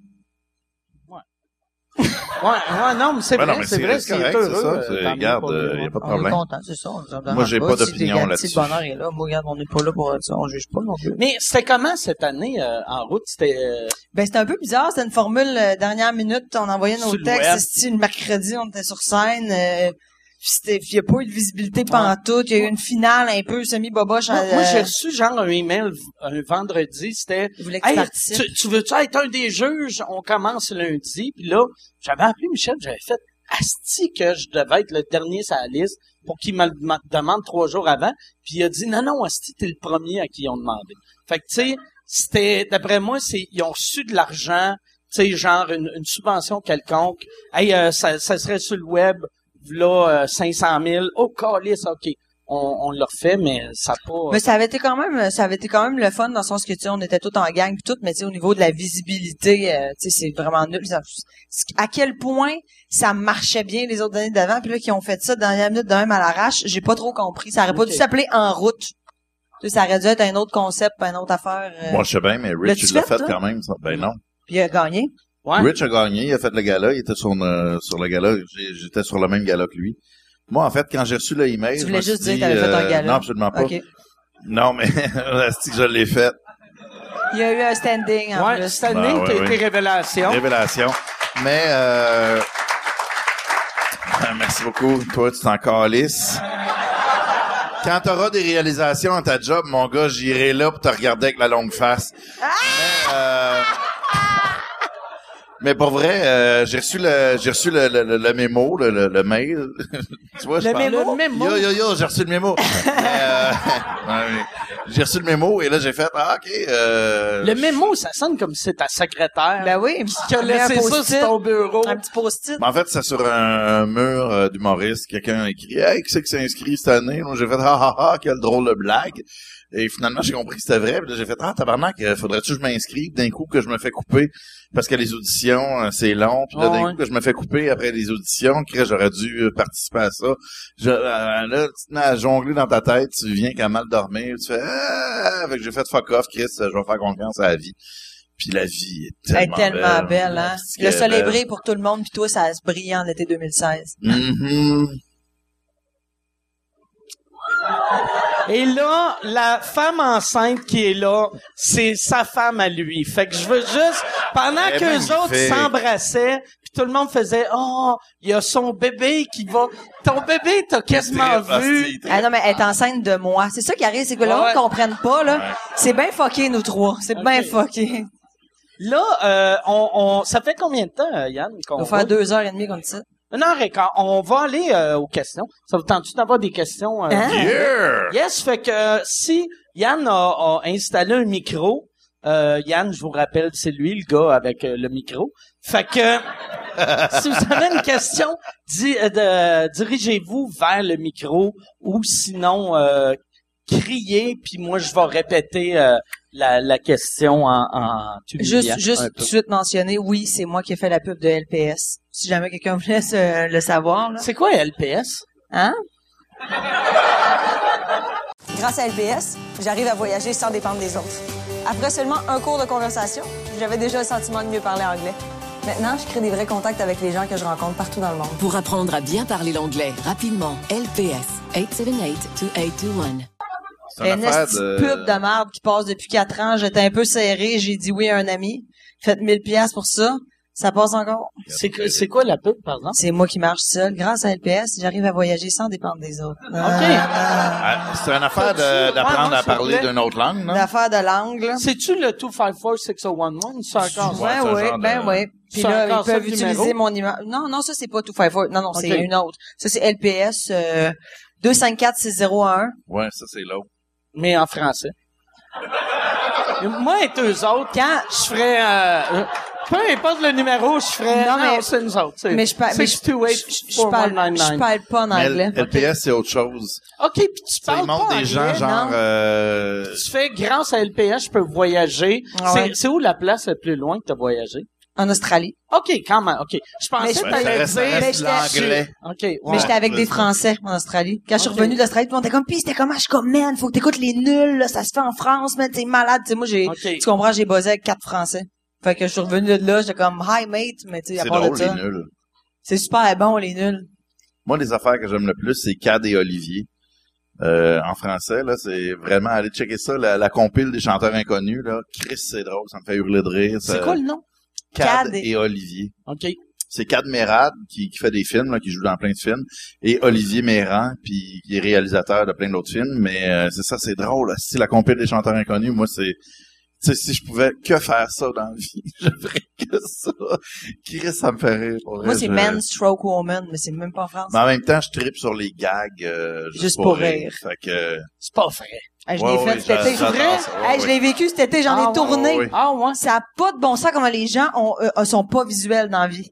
ouais, ouais, non, mais c'est Ouais, vrai, Ben non, mais c'est c'est vrai, c'est s'il est correct, c'est heureux, ça. euh, C'est- tant mieux Regarde, pour lui, il n'y ouais. a pas de On est problème. content, c'est ça. on nous en demande Moi, j'ai pas si d'opinion le gars- Si là-dessus. le bonheur est là, moi, regarde, on n'est pas là pour ça, on juge pas non plus. Mais c'était comment cette année euh, en route? C'était euh, Ben, c'était un peu bizarre, c'était une formule euh, dernière minute, on envoyait nos Sur le web. textes, c'était le mercredi, on était sur scène, euh, puis c'était- puis il n'y a pas eu de visibilité pantoute, il y a eu une finale un peu semi-boboche. moi, à- moi, j'ai euh, reçu genre un email v- un vendredi, c'était il voulait que tu Hey, participes. tu, tu veux-tu être un des juges? On commence lundi. Puis là, j'avais appelé Michel, j'avais fait Asti que je devais être le dernier sur la liste pour qu'il me le dem- demande trois jours avant. Puis il a dit Non, non, Asti, t'es le premier à qui ils ont demandé. Fait que tu sais, c'était d'après moi, c'est ils ont reçu de l'argent, tu sais, genre une, une subvention quelconque. Hey, euh, ça, ça serait sur le web, euh, là, 500 000. Oh, calice, OK. On, on l'a refait, mais ça a pas. Mais ça avait été quand même, ça avait été quand même le fun dans le sens que tu sais, on était tous en gang pis tout, mais tu sais, au niveau de la visibilité, euh, tu sais, c'est vraiment nul. Ça- c'est- à quel point ça marchait bien les autres années d'avant, puis là qui ont fait ça dernière minute de même à l'arrache, j'ai pas trop compris. Ça aurait pas Ok. dû s'appeler en route. Tu sais, ça aurait dû être un autre concept, pas une autre affaire. euh, Moi, je sais bien, mais Rich, L'as-tu il l'a fait, fait toi? quand même. ça. Ben non. Puis il a gagné. Ouais. Rich a gagné, il a fait le gala, il était sur, une- sur le gala, j'ai- j'étais sur le même gala que lui. Moi, en fait, quand j'ai reçu le email, Tu je voulais me suis juste dire dit, que t'avais fait un euh, gala. Non, absolument pas. Ok. Non, mais [LAUGHS] c'est que je l'ai fait. Il y a eu un standing. en Ouais, plus. cette année, Ah, ouais, t'as ouais. été révélation. Révélation. Mais euh... ah, merci beaucoup. Toi, tu t'en calisses. Quand t'auras des réalisations à ta job, mon gars, j'irai là pour te regarder avec la longue face. Mais, euh, mais pour vrai, euh, j'ai reçu le j'ai reçu le, le- le- le mémo, le, le- le mail. [LAUGHS] tu vois, je Le parle- mémo? Le mémo. Yo yo yo, j'ai reçu le mémo. [LAUGHS] Mais, euh, [LAUGHS] ouais, j'ai reçu le mémo et là j'ai fait ah ok. euh, Le mémo, ça sonne comme si c'est ta secrétaire. Ben oui. qui a Mais un laissé ça post-it, sur ton bureau. Un petit post-it. Mais En fait, c'est sur un, un mur euh, d'humoriste. Quelqu'un a écrit Hey, qui c'est qui s'inscrit cette année? Moi, j'ai fait Ah ah ah, quelle drôle de blague. Et finalement, j'ai compris que c'était vrai. Puis là, j'ai fait Ah, tabarnak, euh, faudrait-tu que je m'inscrive d'un coup que je me fais couper? Parce que les auditions, euh, c'est long. Puis Ah là, d'un ouais. coup que je me fais couper après les auditions, Chris, j'aurais dû euh, participer à ça. Je, euh, là, tu te mets à jongler dans ta tête, tu viens qu'à mal dormir, tu fais Ah! Fait que j'ai fait fuck off, Chris, euh, je vais faire confiance à la vie. Puis la vie est Elle est tellement, tellement belle, hein. Parce Le que, soleil ben, brille pour tout le monde, puis toi, ça se brille en été 2016. mhm. Et là, la femme enceinte qui est là, c'est sa femme à lui. Fait que je veux juste, pendant Elle est qu'eux autres magnifique. s'embrassaient, pis tout le monde faisait Oh, il y a son bébé qui va. Ton bébé, t'as quasiment Trip, vu. hostie, trip. Ah non, mais elle est enceinte de moi. C'est ça qui arrive, c'est que les Ouais, gens ouais. ne comprennent pas, là. C'est bien fucké, nous trois. C'est bien fucké. Là, euh, on, on- ça fait combien de temps, euh, Yann, qu'on On va faire va? deux heures et demie comme ça. Une heure et quart. On va aller euh, aux questions. Ça vous tente-tu d'avoir des questions? euh, Hein? Yeah! Yes, fait que euh, si Yann a, a installé un micro, euh, Yann, je vous rappelle, c'est lui le gars avec euh, le micro. Fait que [LAUGHS] si vous avez une question, di- euh, de- dirigez-vous vers le micro ou sinon euh, criez, puis moi je vais répéter euh, la, la question en, en publiant Juste, juste un tout peu. de suite mentionner, oui, c'est moi qui ai fait la pub de LPS. Si jamais quelqu'un voulait se- euh, le savoir, là. C'est quoi LPS? Hein? Grâce à LPS, j'arrive à voyager sans dépendre des autres. Après seulement un cours de conversation, j'avais déjà le sentiment de mieux parler anglais. Maintenant, je crée des vrais contacts avec les gens que je rencontre partout dans le monde. Pour apprendre à bien parler l'anglais rapidement, LPS 878-2821. C'est une affaire esti de... pub de merde qui passe depuis quatre ans. J'étais un peu serré. J'ai dit oui à un ami. Faites 1000 pièces pour ça. Ça passe encore. C'est que- c'est quoi la pub, par exemple? C'est moi qui marche seul. Grâce à LPS, j'arrive à voyager sans dépendre des autres. Euh, Euh, Ah, C'est une affaire de- Ouais, d'apprendre non, à s'il te parler plaît. d'une autre langue, non? L'affaire de l'angle. C'est-tu le 254611 ça encore? Ouais, Ouais, ce ouais, genre ben de- ouais. Puis C'est là, encore ils peuvent ça, le numéro? utiliser mon image. Non, non, ça c'est pas tout Five Four. Non, non, Ok. c'est une autre. Ça c'est LPS euh, 254 6011. Ouais, ça, c'est l'autre. mais en français. Et Moi et eux autres, quand je ferais... euh, euh, peu importe le numéro, je ferais... Non, Non, mais... mais- c'est nous autres. Mais je parle, mais je, je, je- je parle, je parle pas en Mais anglais. L- LPS, c'est autre chose. OK, puis tu Tu sais, parles ils montrent pas des gens, anglais, genre... non? euh, Tu fais, grâce à LPS, je peux voyager. Ah C'est- ouais. C'est où la place la plus loin que t'as voyagé? En Australie. OK, quand même, OK. Je pensais Mais que je- ça t'allais reste, ça dire... reste mais j'étais- l'anglais. OK, ouais. Mais j'étais avec c'est des ça. Français en Australie. Quand je suis Ok. revenue d'Australie, tout le monde était comme, pis c'était comment? Je suis comme, man, faut que t'écoutes les nuls, là, ça se fait en France, man, t'es malade. Tu sais, moi, j'ai, Ok. tu comprends, j'ai bossé avec quatre Français. Fait que je suis revenue de là, j'étais comme, hi, mate, mais tu sais, à C'est part de drôle, ça. les nuls. C'est super bon, les nuls. Moi, les affaires que j'aime le plus, c'est Cad et Olivier. Euh, en français, là, c'est vraiment... Allez checker ça, la, la compile des chanteurs inconnus, là. Chris, c'est drôle, ça me fait hurler de rire. C'est ça- quoi le nom? Cad Cad et Olivier. OK. C'est Cad Mérad qui, qui fait des films, là, qui joue dans plein de films, et Olivier Méran, puis qui est réalisateur de plein d'autres films. Mais euh, c'est ça, c'est drôle. là. Si la compil des chanteurs inconnus, moi, c'est... Tu sais, si je pouvais que faire ça dans la vie, [LAUGHS] je ferais que ça. Chris, ça me fait rire. pour Moi, vrai, Bah, c'est Ben. je- man, stroke, woman, mais c'est même pas en France. Mais en même temps, je tripe sur les gags. euh, juste, Juste pour, pour rire. Fait que... C'est pas vrai. Hey, Ah, je Ouais, l'ai fait ouais, cet été. j'adore Vrai? ça, ouais, Hey, ouais. je l'ai vécu cet été, j'en Ah, ai tourné. ouais, ouais. Ah, ouais. Ça a pas de bon sens comment les gens ont, euh, euh, sont pas visuels dans la vie.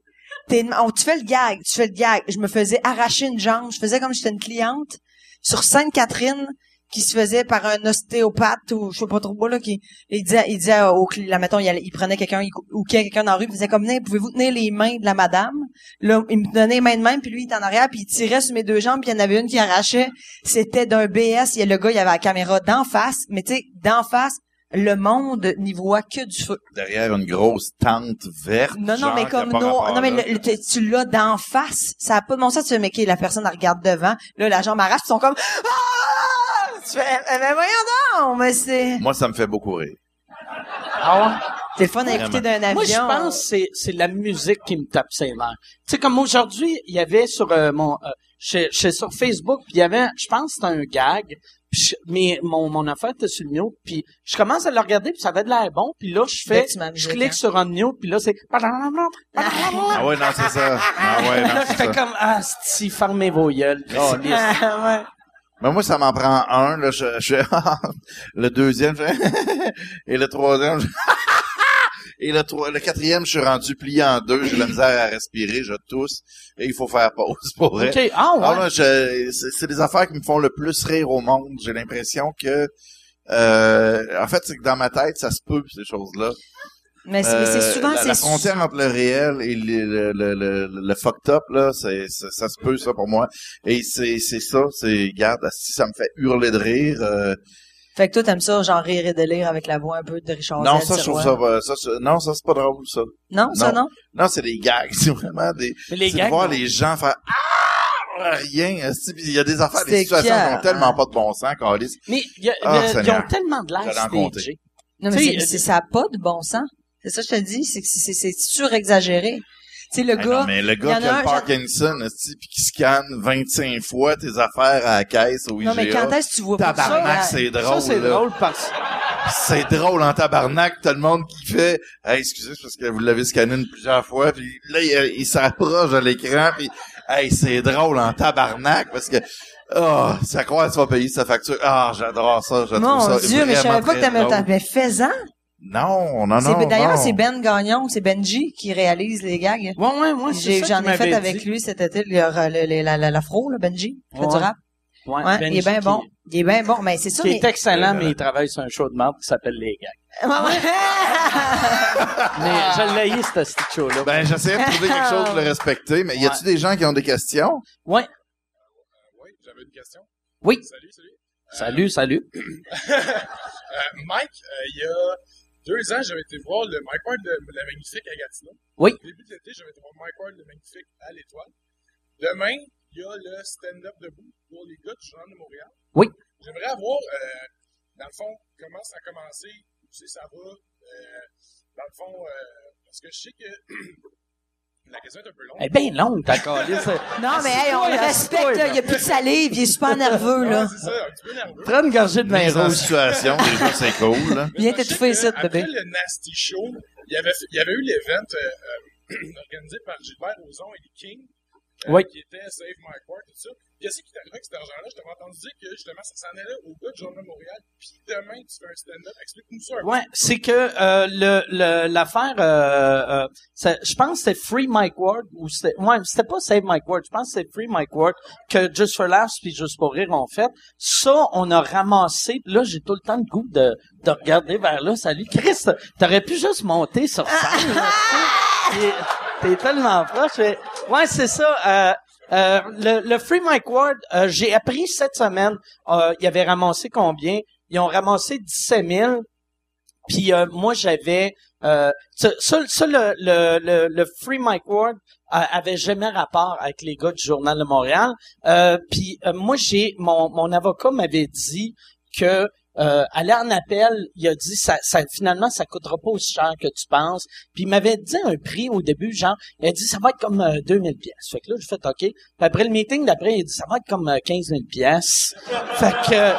T'es de- on- tu fais le gag, tu fais le gag. Je me faisais arracher une jambe. Je faisais comme si j'étais une cliente sur Sainte-Catherine qui se faisait par un ostéopathe ou je sais pas trop quoi là qui il disait il disait au cli- là mettons il, allait- il prenait quelqu'un il cou- ou qu'il y a quelqu'un dans la rue puis il faisait comme Venez, pouvez-vous tenir les mains de la madame là il me donnait les mains de même puis lui il était en arrière puis il tirait sur mes deux jambes puis il y en avait une qui arrachait c'était d'un BS il y a le gars il avait la caméra d'en face mais tu sais d'en face le monde n'y voit que du feu Derrière une grosse tente verte. non, non, genre, mais qui a comme pas non, rapport, non, mais là. le- le- t'es- tu l'as d'en face. Ça a pas de mon sens. Tu fais, mais qui la personne elle regarde devant. Là, la jambe arrache, ils sont comme, ah! Tu fais, eh, mais voyons donc, mais c'est, Moi, ça me fait beaucoup rire. Ah, ouais. c'est le fun à écouter d'un avion. Moi, je pense que c'est, c'est la musique qui me tape ses nerfs. Tu sais, comme aujourd'hui, il y avait sur euh, mon... euh, chez, chez- sur Facebook, puis il y avait... Je pense que c'était un gag, puis je- mais mon, mon affaire était sur le mute, puis je commence à le regarder, puis ça avait de l'air bon, puis là, je Dès fais... que tu m'as hein. mis Je le clique temps. sur un mute, puis là, [LAUGHS] c'est... [LAUGHS] Ah ouais, non, c'est ça. Ah ouais, [LAUGHS] non, Là, c'est j'étais ça. comme... Ah, si, fermez vos gueules, câlisse. Ah, ouais. Mais Ben, moi, ça m'en prend un, là, je, je [LAUGHS] le deuxième, je [LAUGHS] et le troisième, je [LAUGHS] et le, troi- le quatrième, je suis rendu plié en deux, j'ai de la misère à respirer, je tousse, et il faut faire pause [LAUGHS] pour vrai. OK, ah ouais. Ah, non, je- c'est c'est des affaires qui me font le plus rire au monde. J'ai l'impression que, euh, en fait, c'est que dans ma tête, ça se peut, ces choses-là. Mais c'est, mais c'est Euh, souvent, la, c'est la sou- frontière entre le réel et le, le, le, le, le fucked up là, c'est, c'est- ça se peut ça pour moi. Et c'est, c'est ça, c'est garde, si ça me fait hurler de rire. euh, Fait que toi, t'aimes ça, genre rire et délire avec la voix un peu de Richard non, Z, ça je trouve Sirois. ça, euh, ça, c'est- non ça c'est pas drôle ça. Non, ça, Non. non? Non c'est des gags, [LAUGHS] c'est vraiment des. Mais les c'est de gags, voir non. les gens faire ah rien. esti, puis Il y a des affaires, des C'est situations qui clair, ont tellement hein. pas de bon sens, Carlis. Mais y a- Ah, euh, ils Seigneur. ont tellement de J'allais en l'air compter. stagé. Non, mais Tu sais, c'est, c'est- ça a pas de bon sens. C'est ça, que je te dis, c'est, que c'est, c'est, c'est surexagéré. Tu sais, le Hey, gars. non, mais il le y gars en qui a un, le Parkinson, esti, puis qui scanne 25 fois tes affaires à la caisse au IGA. Non, mais quand est-ce que tu vois pas Tabarnak, ça? c'est drôle, Ça, c'est là. drôle parce C'est drôle en tabarnak, tout le monde qui fait hey, excusez c'est parce que vous l'avez scanné une plusieurs fois puis là il, il s'approche de l'écran puis hey, c'est drôle en tabarnak parce que oh, ça croit tu vas payer sa facture. Ah, j'adore ça, je trouve ça Mon Dieu, mais je vraiment savais pas que très t'avais le drôle. temps. Mais fais-en. Non, non C'est- non. D'ailleurs, non. c'est Ben Gagnon, c'est Benji qui réalise les gags. Ouais, ouais, ouais, c'est J'ai- ça J'en qu'il ai, fait m'avait avec dit. lui cet été, le, le- le- la- la- l'afro, là, Benji, qui fait Ouais. du rap. Ouais, Ouais, il Benji est bien qui- bon. Il est bien bon, mais c'est ça. Qui Mais... est excellent, mais il travaille sur un show de marde qui s'appelle Les Gags. Ouais, ouais. Mais je l'ai eu, ce petit show-là. Ben j'essayais de trouver quelque chose [LAUGHS] de le respecter, mais y a-tu des gens qui ont des questions ouais. Oui, j'avais une question. Oui. Salut, salut. Salut, salut. Euh, Mike, euh, il y a deux ans, j'avais été voir le Mike Ward le, le Magnifique à Gatineau. Oui. Au début de l'été, j'avais été voir Mike Ward le Magnifique à l'Étoile. Demain, il y a le stand-up debout pour les gars du Journal de Montréal. Oui. J'aimerais avoir, euh, dans le fond, comment ça a commencé, où c'est que ça va, euh, dans le fond, euh, parce que je sais que [CLEARS THROAT] la question est un peu longue. Elle est bien longue, ta [LAUGHS] calisse. Non, mais hey, on le respecte, là. Il n'y a plus de salive, il est super nerveux, là. Ouais, c'est ça, un petit peu nerveux. Prends une gorgée de Ben, vin Mise en rouge. situation, déjà c'est [LAUGHS] cool. là. Viens Sachez t'étouffer que ici, Après bébé. le Nasty Show, il y avait, il y avait eu l'événement euh, euh, organisé par Gilbert Rozon et les King, euh, Oui. qui était Save My Court et tout ça. Qu'est-ce qui t'est arrivé avec cet argent-là? Je t'avais entendu dire que justement, ça s'en allait au gars de Journal de Montréal, puis demain, tu fais un stand-up. Explique-nous ça un peu. Ouais, c'est que euh, le le- l'affaire, euh, euh, ça- je pense que c'était Free Mike Ward ou c'était ouais, c'était pas Save Mike Ward, je pense que c'était Free Mike Ward que Just for Laughs puis Just pour rire ont fait. Ça, on a ramassé. Là, j'ai tout le temps le goût de de regarder vers là. Salut, Chris, t'aurais pu juste monter sur scène. là, tu sais. T'es t'es tellement proche. mais- Ouais, c'est ça. euh, euh, le, le Free Mike Ward, euh, j'ai appris cette semaine, euh, ils avaient ramassé combien? Ils ont ramassé 17 000. Puis euh, moi, j'avais... Euh, ça, ça, ça, le, le, le, le Free Mike Ward euh, avait jamais rapport avec les gars du Journal de Montréal. Euh, Puis euh, moi, j'ai mon, mon avocat m'avait dit que euh, aller en appel, il a dit ça, ça finalement ça coûtera pas aussi cher que tu penses. Puis il m'avait dit un prix au début, genre il a dit ça va être comme euh, 2000 pièces. Fait que là j'ai fait OK. Puis après le meeting d'après, il a dit ça va être comme euh, 15 000 pièces. fait que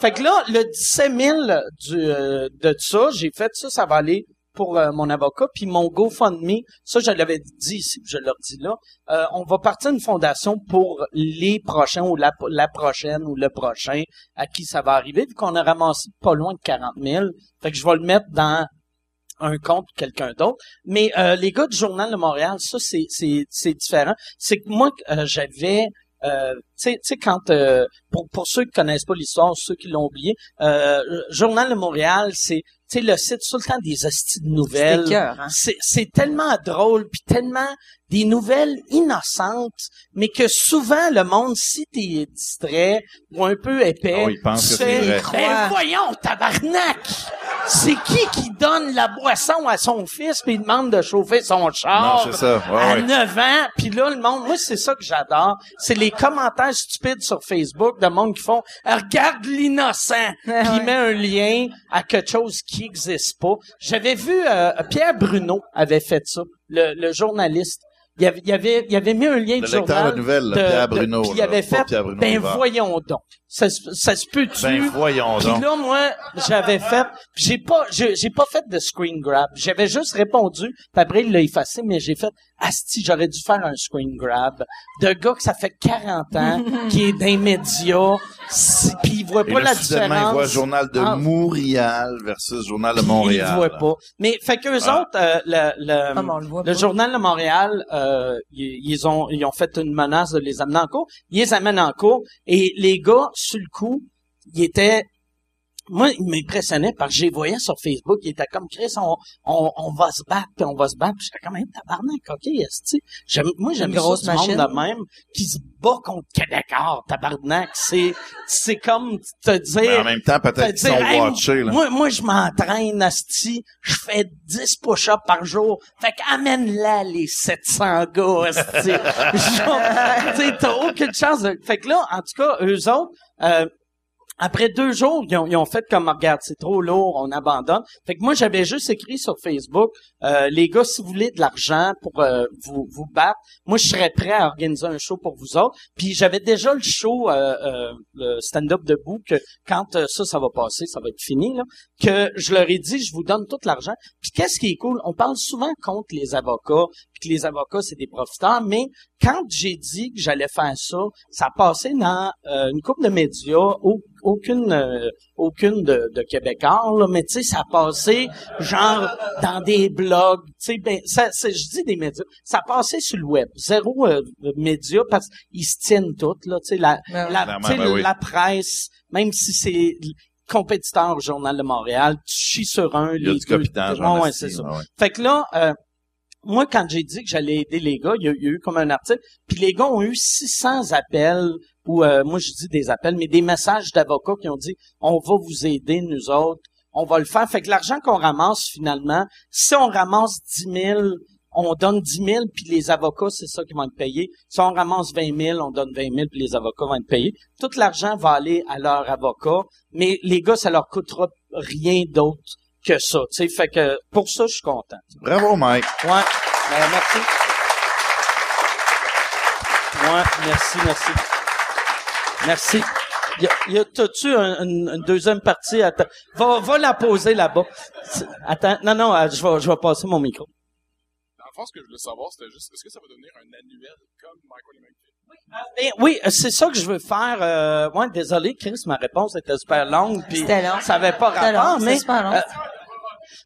fait que là le 17 000 du euh, de ça, j'ai fait ça ça va aller pour euh, mon avocat puis mon GoFundMe, ça je l'avais dit ici, puis je le redis là. Euh, on va partir une fondation pour les prochains ou la, la prochaine ou le prochain à qui ça va arriver, vu qu'on a ramassé pas loin de 40 000. Fait que je vais le mettre dans un compte pour quelqu'un d'autre. Mais euh, les gars du Journal de Montréal, ça, c'est, c'est, c'est différent. C'est que moi, euh, j'avais... euh, tu sais- tu sais, quand euh, pour, pour ceux qui connaissent pas l'histoire, ceux qui l'ont oublié, euh, Journal de Montréal, c'est tu sais, le site sur le temps des hosties de nouvelles. C'était cœur, hein. C'est, c'est tellement drôle, puis tellement des nouvelles innocentes, mais que souvent le monde, si t'es distrait ou un peu épais, Oh, il pense tu que c'est fais, vrai. Ben Crois. voyons, tabarnak! C'est qui qui donne la boisson à son fils puis il demande de chauffer son char Non, c'est ça. Ouais, à ouais. 9 ans? Puis là, le monde, moi, c'est ça que j'adore. C'est les commentaires stupides sur Facebook de monde qui font « Regarde l'innocent! [LAUGHS] Ouais, Puis ouais. il met un lien à quelque chose qui existe pas. J'avais vu euh, Pierre Bruno avait fait ça, le, le journaliste. Il avait, il, avait, il avait mis un lien Le du lecteur journal de nouvelles, de- Pierre de- Bruno, puis il là, avait pas fait, Pierre Bruno ben Rivard. voyons donc. Ça, se- ça se peut-tu? Ben voyons Puis donc. là, moi, j'avais fait, puis j'ai pas, j'ai, j'ai pas fait de screen grab. J'avais juste répondu, puis après, il l'a effacé, mais j'ai fait, asti, j'aurais dû faire un screen grab de gars que ça fait 40 ans, qui est dans les médias, si- puis il voit Et pas là, la soudainement, il différence. voit Journal de Ah. Montréal versus Journal de Puis Montréal. Ils le voient pas. Mais fait qu'eux autres, euh, le, le, Ah, mais on le voit pas. journal de Montréal, euh, ils, ils ont ils ont fait une menace de les amener en cours. Ils les amènent en cours et les gars, sur le coup, ils étaient moi, ils m'impressionnaient parce que je les voyais sur Facebook. Ils étaient comme Chris, on, on, on va se battre, puis on va se battre. Puis J'étais comme, hey, tabarnak, OK, esti. J'aime- Moi, j'aime Une ça, grosse du monde machine. de même qui se bat contre Québécois, tabarnak. C'est c'est comme te dire... Mais Ben, en même temps, peut-être qu'ils Fait sont dire, ben, hey, watchés. Là. Moi, moi, je m'entraîne, asti. Je fais 10 push-ups par jour. Fait qu'amène-la, les 700 gars, [LAUGHS] asti. Genre, tu sais, t'as aucune chance de... Fait que là, en tout cas, eux autres, euh, après deux jours, ils ont, ils ont fait comme regarde, c'est trop lourd, on abandonne. Fait que moi, j'avais juste écrit sur Facebook, euh, les gars, si vous voulez de l'argent pour euh, vous, vous battre, moi, je serais prêt à organiser un show pour vous autres. Puis j'avais déjà le show, euh, euh, le stand-up debout, que quand euh, ça, ça va passer, ça va être fini, là, que je leur ai dit, je vous donne tout l'argent. Puis qu'est-ce qui est cool? On parle souvent contre les avocats, puis que les avocats, c'est des profiteurs, mais quand j'ai dit que j'allais faire ça, ça passait dans euh, une coupe de médias, au- aucune euh, aucune de, de Québécois, là, mais tu sais, ça passait genre dans des blogs, tu sais, ben, ça, c'est- je dis des médias, ça passait sur le web, zéro euh, média, parce qu'ils se tiennent toutes, là, tu sais, la, Ben oui. la, Clairement, tu sais, ben oui. la presse, même si c'est compétiteur au Journal de Montréal, tu chies sur un, Il y a les du deux- copitage. Ouais, en ouais, esti, c'est ça. ouais. Fait que là, euh, moi, quand j'ai dit que j'allais aider les gars, il y, a, il y a eu comme un article. Puis les gars ont eu 600 appels, ou euh, moi, je dis des appels, mais des messages d'avocats qui ont dit « On va vous aider, nous autres. On va le faire. » Fait que l'argent qu'on ramasse, finalement, si on ramasse 10 000, on donne 10 000, puis les avocats, c'est ça qui vont être payés. Si on ramasse 20 000, on donne 20 000, puis les avocats vont être payés. Tout l'argent va aller à leur avocat, mais les gars, ça leur coûtera rien d'autre que ça. tu sais. Fait que pour ça, je suis content. Bravo, Mike. Ouais. Ben, merci. Ouais, merci, merci. Merci. Y a, y a- t'as-tu un- une, une deuxième partie? Attends. Va, va la poser là-bas. C'est- Attends, non, non, euh, je vais, je vais passer mon micro. Dans le fond, ce que je voulais savoir, c'était juste, est-ce que ça va devenir un annuel comme Michael et McPhee? Eh oui, euh, c'est ça que je veux faire. Euh, ouais, désolé, Chris, ma réponse était super longue. puis C'était long. Ça avait pas C'était rapport, long, mais... c'est super long. euh,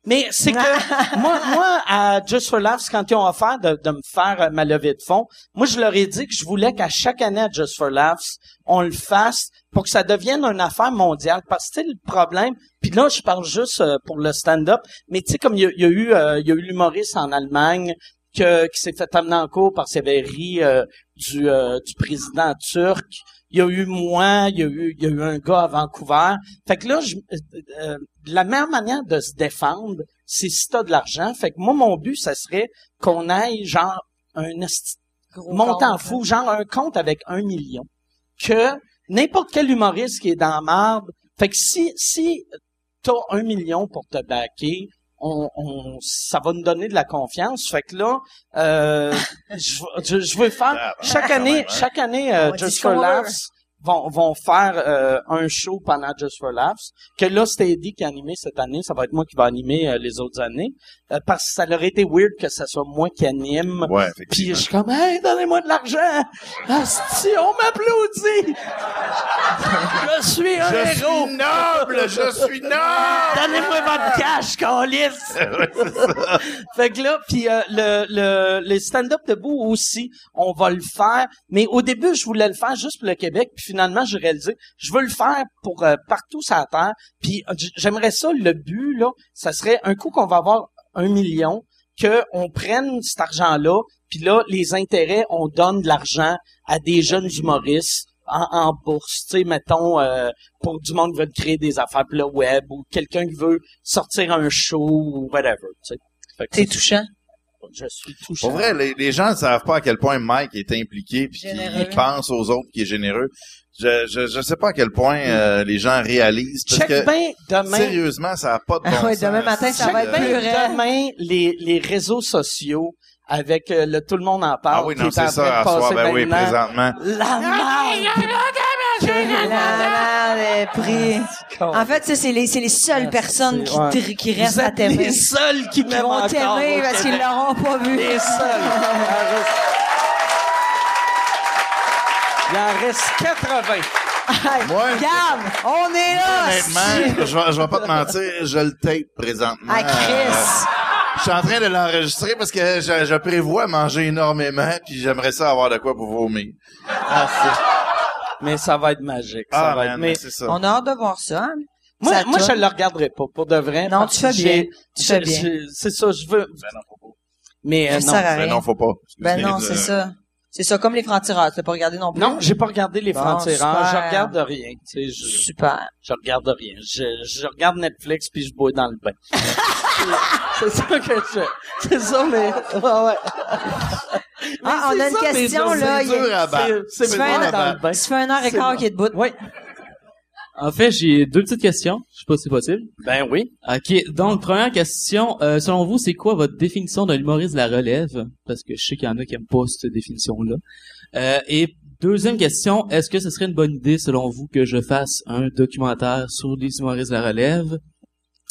mais c'est [LAUGHS] que moi, moi, à Just for Laughs, quand ils ont offert de, de me faire euh, ma levée de fonds, moi, je leur ai dit que je voulais qu'à chaque année à Just for Laughs, on le fasse pour que ça devienne une affaire mondiale. Parce que tu sais, le problème, puis là, je parle juste euh, pour le stand-up, mais tu sais, comme il y, a- il y a eu euh, il y a eu l'humoriste en Allemagne que, qui s'est fait amener en cours parce qu'il avait ri euh, du, euh, du président turc. Il y a eu moi, il y a eu, il y a eu un gars à Vancouver. Fait que là, je, euh, euh, la meilleure manière de se défendre, c'est si t'as de l'argent. Fait que moi, mon but, ça serait qu'on aille genre un esti- Gros montant compte, hein. fou, genre un compte avec un million, que n'importe quel humoriste qui est dans la marde, fait que si, si t'as un million pour te baquer, on, on, ça va nous donner de la confiance. Fait que là, [LAUGHS] euh, je, je, je veux faire chaque Quand même, année, hein. chaque année, euh, On dit Just ce qu'on for veut. Laughs vont, vont faire euh, un show pendant Just for Laughs. Que là, c'est Eddie qui a animé cette année. Ça va être moi qui va animer euh, les autres années. Euh, parce que ça leur été weird que ça soit moi qui anime. Ouais, Puis je effectivement. suis comme, hey, donnez-moi de l'argent! Asti, on m'applaudit! je suis un Je suis héros! noble! Je [LAUGHS] suis noble! Donnez-moi votre cash, calice! Fait que là, puis euh, le, le, le stand-up debout aussi, on va le faire. Mais au début, je voulais le faire juste pour le Québec. Puis finalement, j'ai réalisé, je veux le faire pour euh, partout sur la Terre. Puis euh, j- j'aimerais ça, le but, là, ça serait un coup qu'on va avoir un million, qu'on prenne cet argent-là, puis là, les intérêts, on donne de l'argent à des jeunes humoristes en, en bourse, tu sais, mettons, euh, pour du monde qui veut créer des affaires pour le web ou quelqu'un qui veut sortir un show ou whatever, tu sais. Fait que T'es touchant. je suis touché. Pour vrai, les, les gens ne savent pas à quel point Mike est impliqué puis qu'il Généreux. pense aux autres, qu'il est généreux. Je, je, je sais pas à quel point euh, les gens réalisent parce Check que bien demain, sérieusement, ça n'a pas de bon Ah ouais, sens. demain matin, ça Si, va euh, être ben, plus vrai. demain les, les réseaux sociaux avec euh, le Tout le monde en parle. Ah oui, qui non, est en train c'est de ça, à soir, passer ben oui, maintenant. présentement. La merde! La merde est prise. Ah, En fait, ça, c'est les, c'est les seules Ah, personnes qui, c'est- te- qui Vous restent à êtes les t'aimer. seuls qui Qui m'aiment vont encore. t'aimer au parce qu'ils Québec. l'auront pas vu. Les seuls. Il en reste- Il en reste 80. Moi, Regarde, on est Ah, là. si. honnêtement, euh, je vais, je vais pas te mentir, je le tape présentement. Ah, Chris. Euh, je suis en train de l'enregistrer parce que je, je prévois manger énormément puis j'aimerais ça avoir de quoi pour vomir. Mais ça va être magique. Ça va Ah, man, être... mais ben, mais- c'est ça. On a hâte de voir ça. hein. Moi, Ça moi tourne. je le regarderai pas, pour de vrai. Non, parce tu fais que bien. j'ai- Tu fais je- bien. je- C'est ça, je veux. Mais euh, Ça non. sert à Ben non, rien. faut pas. Ben non, c'est ça. C'est ça, comme les francs-tireurs. T'as pas regardé non plus? Non, j'ai pas regardé les Bon, Frontières. Ah, Je super. regarde rien. Tu sais, je, Super. je regarde rien. Je, je regarde Netflix puis je bois dans le bain. C'est- c'est ça que je. C'est ça, mais. Ouais, ouais. Ah, on a une question, là. C'est il y a- dur à battre. C'est Tu c'est fais bon un- dans le bain. Ça fait un heure et C'est quart bon. qu'il est debout. Oui. En fait, j'ai deux petites questions. Je sais pas si c'est possible. Ben oui. OK. Donc, première question. euh, selon vous, c'est quoi votre définition d'un humoriste de la relève? Parce que je sais qu'il y en a qui aiment pas cette définition-là. Euh, et deuxième question. Est-ce que ce serait une bonne idée, selon vous, que je fasse un documentaire sur les humoristes de la relève?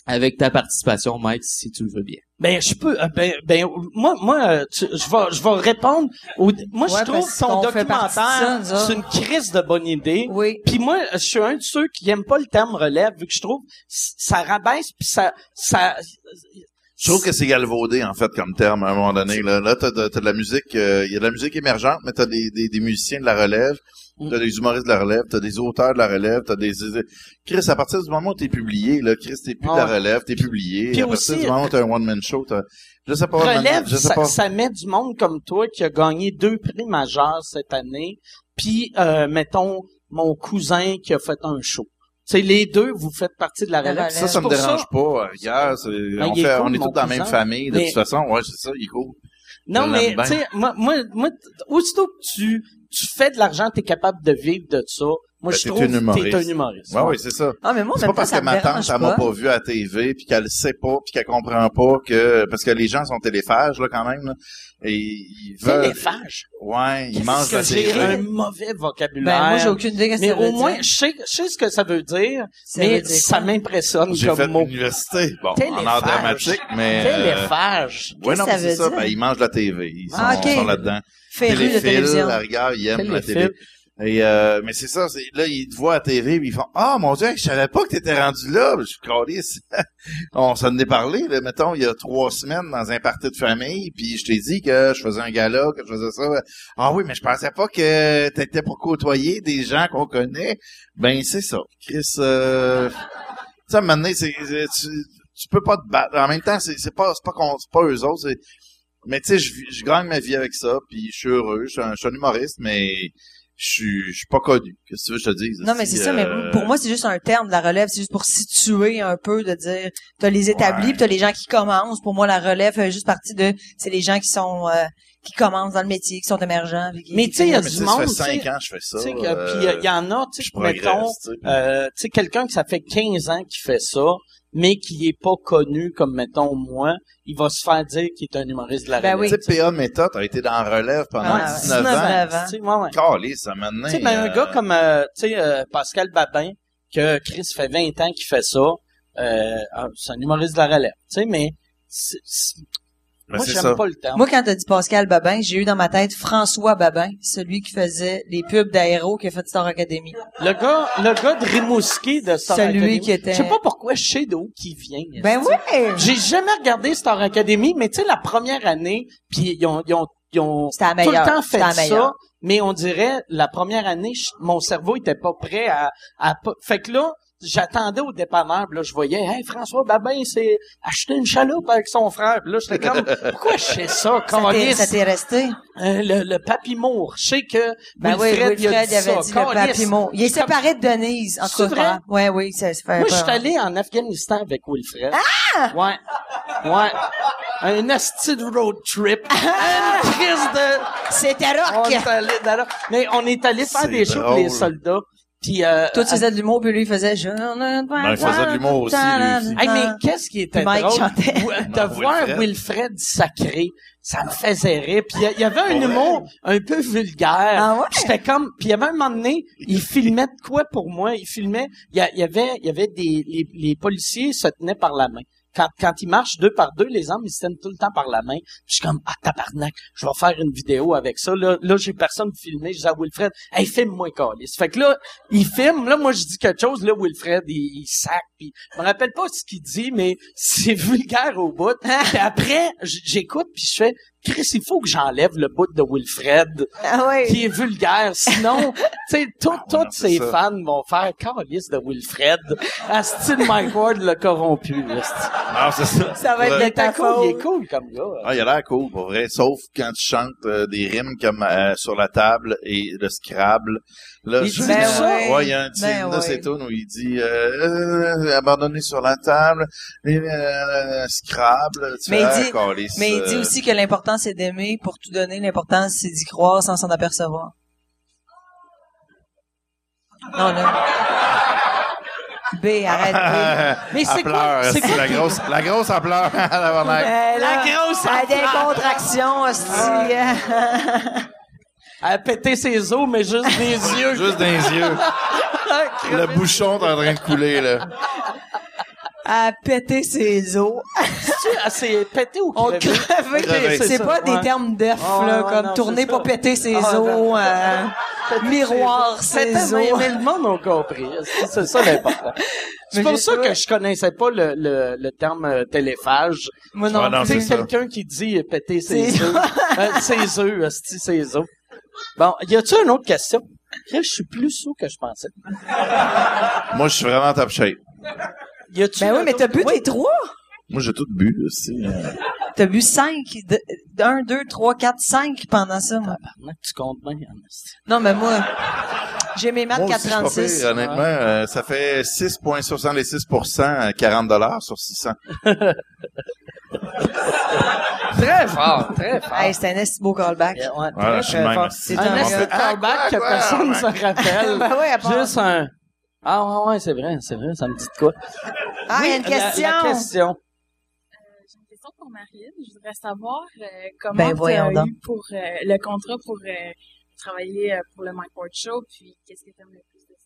Avec ta participation, Mike, si tu le veux bien. Ben je peux. euh, Ben, ben moi, moi, euh, tu- je vais, je vais répondre. Au, moi, Ouais, je trouve parce ton qu'on fait partie documentaire, de ça, nous c'est une crise de bonne idée. Oui. Puis moi, je suis un de ceux qui aiment pas le terme relève, vu que je trouve c- ça rabaisse puis ça, ça. Je trouve que c'est galvaudé, en fait, comme terme, à un moment donné. Là, là t'as de, t'as de la musique, euh, il y a de la musique émergente, mais t'as des, des, des musiciens de la relève, Mm. t'as des humoristes de la relève, t'as des auteurs de la relève, t'as des... Chris, à partir du moment où t'es publié, là, Chris, t'es plus de la Ah Ouais. relève, t'es publié. Puis à partir aussi, du moment où t'as un one-man show, t'as... Je sais pas. man- relève, je sais ça, pas. ça met du monde comme toi qui a gagné deux prix majeurs cette année. Puis, euh, mettons, mon cousin qui a fait un show. Tu sais, les deux, vous faites partie de la La relève. relève. Ça, ça C'est me pour dérange pas. Regarde, c'est- on, il est fait, on cool, est mon tous dans la cousin. même famille, de Mais- toute façon. Ouais, c'est ça, il est cool. Non, Je mais l'aime bien. tu sais, moi, moi, moi, t- aussitôt que tu, tu fais de l'argent, t'es capable de vivre de ça. Moi, Ben, je t'es trouve une que t'es humoriste. un humoriste. Ouais, oui, c'est ça. Ah, mais moi, en C'est même temps, pas parce ça que me ma tante, dérange elle m'a pas. pas vu à la TV, puis qu'elle le sait pas, puis qu'elle comprend pas que parce que les gens sont téléphages là quand même, là. et ils veulent, Téléphage. ouais, ils Qu'est-ce mangent que la j'ai TV. un mauvais vocabulaire. Ben, moi, j'ai aucune idée qu'est-ce que mais ça veut au dire. moins, je sais, je sais ce que ça veut dire, Ça mais veut dire ça quoi? m'impressionne J'ai fait comme mot. l'université, bon, en Téléphage. art dramatique, mais euh, Téléphage. ouais, non, Qu'est-ce mais que c'est ça ça, veut ben, dire? ils mangent la TV, ils sont, Ah, ok. sont là-dedans. Féru de Téléfilm, télévision. à la rigueur, ils aiment la Téléfilm. télé. Et euh, mais c'est ça, c'est, là ils te voient à TV, puis ils font "Ah mon dieu, je savais pas que t'étais rendu là." Je suis calisse. [LAUGHS] On s'en est parlé, là, mettons, il y a trois semaines dans un party de famille, puis je t'ai dit que je faisais un gala, que je faisais ça. Ah oui, mais je pensais pas que t'étais pour côtoyer des gens qu'on connaît. Ben c'est ça. Chris, euh, tu sais, à un moment donné, c'est, c'est- tu, tu peux pas te battre. En même temps, c'est, c'est pas c'est pas, con- c'est pas eux autres. C'est, mais tu sais, je, vis- je gagne ma vie avec ça, puis je suis heureux. Je suis un, je suis un humoriste, mais je suis, je suis pas connu. Qu'est-ce que tu veux que je te dise? Non, mais Si, c'est ça, mais euh, pour moi, c'est juste un terme de la relève. C'est juste pour situer un peu, de dire, t'as les établis, Ouais. pis t'as les gens qui commencent. Pour moi, la relève fait juste partie de, c'est les gens qui sont, euh, qui commencent dans le métier, qui sont émergents. puis qui- Mais tu sais, il y a mais du tu sais, monde, Ça tu fait sais, cinq ans que je fais ça. Tu sais, que- euh, puis il y en a, tu sais, je progresse, mettons, tu sais. euh, tu sais, quelqu'un que ça fait 15 ans qui fait ça, mais qui est pas connu comme, mettons, moi, il va se faire dire qu'il est un humoriste de la Ben relève. Tu sais, PA Méthode a été dans la relève pendant Ah ouais, 19 ans. 19 ans. Tu sais, ouais, ouais. Calé, ça m'a Tu sais, ben, un gars comme, euh, tu sais, euh, Pascal Babin, que Chris fait 20 ans qu'il fait ça, euh, ah, c'est un humoriste de la relève, tu sais, mais c'est- Ben, c'est- moi, euh, ben, j'aime pas le terme. Moi, quand t'as dit Pascal Babin, j'ai eu dans ma tête François Babin, celui qui faisait les pubs d'Aéro qui a fait Star Academy. Le gars, le gars de Rimouski de Star Celui Academy, qui était- Je sais pas pourquoi je sais d'où qui vient. Ben esti. oui! J'ai jamais regardé Star Academy, mais tu sais, la première année, puis ils ont, ils ont, ils ont C'était la tout le meilleure, temps fait c'était la ça, meilleure. mais on dirait, la première année, je- mon cerveau était pas prêt à... à pas- fait que là, j'attendais au dépanneur, puis là, je voyais, « Hey, François Babin, c'est acheter une chaloupe avec son frère. » Puis là, j'étais comme, « Pourquoi je sais ça, [LAUGHS] Ça t'est- câlisse? ça t'est resté? Euh, le, le papimour, je sais que Ben oui, Wilfred, Wilfred, il a dit avait ça. dit Câlisse. le papillon. Il est C'est comme- séparé hein. de Denise, en C'est tout cas. Ouais, oui, ça se fait Moi, je suis pas. allé en Afghanistan avec Wilfred. Ah! Ouais. Ouais. Un asti de road trip. Ah! Une crise de... C'était On rock! est allé, d'ailleurs, mais on est allé faire C'est des shows pour drôle. les soldats. Puis, euh, Toi, tu faisais de l'humour, puis lui, il faisait... Ben, il faisait de l'humour aussi, lui aussi. Hey, mais qu'est-ce qui était Puis Mike drôle? chantait. Ou- euh, De Non, voir Wilfred. Wilfred sacré, ça me faisait rire. Puis il y a- il y avait un humour un peu vulgaire. Ah ouais? Puis J'étais comme, puis il y avait un moment donné, il filmait de quoi pour moi? Il filmait, il y, a- il y avait, il y avait des, les, les policiers se tenaient par la main. Quand, quand ils marchent deux par deux, les hommes, ils se tiennent tout le temps par la main. Puis je suis comme, ah, tabarnak, je vais faire une vidéo avec ça. Là, là j'ai personne pour filmer. Je dis à Wilfred, hey, filme-moi, câlisse. Fait que là, il filme. Là, moi, je dis quelque chose. Là, Wilfred, il, il sac. Puis je me rappelle pas ce qu'il dit, mais [LAUGHS] c'est vulgaire au bout. Hein? Puis après, j- j'écoute, puis je fais, Chris, il faut que j'enlève le bout de Wilfred Ah oui. qui est vulgaire. [LAUGHS] Sinon, tu sais, tout- tous non, Ah, c'est ses ça. fans vont faire calice de Wilfred. Asti de Mike Ward le corrompu. asti. Ah, c'est ça. Ça va être Ouais. de Euh, ta T'es cool, il est faute. cool comme gars. Ah, il a l'air cool, pour vrai. Sauf quand tu chantes euh, des rimes comme euh, sur la table et le Scrabble. Là, Il je- dit Ben ça? Ouais, ouais. il y a un petit Ben une de ouais. ses tunes où il dit euh, euh, abandonné sur la table, et, euh, Scrabble. Tu Mais il vois, dit- câlisse, Mais il euh, dit aussi que l'important, c'est d'aimer pour tout donner. L'important, c'est d'y croire sans s'en apercevoir. Non, là. B, arrête [LAUGHS] B. Mais c'est quoi? Ampleur, C'est quoi? la grosse, la grosse ampleur, [LAUGHS] tabarnak. Ben là, La grosse à des affaire. contractions, hostie. euh, Elle a pété ses os, mais [LAUGHS] juste des yeux. Juste dans les yeux. Le bouchon est en train de couler, là. à péter ses [LAUGHS] os. Tu- Elle s'est pétée ou On crevée? crevait. [LAUGHS] Crever. C'est ça, pas des ouais. termes d'œuf, Ah, là, ouais, comme non, tourner c'est pour ça. péter ses Ah, os, ben, euh, miroir ses C'était- mais, os. mais le monde a compris. C'est- C'est ça [LAUGHS] l'important. C'est Mais pour j'ai ça trouvé- que je connaissais pas le, le, le terme euh, téléphage. Moi non, Ah, non, C'est c'est ça. quelqu'un qui dit euh, péter ses C'est- œufs. Euh, ses œufs, hostie, ses œufs. Bon, y a-tu une autre question? Je suis plus sous que je pensais. Moi, je suis vraiment en top shape. Y a-tu Ben oui, une mais t'as autre- bu tes trois. Moi, j'ai tout bu, aussi. hein. T'as bu cinq. de- Un, deux, trois, quatre, cinq pendant ça, moi. Tabarnak, Tu comptes bien, hein, hostie. Non, mais moi, j'ai mes maths Moi aussi, je suis pas 436. pire, honnêtement. Euh, ça fait 6,66 à 40 dollars euh, sur 600. Très fort, très fort. Hey, c'est un esti beau callback. Ouais, ouais, Voilà, très, je suis très même. fort. C'est un un esti de gars. callback que Ah, quoi, personne ne ouais. se [LAUGHS] [LAUGHS] rappelle. Ben ouais, à part- Juste un. Ah ouais, ouais, c'est vrai, c'est vrai, ça me dit de quoi. Ah, il y Oui, a une la- la question. question. Euh, J'ai une question pour Marine. Je voudrais savoir euh, comment Ben, tu voyons as donc. eu pour euh, le contrat pour euh, travailler euh, pour le Mike Ward Show, puis qu'est-ce que tu aimes le plus de ça?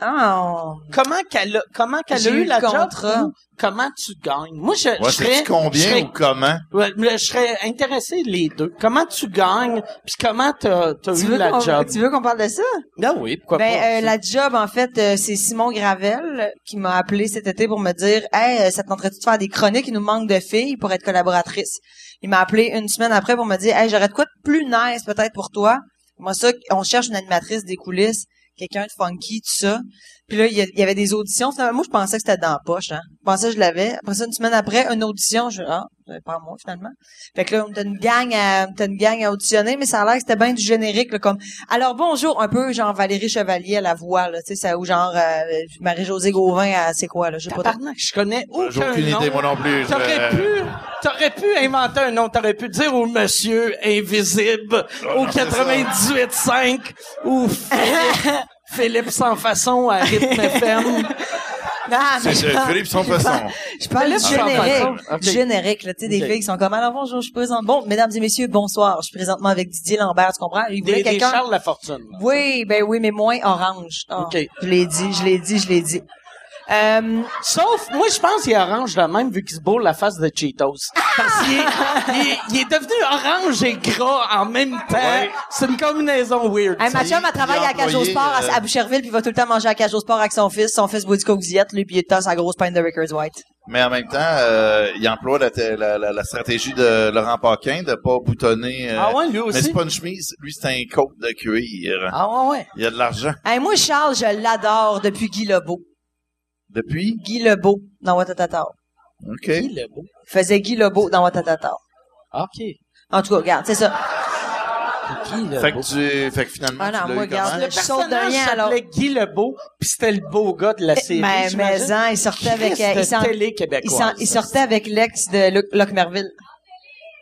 Ah, on- Comment qu'elle a, comment qu'elle J'ai a eu eu la le job? contrat. ou Comment tu gagnes? Moi, je, je Ouais, serais, c'est combien je serais, ou comment? ouais, mais je serais intéressé les deux. Comment tu gagnes? Puis comment t'as, t'as Tu eu veux la qu'on- [LAUGHS] job? tu veux qu'on parle de ça? Ah oui, pourquoi Ben, pas? euh, la job, en fait, euh, c'est Simon Gravel qui m'a appelé cet été pour me dire « Hey, euh, ça te tenterait-tu de faire des chroniques? Il nous manque de filles pour être collaboratrice. » Il m'a appelé une semaine après pour me dire « Hey, j'aurais de quoi de plus nice peut-être pour toi. » Moi, ça, on cherche une animatrice des coulisses, quelqu'un de funky, tout ça. Puis là, il y, a- il y avait des auditions. Finalement, moi, je pensais que c'était dans la poche. Hein. Je pensais que je l'avais. Après ça, une semaine après, une audition. Je ah, c'est pas moi, finalement. Fait que là, on t'a une gang à, on t'a une gang à auditionner, mais ça a l'air que c'était bien du générique, là, comme alors bonjour, un peu genre Valérie Chevalier à la voix, là, tu sais, ça, ou genre euh, Marie-Josée Gauvin à c'est quoi, là, je sais pas. trop. Tabarnak, je connais aucun J'ai aucune nom. idée, moi non plus. Je- T'aurais pu, t'aurais pu inventer un nom. T'aurais pu dire au monsieur invisible, au Oh, non, c'est 98.5, ou Philippe, Philippe sans façon à rythme [LAUGHS] FM. Ah, mais [LAUGHS] C'est je c'est parle- Philippe [LAUGHS] sans façon. Je parle Philippe du générique, Champagnon. du Ok. générique, là, tu sais, des Ok. filles qui sont comme alors bonjour, je présente. Bon, mesdames et messieurs, bonsoir. Je suis présentement avec Didier Lambert, tu comprends Il voulait Des, des quelqu'un. Charles Lafortune. là. Oui, ben oui, mais moins orange. Ah, Ok. Je l'ai dit, je l'ai dit, je l'ai dit. Euh, Sauf, moi, je pense qu'il est orange de même, vu qu'il se bourre la face de Cheetos. Parce qu'il est, il est- il est devenu orange et gras en même temps. Ouais. C'est une combinaison weird. Hey, ma chum, elle travaille à employé, Cajosport euh, à, à Boucherville, puis il va tout le temps manger à Cajosport avec son fils. Son fils boit du coke diète, lui, puis il tasse sa grosse pinte de Rickers White. Mais en même temps, euh, il emploie la, t- la- la- la stratégie de Laurent Paquin de pas boutonner. euh, Ah ouais, lui Mais aussi. c'est pas une chemise. Lui, c'est un coat de cuir. Ah ouais, ouais. Il y a de l'argent. Hey, moi, Charles, je l'adore depuis Guy Lebeau. Depuis? Guy Lebeau dans Watatata. OK. Il est beau. Faisait Guy Lebeau dans Watatata. OK. En tout cas, regarde, c'est ça. Qui, le Fait beau? que tu, fait que finalement, Ah non, tu l'as moi, eu regarde, comment? Le Je saute de personnage rien, alors. Eh, s'appelait Guy Lebeau, puis c'était le beau gars de la série. Mais j'imagine. maison, il sortait avec, euh, il, Christ de s'en- télé il s'en- québécoise. il sortait avec l'ex de Luc, Luc Merville.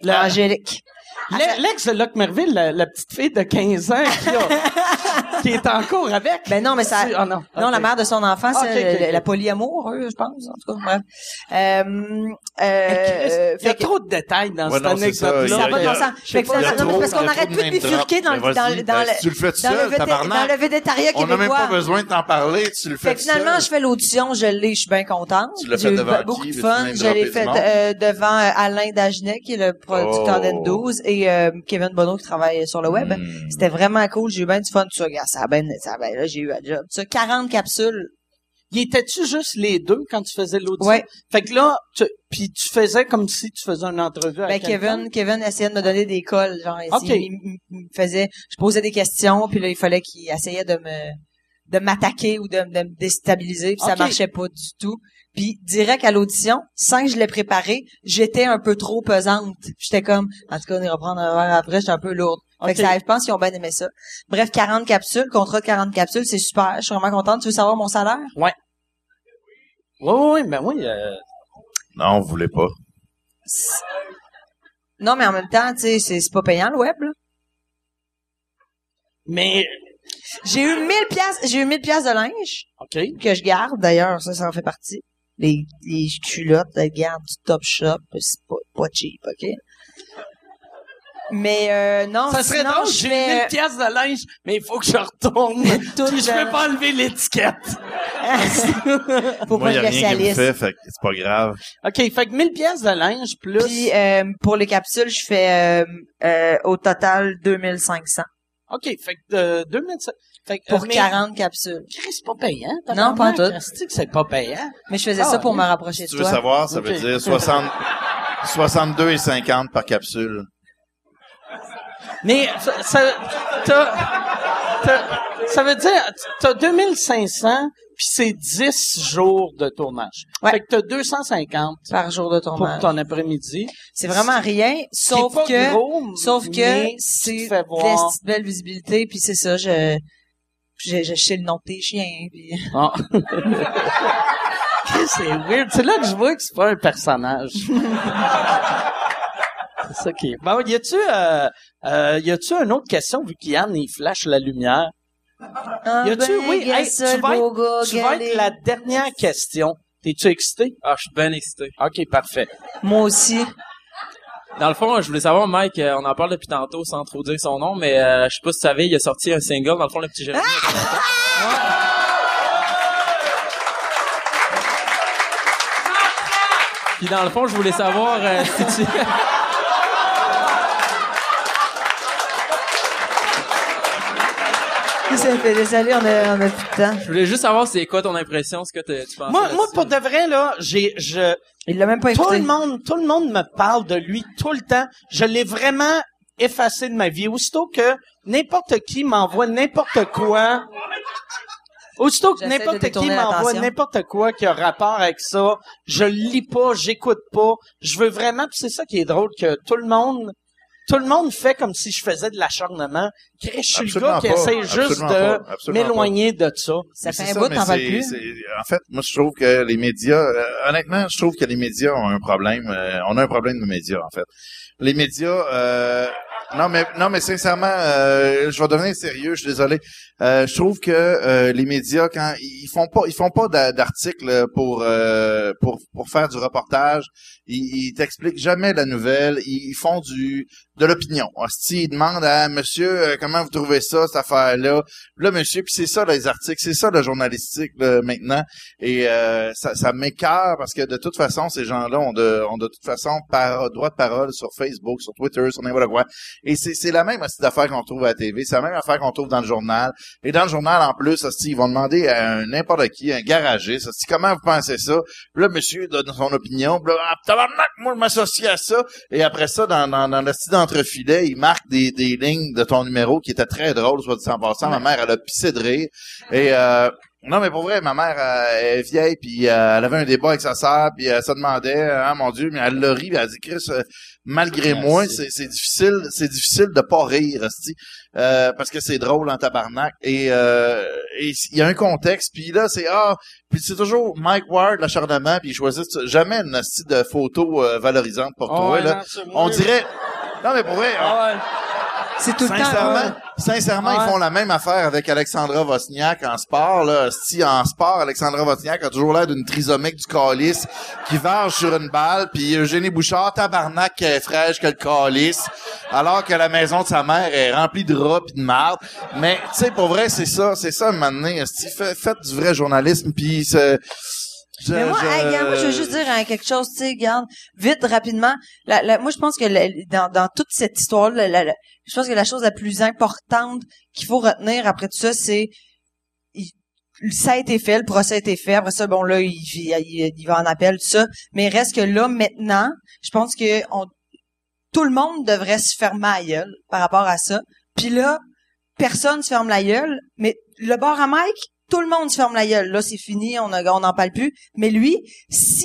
La- Angélique. Le- L'ex de Locke Merville, la, la petite fille de 15 ans qui, a- [LAUGHS] qui est en cours avec. Ben non, mais ça. Ah non, Non, ok. la mère de son enfant, Ah, c'est Ok, ok, le- ok. la polyamour, eux, je pense. En tout cas, bref. Euh, Euh, euh, il y a fait que- trop de détails dans Ouais, cette non, c'est ça, anecdote-là. il y Ça a- n'a pas de bon sens. Je sais Fait que pas, il y a finalement, trop- parce il y qu'on a arrête trop plus de de name bifurquer drop. dans, le- Ben, dans, vas-y, le- dans ben, le- si tu le fais tout dans le seul, vét- tabarnak. dans le védétariat On n'a même pas québécois. besoin de t'en parler. Tu le fais Fait que tout finalement, seul. je fais l'audition, je l'ai, je suis bien contente. Tu l'as J'ai fait eu devant beaucoup qui? de Veux-tu fun. name Je l'ai dropper fait du monde? euh, devant euh, Alain Dagenet, qui est le producteur Oh. d'En 12, et euh, Kevin Bonneau qui travaille sur le web. Hmm. C'était vraiment cool, j'ai eu bien du fun. Ça, regarde, ça a bien, ça a bien, là, j'ai eu un job. Ça, 40 capsules. Il était-tu juste les deux quand tu faisais l'audition? Ouais. Fait que là, tu, puis tu faisais comme si tu faisais une entrevue Ben, avec quelqu'un. Kevin, Kevin essayait de me donner des cols. Genre, il- Ok. il, il- il me faisait, je posais des questions, puis là, il fallait qu'il essayait de me, de m'attaquer ou de, de me déstabiliser, puis ça Ok. marchait pas du tout. Puis direct à l'audition, sans que je l'ai préparé, j'étais un peu trop pesante. J'étais comme, en tout cas, on ira prendre un verre après, j'étais un peu lourde. Fait que Ok. ça, je pense qu'ils ont bien aimé ça. Bref, 40 capsules, contrat de 40 capsules, c'est super. Je suis vraiment contente. Tu veux savoir mon salaire? Oui, oui, ben oui. euh, Non, on voulait pas. Non, mais en même temps, tu sais, c'est c'est pas payant, le web, là. mais J'ai eu 1000 piastres, j'ai eu 1000 piastres de linge OK. que je garde d'ailleurs, ça ça en fait partie. Les, les culottes de garde du Top Shop, euh, c'est pas, pas cheap, OK mais euh, non, Ça serait sinon, drôle, je j'ai fais- 1000 pièces de linge, mais il faut que je [LAUGHS] retourne. Puis je de- peux pas enlever l'étiquette. [LAUGHS] Faut pas Moi, il y que a je le rien qui me salisse. fait, fait que c'est pas grave. OK, fait que 1000 pièces de linge plus Puis euh, pour les capsules, je fais euh, euh, au total 2500 OK, fait que euh, 2500 fait que, pour euh, mais- 40 capsules. Chris, C'est pas payant. Non, pas en tout. C'est que c'est pas payant. Mais je faisais Ah, ça pour oui. me rapprocher Si tu de veux toi. savoir, ça Ok. veut dire 60, 62 et 50 par capsule. Mais ça, ça, t'as- t'as- ça veut dire, t'as 2500, puis c'est 10 jours de tournage. Ouais. Fait que t'as 250 par jour de pour tournage. ton après-midi. C'est vraiment rien, sauf C'est pas que gros, sauf que mais tu c'est te fais de la voir. petite belle visibilité, puis c'est ça, je je, je sais le nom de tes chiens. Puis... Ah. c'est weird. C'est là que je vois que c'est pas un personnage. c'est ça qui est. Bon, y a-tu, euh, euh, y a-tu une autre question vu qu'Yann, il flash la lumière? Ah Y a-tu, ben, oui, y a hey, ça, tu le vas beau gars, être, tu vas galé. être la dernière question. T'es-tu excité? Ah, je suis bien excité. OK, parfait. Moi aussi. Dans le fond, je voulais savoir, Mike, euh, on en parle depuis tantôt sans trop dire son nom, mais euh, je sais pas si tu savais, il a sorti un single, dans le fond, le petit jeune. Puis dans le fond, je voulais savoir euh, si tu... [LAUGHS] Ça fait désolé, on a, on a plus de temps. Je voulais juste savoir c'est quoi ton impression, ce que t'es- Ah, tu penses. Moi, moi, pour de vrai, là, j'ai, je, Il l'a même pas tout écouté. le monde, tout le monde me parle de lui tout le temps. Je l'ai vraiment effacé de ma vie. Aussitôt que n'importe qui m'envoie n'importe quoi, aussitôt que J'essaie de n'importe qui détourner m'envoie l'attention. n'importe quoi qui a rapport avec ça, je le lis pas, j'écoute pas. Je veux vraiment, puis c'est ça qui est drôle que tout le monde, tout le monde fait comme si je faisais de l'acharnement. Chris, Je suis le Absolument gars qui pas. essaie juste Absolument pas. de Absolument m'éloigner de ça. Ça C'est fait un bout, mais t'en vas c'est- plus. c'est- En fait, moi, je trouve que les médias, euh, honnêtement, je trouve que les médias ont un problème. euh, on a un problème de médias, en fait. Les médias, euh, non, mais non, mais sincèrement, euh, je vais devenir sérieux. Je suis désolé. Euh, je trouve que euh, les médias, quand ils font pas, ils font pas d'a- d'articles pour euh, pour pour faire du reportage. Ils, ils t'expliquent jamais la nouvelle. Ils, ils font du de l'opinion. Hostie, ils demandent à Monsieur euh, comment vous trouvez ça cette affaire là. Là, monsieur, puis c'est ça les articles, c'est ça la journalistique là, maintenant. Et euh, ça, ça m'écœure parce que de toute façon, ces gens-là ont de, ont de toute façon par, droit de parole sur Facebook, sur Twitter, sur n'importe quoi. Et c'est c'est la même affaire qu'on retrouve à la TV, c'est la même affaire qu'on trouve dans le journal. Et dans le journal, en plus, hostie, ils vont demander à un- n'importe qui, un garagiste, hostie, comment vous pensez ça? Puis là, monsieur donne son opinion. Puis là, ah, tabarnak, moi, je m'associe à ça. Et après ça, dans, dans, dans le style d'entrefilet, il marque des, des lignes de ton numéro qui étaient très drôles, soit dit en passant. Ma mère, elle a pissé de rire. Et... Euh, non, mais pour vrai, ma mère euh, elle est vieille, puis euh, elle avait un débat avec sa sœur, puis euh, elle se demandait, ah mon Dieu, mais elle l'a ri, puis elle a dit, Chris, euh, malgré moi, c'est c'est difficile, c'est difficile de pas rire, hostie. Euh, parce que c'est drôle en tabarnak. Et euh, et il y a un contexte, puis là, c'est, ah, puis c'est toujours Mike Ward, l'acharnement, puis ils choisissent jamais une hostie de photo euh, valorisante pour toi, là. On dirait... Non, mais pour vrai... C'est tout le temps. Sincèrement, sincèrement ils font la même affaire avec Alexandra Vosniak en sport. Là. Si en sport, Alexandra Vosniak a toujours l'air d'une trisomique du calice qui varge sur une balle, puis Eugénie Bouchard, tabarnak, qu'elle est fraîche que le calice, alors que la maison de sa mère est remplie de rats pis de marde. Mais, tu sais, pour vrai, c'est ça, c'est ça, maintenant. Faites du vrai journalisme, puis... c'est- je- Mais moi, je- hey, regarde, moi, je veux juste dire hein, quelque chose, tu sais, regarde, vite, rapidement. La- la- moi, je pense que la- dans, dans toute cette histoire, la- la- la- je pense que la chose la plus importante qu'il faut retenir après tout ça, c'est il- ça a été fait, le procès a été fait. Après ça, bon là, il, il- il- il va en appel, tout ça. Mais reste que là, maintenant, je pense que on- tout le monde devrait se fermer la gueule par rapport à ça. Puis là, personne se ferme la gueule, mais le bar à Mike, tout le monde se ferme la gueule. Là, c'est fini, on a- on n'en parle plus. Mais lui, si,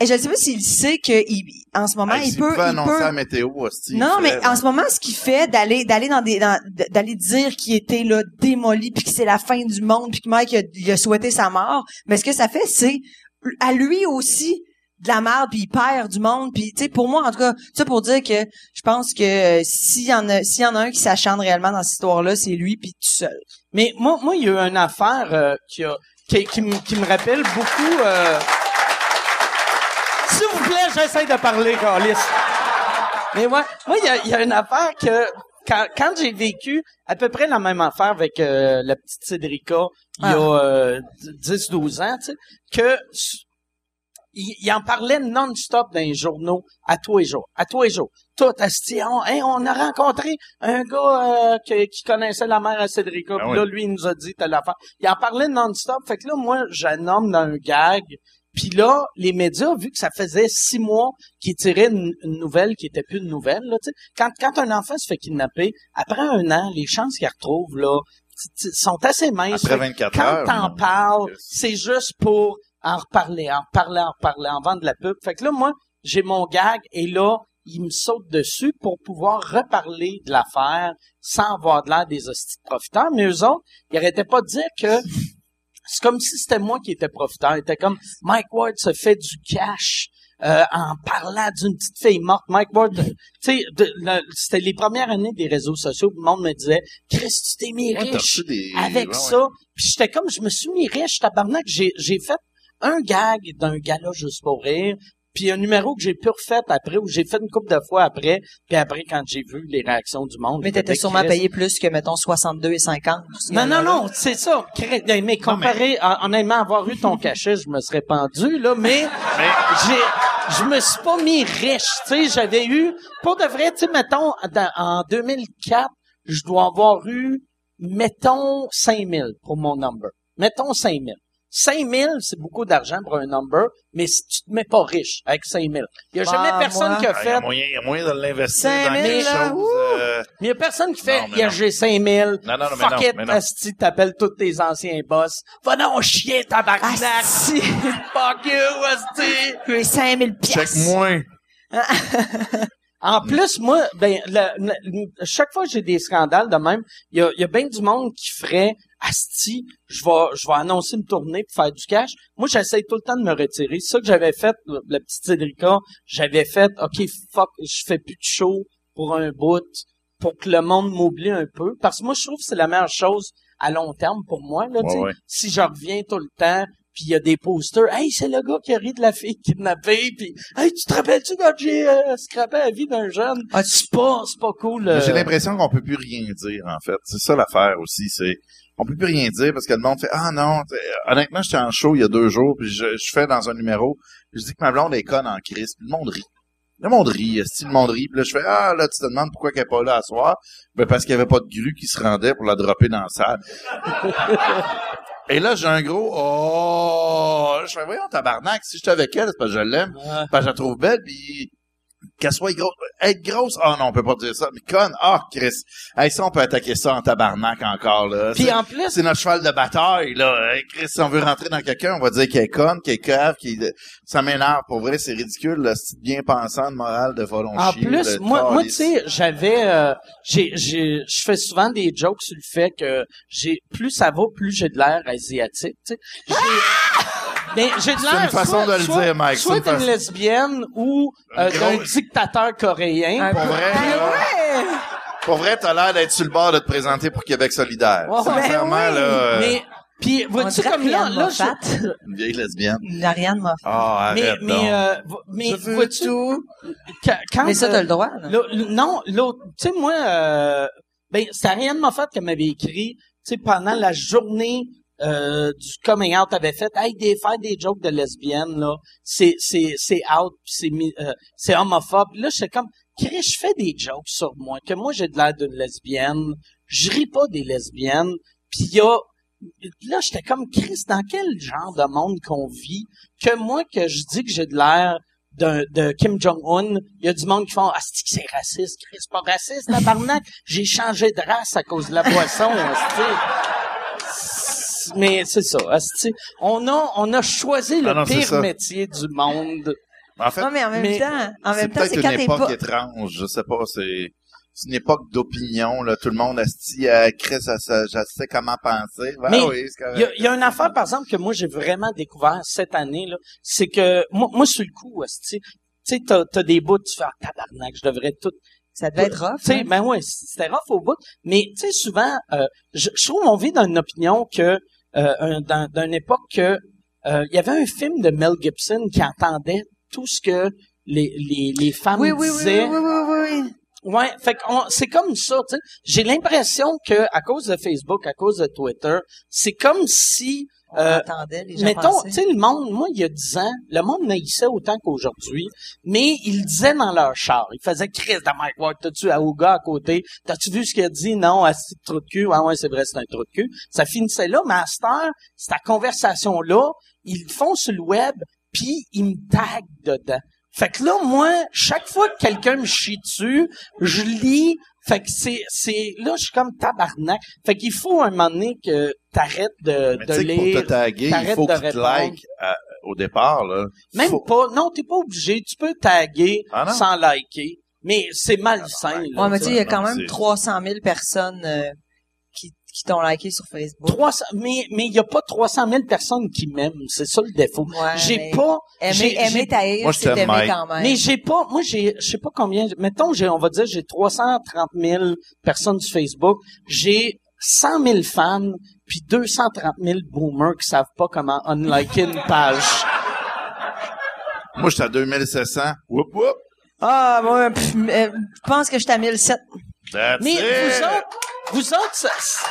et je ne sais pas s'il sait que il- en ce moment, Hey, il s'il peut, pouvait il annoncer peut la météo, hostie, il non, mais ah, ferait, là. en ce moment, ce qu'il fait d'aller d'aller dans des dans- d'aller dire qu'il était là démoli puis que c'est la fin du monde puis que Mike il a, il a souhaité sa mort, mais ce que ça fait c'est à lui aussi de la merde puis il perd du monde puis tu sais pour moi en tout cas ça pour dire que je pense que euh, s'il y en a s'il y en a un qui s'achante réellement dans cette histoire là c'est lui puis tout seul Mais moi, moi, il y a eu une affaire euh, qui, a- qui, qui me- qui me rappelle beaucoup. euh, S'il vous plaît, j'essaie de parler, Carlis. Mais ouais, moi, il y a, il y a une affaire que quand, quand j'ai vécu à peu près la même affaire avec euh, la petite Cédrica il y a euh, 10-12 ans, tu sais, que s- il, il en parlait non-stop dans les journaux à tous les jours, à tous les jours. Tout à se dire, on, hey, on a rencontré un gars euh, que- qui connaissait la mère à Cédrica, puis oui. là, lui, il nous a dit telle affaire. Il en parlait non-stop. Fait que là, moi, je nomme dans un gag. Puis là, les médias, vu que ça faisait six mois qu'ils tiraient une, une nouvelle qui était plus une nouvelle, là, tu sais, quand, quand un enfant se fait kidnapper, après un an, les chances qu'il retrouve, là, t- t- sont assez minces. Après Fait que 24 quand heures, t'en non. parles, Yes. c'est juste pour en reparler, en reparler, en reparler, en vendre de la pub. Fait que là, moi, j'ai mon gag et là, il me saute dessus pour pouvoir reparler de l'affaire sans avoir de l'air des hosties de profiteurs. Mais eux autres, ils arrêtaient pas de dire que c'est comme si c'était moi qui étais profiteur. Ils étaient comme Mike Ward se fait du cash. euh, en parlant d'une petite fille morte, Mike Ward, tu sais, de- le- c'était les premières années des réseaux sociaux, le monde me disait, Chris, tu t'es mis Ouais, t'as riche reçu des- avec ouais, ça. Puis j'étais comme, je me suis mis riche, tabarnak. J'ai, j'ai fait un gag d'un gala juste pour rire. Puis un numéro que j'ai pu refait après, ou j'ai fait une couple de fois après, puis après, quand j'ai vu les réactions du monde. Mais j'étais t'étais sûrement Chris. payé plus que, mettons, 62 et 50. Non, non, non, c'est ça. Chris, Mais mais comparé, à- honnêtement, avoir eu ton cachet, je me serais pendu, là, [LAUGHS] mais, j'ai, je me suis pas mis riche, tu sais, j'avais eu, pour de vrai, tu sais, mettons, dans- en 2004, je dois avoir eu, mettons, 5000 pour mon number. Mettons 5000. 5000, c'est beaucoup d'argent pour un number, mais si tu te mets pas riche avec 5000. Il y a Bah, jamais personne moi- qui a Ah, Il y a fait, moyen, il y a moyen de l'investir dans 5000, quelque là, chose. euh, mais il y a personne qui fait, Non, mais il y a non. j'ai 5000. Non, non, non, mais fuck non, it, mais non. asti, t'appelles tous tes anciens boss. Va non chier, Ah, tabarnak. Asti. fuck you, asti. J'ai 5000 check pièces. moins. En Mm. plus, moi, ben, le- le- le- chaque fois que j'ai des scandales de même, il y a, il y a bien du monde qui ferait Asti, je vais, je vais annoncer une tournée pour faire du cash. Moi, j'essaie tout le temps de me retirer. C'est ça que j'avais fait, le- la petite Cédrica, j'avais fait OK, fuck, je fais plus de show pour un bout, pour que le monde m'oublie un peu. Parce que moi, je trouve que c'est la meilleure chose à long terme pour moi. Là, Ouais, tu sais. ouais. Si je reviens tout le temps, puis il y a des posters, hey, c'est le gars qui a ri de la fille kidnappée, puis hey, tu te rappelles-tu quand j'ai euh, scrapé la vie d'un jeune? Ah, tu- c'est pas, c'est pas cool. Mais J'ai euh. l'impression qu'on peut plus rien dire, en fait. C'est ça l'affaire aussi, c'est on peut plus rien dire parce que le monde fait Ah non, t'sais, honnêtement, j'étais en show il y a deux jours, puis je, je fais dans un numéro, puis je dis que ma blonde est conne en crise, puis le monde rit. Le monde rit, esti, le monde rit, puis là je fais Ah là, tu te demandes pourquoi qu'elle est pas là à soir? Ben parce qu'il y avait pas de grue qui se rendait pour la dropper dans la [LAUGHS] salle. Et là, j'ai un gros Oh je fais voyons tabarnak, si j'étais avec elle, c'est parce que je l'aime, parce que je la trouve belle, puis qu'elle soit grosse. Être grosse, ah non, on peut pas dire ça, mais conne, ah, Chris. Hey, ça, on peut attaquer ça en tabarnak encore, là. Puis C'est- en plus, c'est notre cheval de bataille, là. Hey, Chris, si on veut rentrer dans quelqu'un, on va dire qu'elle est conne, qu'elle est cave, qu'elle est- Ça m'énerve, pour vrai, c'est ridicule, là. C'est bien pensant, de morale, de volon En chier, plus, de moi, moi tu calice. sais, j'avais, euh, j'ai, j'ai, je fais souvent des jokes sur le fait que j'ai, plus ça va, plus j'ai de l'air asiatique. tu sais. J'ai- Ah! Mais j'ai de l'air. une façon soit- de le soit- dire, Mike, Soit c'est une d'une lesbienne ou euh, Une d'un grosse- dictateur coréen. Pour vrai, là, pour vrai, t'as l'air d'être sur le bord de te présenter pour Québec solidaire. Ouais, ouais. Sincèrement, là, euh, Mais puis vois-tu Ben dirait comme là, Ariane là, je- Moffat. une vieille lesbienne. L'Ariane m'a fait. Ah, mais arrête donc. mais euh, vo- mais Je veux vois-tu Quand- quand, Mais ça, euh, t'as le droit, hein. là. L'au- l- Non, l'autre, tu sais, moi, euh, ben, c'était Ariane Moffat qui m'avait écrit, tu sais, pendant la journée euh, du coming out, avait fait, hey, des, faire des jokes de lesbiennes, là, c'est, c'est, c'est out, pis c'est, mi- euh, c'est homophobe. Là, j'étais comme, Chris, je fais des jokes sur moi, que moi, j'ai de l'air d'une lesbienne, je ris pas des lesbiennes, puis il y a, là, j'étais comme, Chris, dans quel genre de monde qu'on vit, que moi, que je dis que j'ai de l'air d'un- de Kim Jong-un, il y a du monde qui font « Asti, c'est raciste, Chris, c'est pas raciste, tabarnak, [LAUGHS] j'ai changé de race à cause de la boisson, asti. » Mais c'est ça, asti. On a, on a choisi le Ah non, c'est pire ça. métier du monde. En fait, Non, mais en même mais- temps, en c'est même temps, peut-être c'est quand une t'es époque pas... étrange, je sais pas, c'est c'est une époque d'opinion là, tout le monde asti euh, à Chris, ça, ça, je sais comment penser. Ben Mais oui, c'est correct. Il y a, il y a une affaire, par exemple, que moi, j'ai vraiment découvert cette année, là, c'est que, moi, moi, sur le coup, asti, tu sais, t'as, t'as des bouts, tu fais, ah, tabarnak, je devrais tout, Ça devait être rough. Tu sais, hein. ben ouais, c'était rough au bout. Mais tu sais, souvent, euh, je, je trouve on vit dans une opinion que euh, un- dans, dans une époque que euh, il y avait un film de Mel Gibson qui entendait tout ce que les les, les femmes Oui, oui, oui, oui, disaient. oui, oui, oui, oui. Ouais, fait qu'on, c'est comme ça, tu sais. J'ai l'impression que à cause de Facebook, à cause de Twitter, c'est comme si On euh, entendait les gens Mettons, penser. tu sais, le monde, moi, il y a 10 ans, le monde naissait autant qu'aujourd'hui, mais ils le disaient dans leur char. Ils faisaient crise de Mike Ward. T'as-tu Aouga à côté? T'as-tu vu ce qu'il a dit? Non, ah, c'est un trou de cul. Ah ouais, c'est vrai, c'est un trou de cul. Ça finissait là, mais à cette heure, cette conversation-là, ils le font sur le web, puis ils me taguent dedans. Fait que là, moi, chaque fois que quelqu'un me chie dessus, je lis. Fait que c'est, c'est, là, je suis comme tabarnak. Fait qu'il faut un moment donné que t'arrêtes de, Mais de tu sais que lire. pour te taguer, il t'arrêtes faut de que tu te répondre. likes à- au départ, là. Même Faut- pas. Non, t'es pas obligé. Tu peux taguer Ah non? Ah, ben, sans liker. Mais c'est malsain, là. Ouais, mais tu sais, il y a quand Non, même c'est- 300 000 personnes euh, qui, qui t'ont liké sur Facebook. 300 mais mais il y a pas 300 000 personnes qui m'aiment. C'est ça le défaut. Ouais, j'ai mais pas. Aimer, j'ai- j'ai- aimer ta haine, Moi, je c'est t'aime, d'aimer Mike. quand même. Mais j'ai pas, moi j'ai, je sais pas combien, mettons j'ai, on va dire j'ai 330 000 personnes sur Facebook, j'ai 100 000 fans, puis 230 000 boomers qui savent pas comment unliker une [LAUGHS] page. Moi, j'étais à 2700. Whoop, whoop. Ah, moi, pff, euh, je pense que je suis à 1007. That's Mais it. vous autres, vous autres, ça, ça-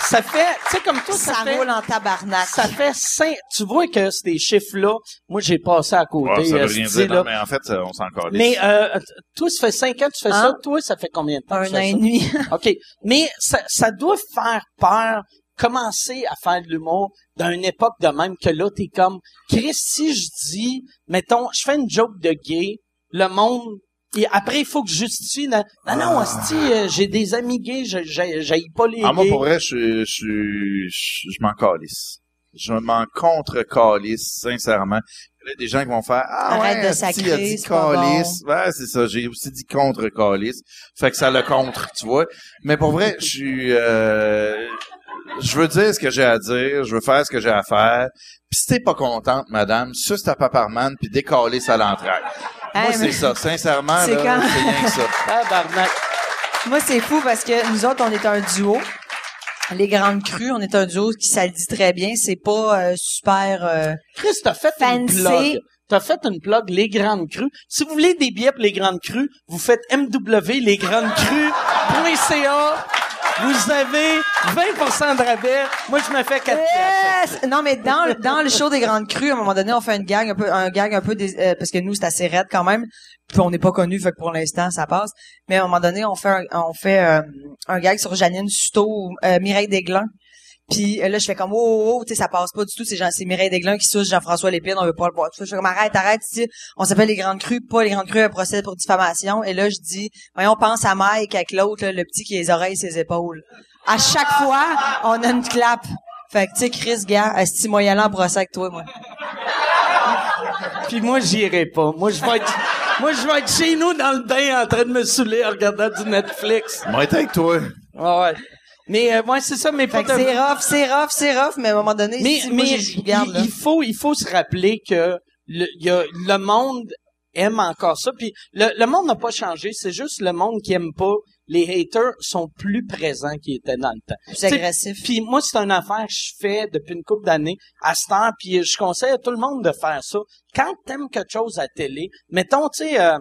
ça fait, tu sais comme toi, ça, Ça, fait, roule en tabarnak. ça fait cinq, tu vois que ces chiffres-là, moi j'ai passé à côté. Ouais, ça veut euh, rien ce dire, non, là. mais en fait, ça, on s'en calisse. Mais euh, toi, ça fait cinq ans que tu fais Hein? ça. Toi, ça fait combien de temps? que tu un an fais et ça? demi. [LAUGHS] OK. Mais ça, ça doit faire peur, commencer à faire de l'humour dans une époque de même que là, t'es comme, Chris, si je dis, mettons, je fais une joke de gay, le monde, et après, il faut que je justifie, non, non, non hostie, euh, j'ai des amis gays, je- j'ai j'ai pas les Ah, moi, gays. pour vrai, je, je, je, je m'en calisse. Je m'en contre-calisse, sincèrement. Il y a des gens qui vont faire Ah Arrête ouais, de asti, sacrer, il a dit c'est pas calisse. Ouais, c'est ça. J'ai aussi dit contre-calisse. Fait que ça le contre, tu vois. Mais pour vrai, je suis... euh, je veux dire ce que j'ai à dire. Je veux faire ce que j'ai à faire. Puis si t'es pas contente, madame, suce ta paparman puis décalisse à l'entraque. Moi, Hey, mais- c'est ça. Sincèrement, C'est là, quand- c'est rien que ça. [LAUGHS] Tabarnak. Moi, c'est fou parce que nous autres, on est un duo. Les Grandes Crues, on est un duo qui, ça le dit très bien, c'est pas euh, super... euh, Chris, t'as fait une Fancy. plug. T'as fait une plug, les grandes crues. Si vous voulez des billets pour les grandes crues, vous faites mwlesgrandescrues.ca. Vous avez 20 de rabais. Moi, je me fais 4 Yes! Non, mais dans, le- dans le show des Grandes Crues, à un moment donné, on fait une gang, un peu, un gang un peu, des, euh, parce que nous, c'est assez raide quand même. Puis on n'est pas connus, fait que pour l'instant, ça passe. Mais à un moment donné, on fait un, on fait, euh, un gag sur Janine Suto, euh, Mireille Desglins. Puis euh, là, je fais comme, oh, oh, oh, tu sais, ça passe pas du tout. C'est, Jean- c'est Mireille Desglins qui souche Jean-François Lépine, on veut pas le voir. Je fais comme, arrête, arrête. Tu sais, on s'appelle les Grandes Crues, pas les Grandes Crues, un procès pour diffamation. Et là, je dis, voyons, pense à Mike avec l'autre, là, le petit qui a les oreilles et ses épaules. À chaque Ah! fois, on a une clap. Fait que, tu sais, Chris, gars, esti, moi, y aller en procès avec toi, moi. Puis moi, j'irai pas. Moi, je vais être, moi, je vais être chez nous dans le bain en train de me saouler en regardant du Netflix. Moi, t'es avec toi. Ah ouais. Mais, euh, ouais, c'est ça, mais Fait pas que c'est rough, c'est rough, c'est rough, mais à un moment donné, mais, si, moi, mais je regarde, il, là. il faut il faut se rappeler que le, il y a- le monde aime encore ça puis le, le monde n'a pas changé c'est juste le monde qui aime pas les haters sont plus présents qu'ils étaient dans le temps Plus Tu sais, agressif. puis moi c'est une affaire que je fais depuis une couple d'années à cette heure puis je conseille à tout le monde de faire ça quand t'aimes quelque chose à télé mettons tu sais euh,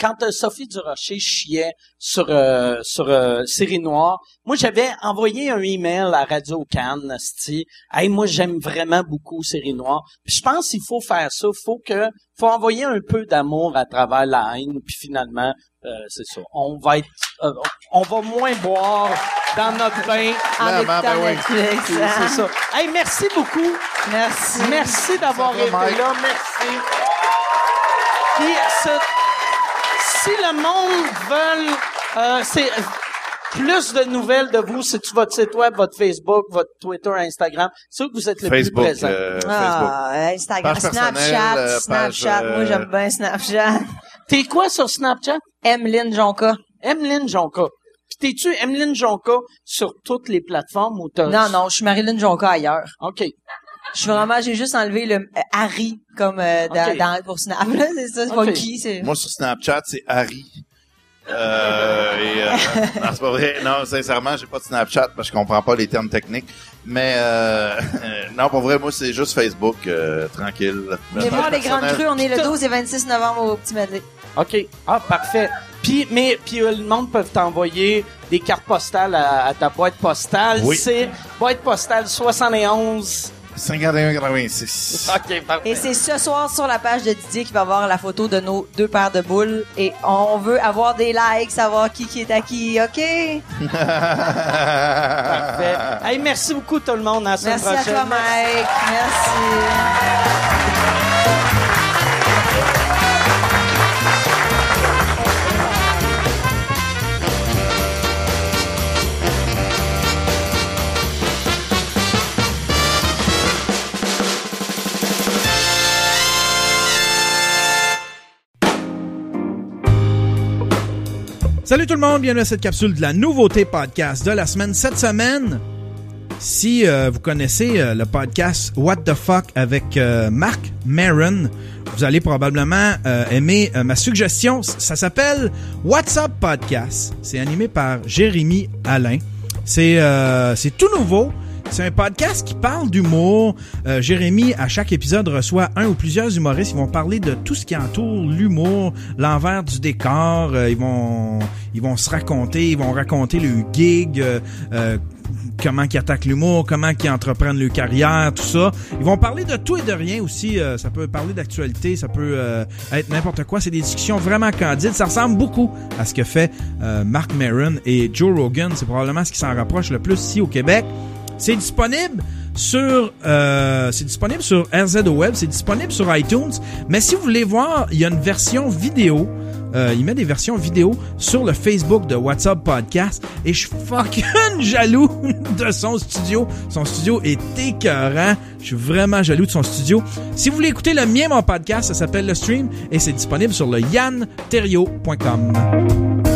quand euh, Sophie Durocher chiait sur euh, sur euh, Série Noire, moi j'avais envoyé un email à Radio Cannes, esti. hey moi j'aime vraiment beaucoup Série Noire. Puis je pense qu'il faut faire ça, faut que faut envoyer un peu d'amour à travers la haine, puis finalement euh, c'est ça, on va être euh, on va moins boire dans notre bain. En Clairement, écoutant ben oui. Netflix, C'est hein. c'est ça. Hey, merci beaucoup. Merci. Merci d'avoir Ça va, été Mike. là. Merci. Puis, ce- si le monde veut euh, c'est- plus de nouvelles de vous, c'est-tu votre site web, votre Facebook, votre Twitter, Instagram? C'est où que vous êtes le Facebook. plus présent? euh, Facebook. Ah, Instagram, Page personnelle, Snapchat, euh, page, Snapchat. euh, Moi, j'aime bien Snapchat. [LAUGHS] T'es quoi sur Snapchat? Emeline Jonca. Emeline Jonca. Puis t'es-tu Emeline Jonca sur toutes les plateformes ou t'as... Euh, Non, non, je suis Marilyn Jonca ailleurs. OK. Je suis vraiment, j'ai juste enlevé le euh, Harry comme euh, dans, Ok. dans- pour Snap. Là, c'est ça, c'est Ok. pas qui, c'est... Moi, sur Snapchat, c'est Harry. Euh, [LAUGHS] et, euh, non, c'est pas vrai. Non, sincèrement, j'ai pas de Snapchat parce que je comprends pas les termes techniques. Mais euh, [LAUGHS] non, pour vrai, moi, c'est juste Facebook, euh, tranquille. Venez voir les grandes Personnel. crues, on est le 12 et 26 novembre au Petit Medley. OK. Ah, parfait. Puis, mais, puis euh, le monde peut t'envoyer des cartes postales à, à ta boîte postale. Oui. C'est boîte postale 71. [LAUGHS] 51,86. OK, parfait. Et c'est ce soir sur la page de Didier qui va avoir la photo de nos deux paires de boules. Et on veut avoir des likes, savoir qui, qui est à qui, OK? Parfait. Hey, merci beaucoup tout le monde. À la semaine Ah. Merci à prochaine. toi, Mike. Merci. Salut tout le monde, bienvenue à cette capsule de la nouveauté podcast de la semaine. Cette semaine, si euh, vous connaissez euh, le podcast What the fuck avec euh, Mark Maron, vous allez probablement euh, aimer euh, ma suggestion. C- Ça s'appelle What's Up Podcast. C'est animé par Jérémy Alain. C'est euh, c'est tout nouveau. C'est un podcast qui parle d'humour. Euh, Jérémy, à chaque épisode, reçoit un ou plusieurs humoristes. Ils vont parler de tout ce qui entoure l'humour, l'envers du décor. Euh, ils vont, ils vont se raconter, ils vont raconter le gig, euh, euh, comment qu'ils attaquent l'humour, comment qu'ils entreprennent leur carrière, tout ça. Ils vont parler de tout et de rien aussi. Euh, ça peut parler d'actualité, ça peut euh, être n'importe quoi. C'est des discussions vraiment candides. Ça ressemble beaucoup à ce que fait euh, Mark Maron et Joe Rogan. C'est probablement ce qui s'en rapproche le plus ici au Québec. C'est disponible sur euh, c'est disponible sur RZO Web, c'est disponible sur iTunes, mais si vous voulez voir, il y a une version vidéo. Euh, il met des versions vidéo sur le Facebook de WhatsApp Podcast et je suis fucking [LAUGHS] jaloux de son studio. Son studio est écœurant. Je suis vraiment jaloux de son studio. Si vous voulez écouter le mien, mon podcast, ça s'appelle Le Stream et c'est disponible sur le yanterrio.com.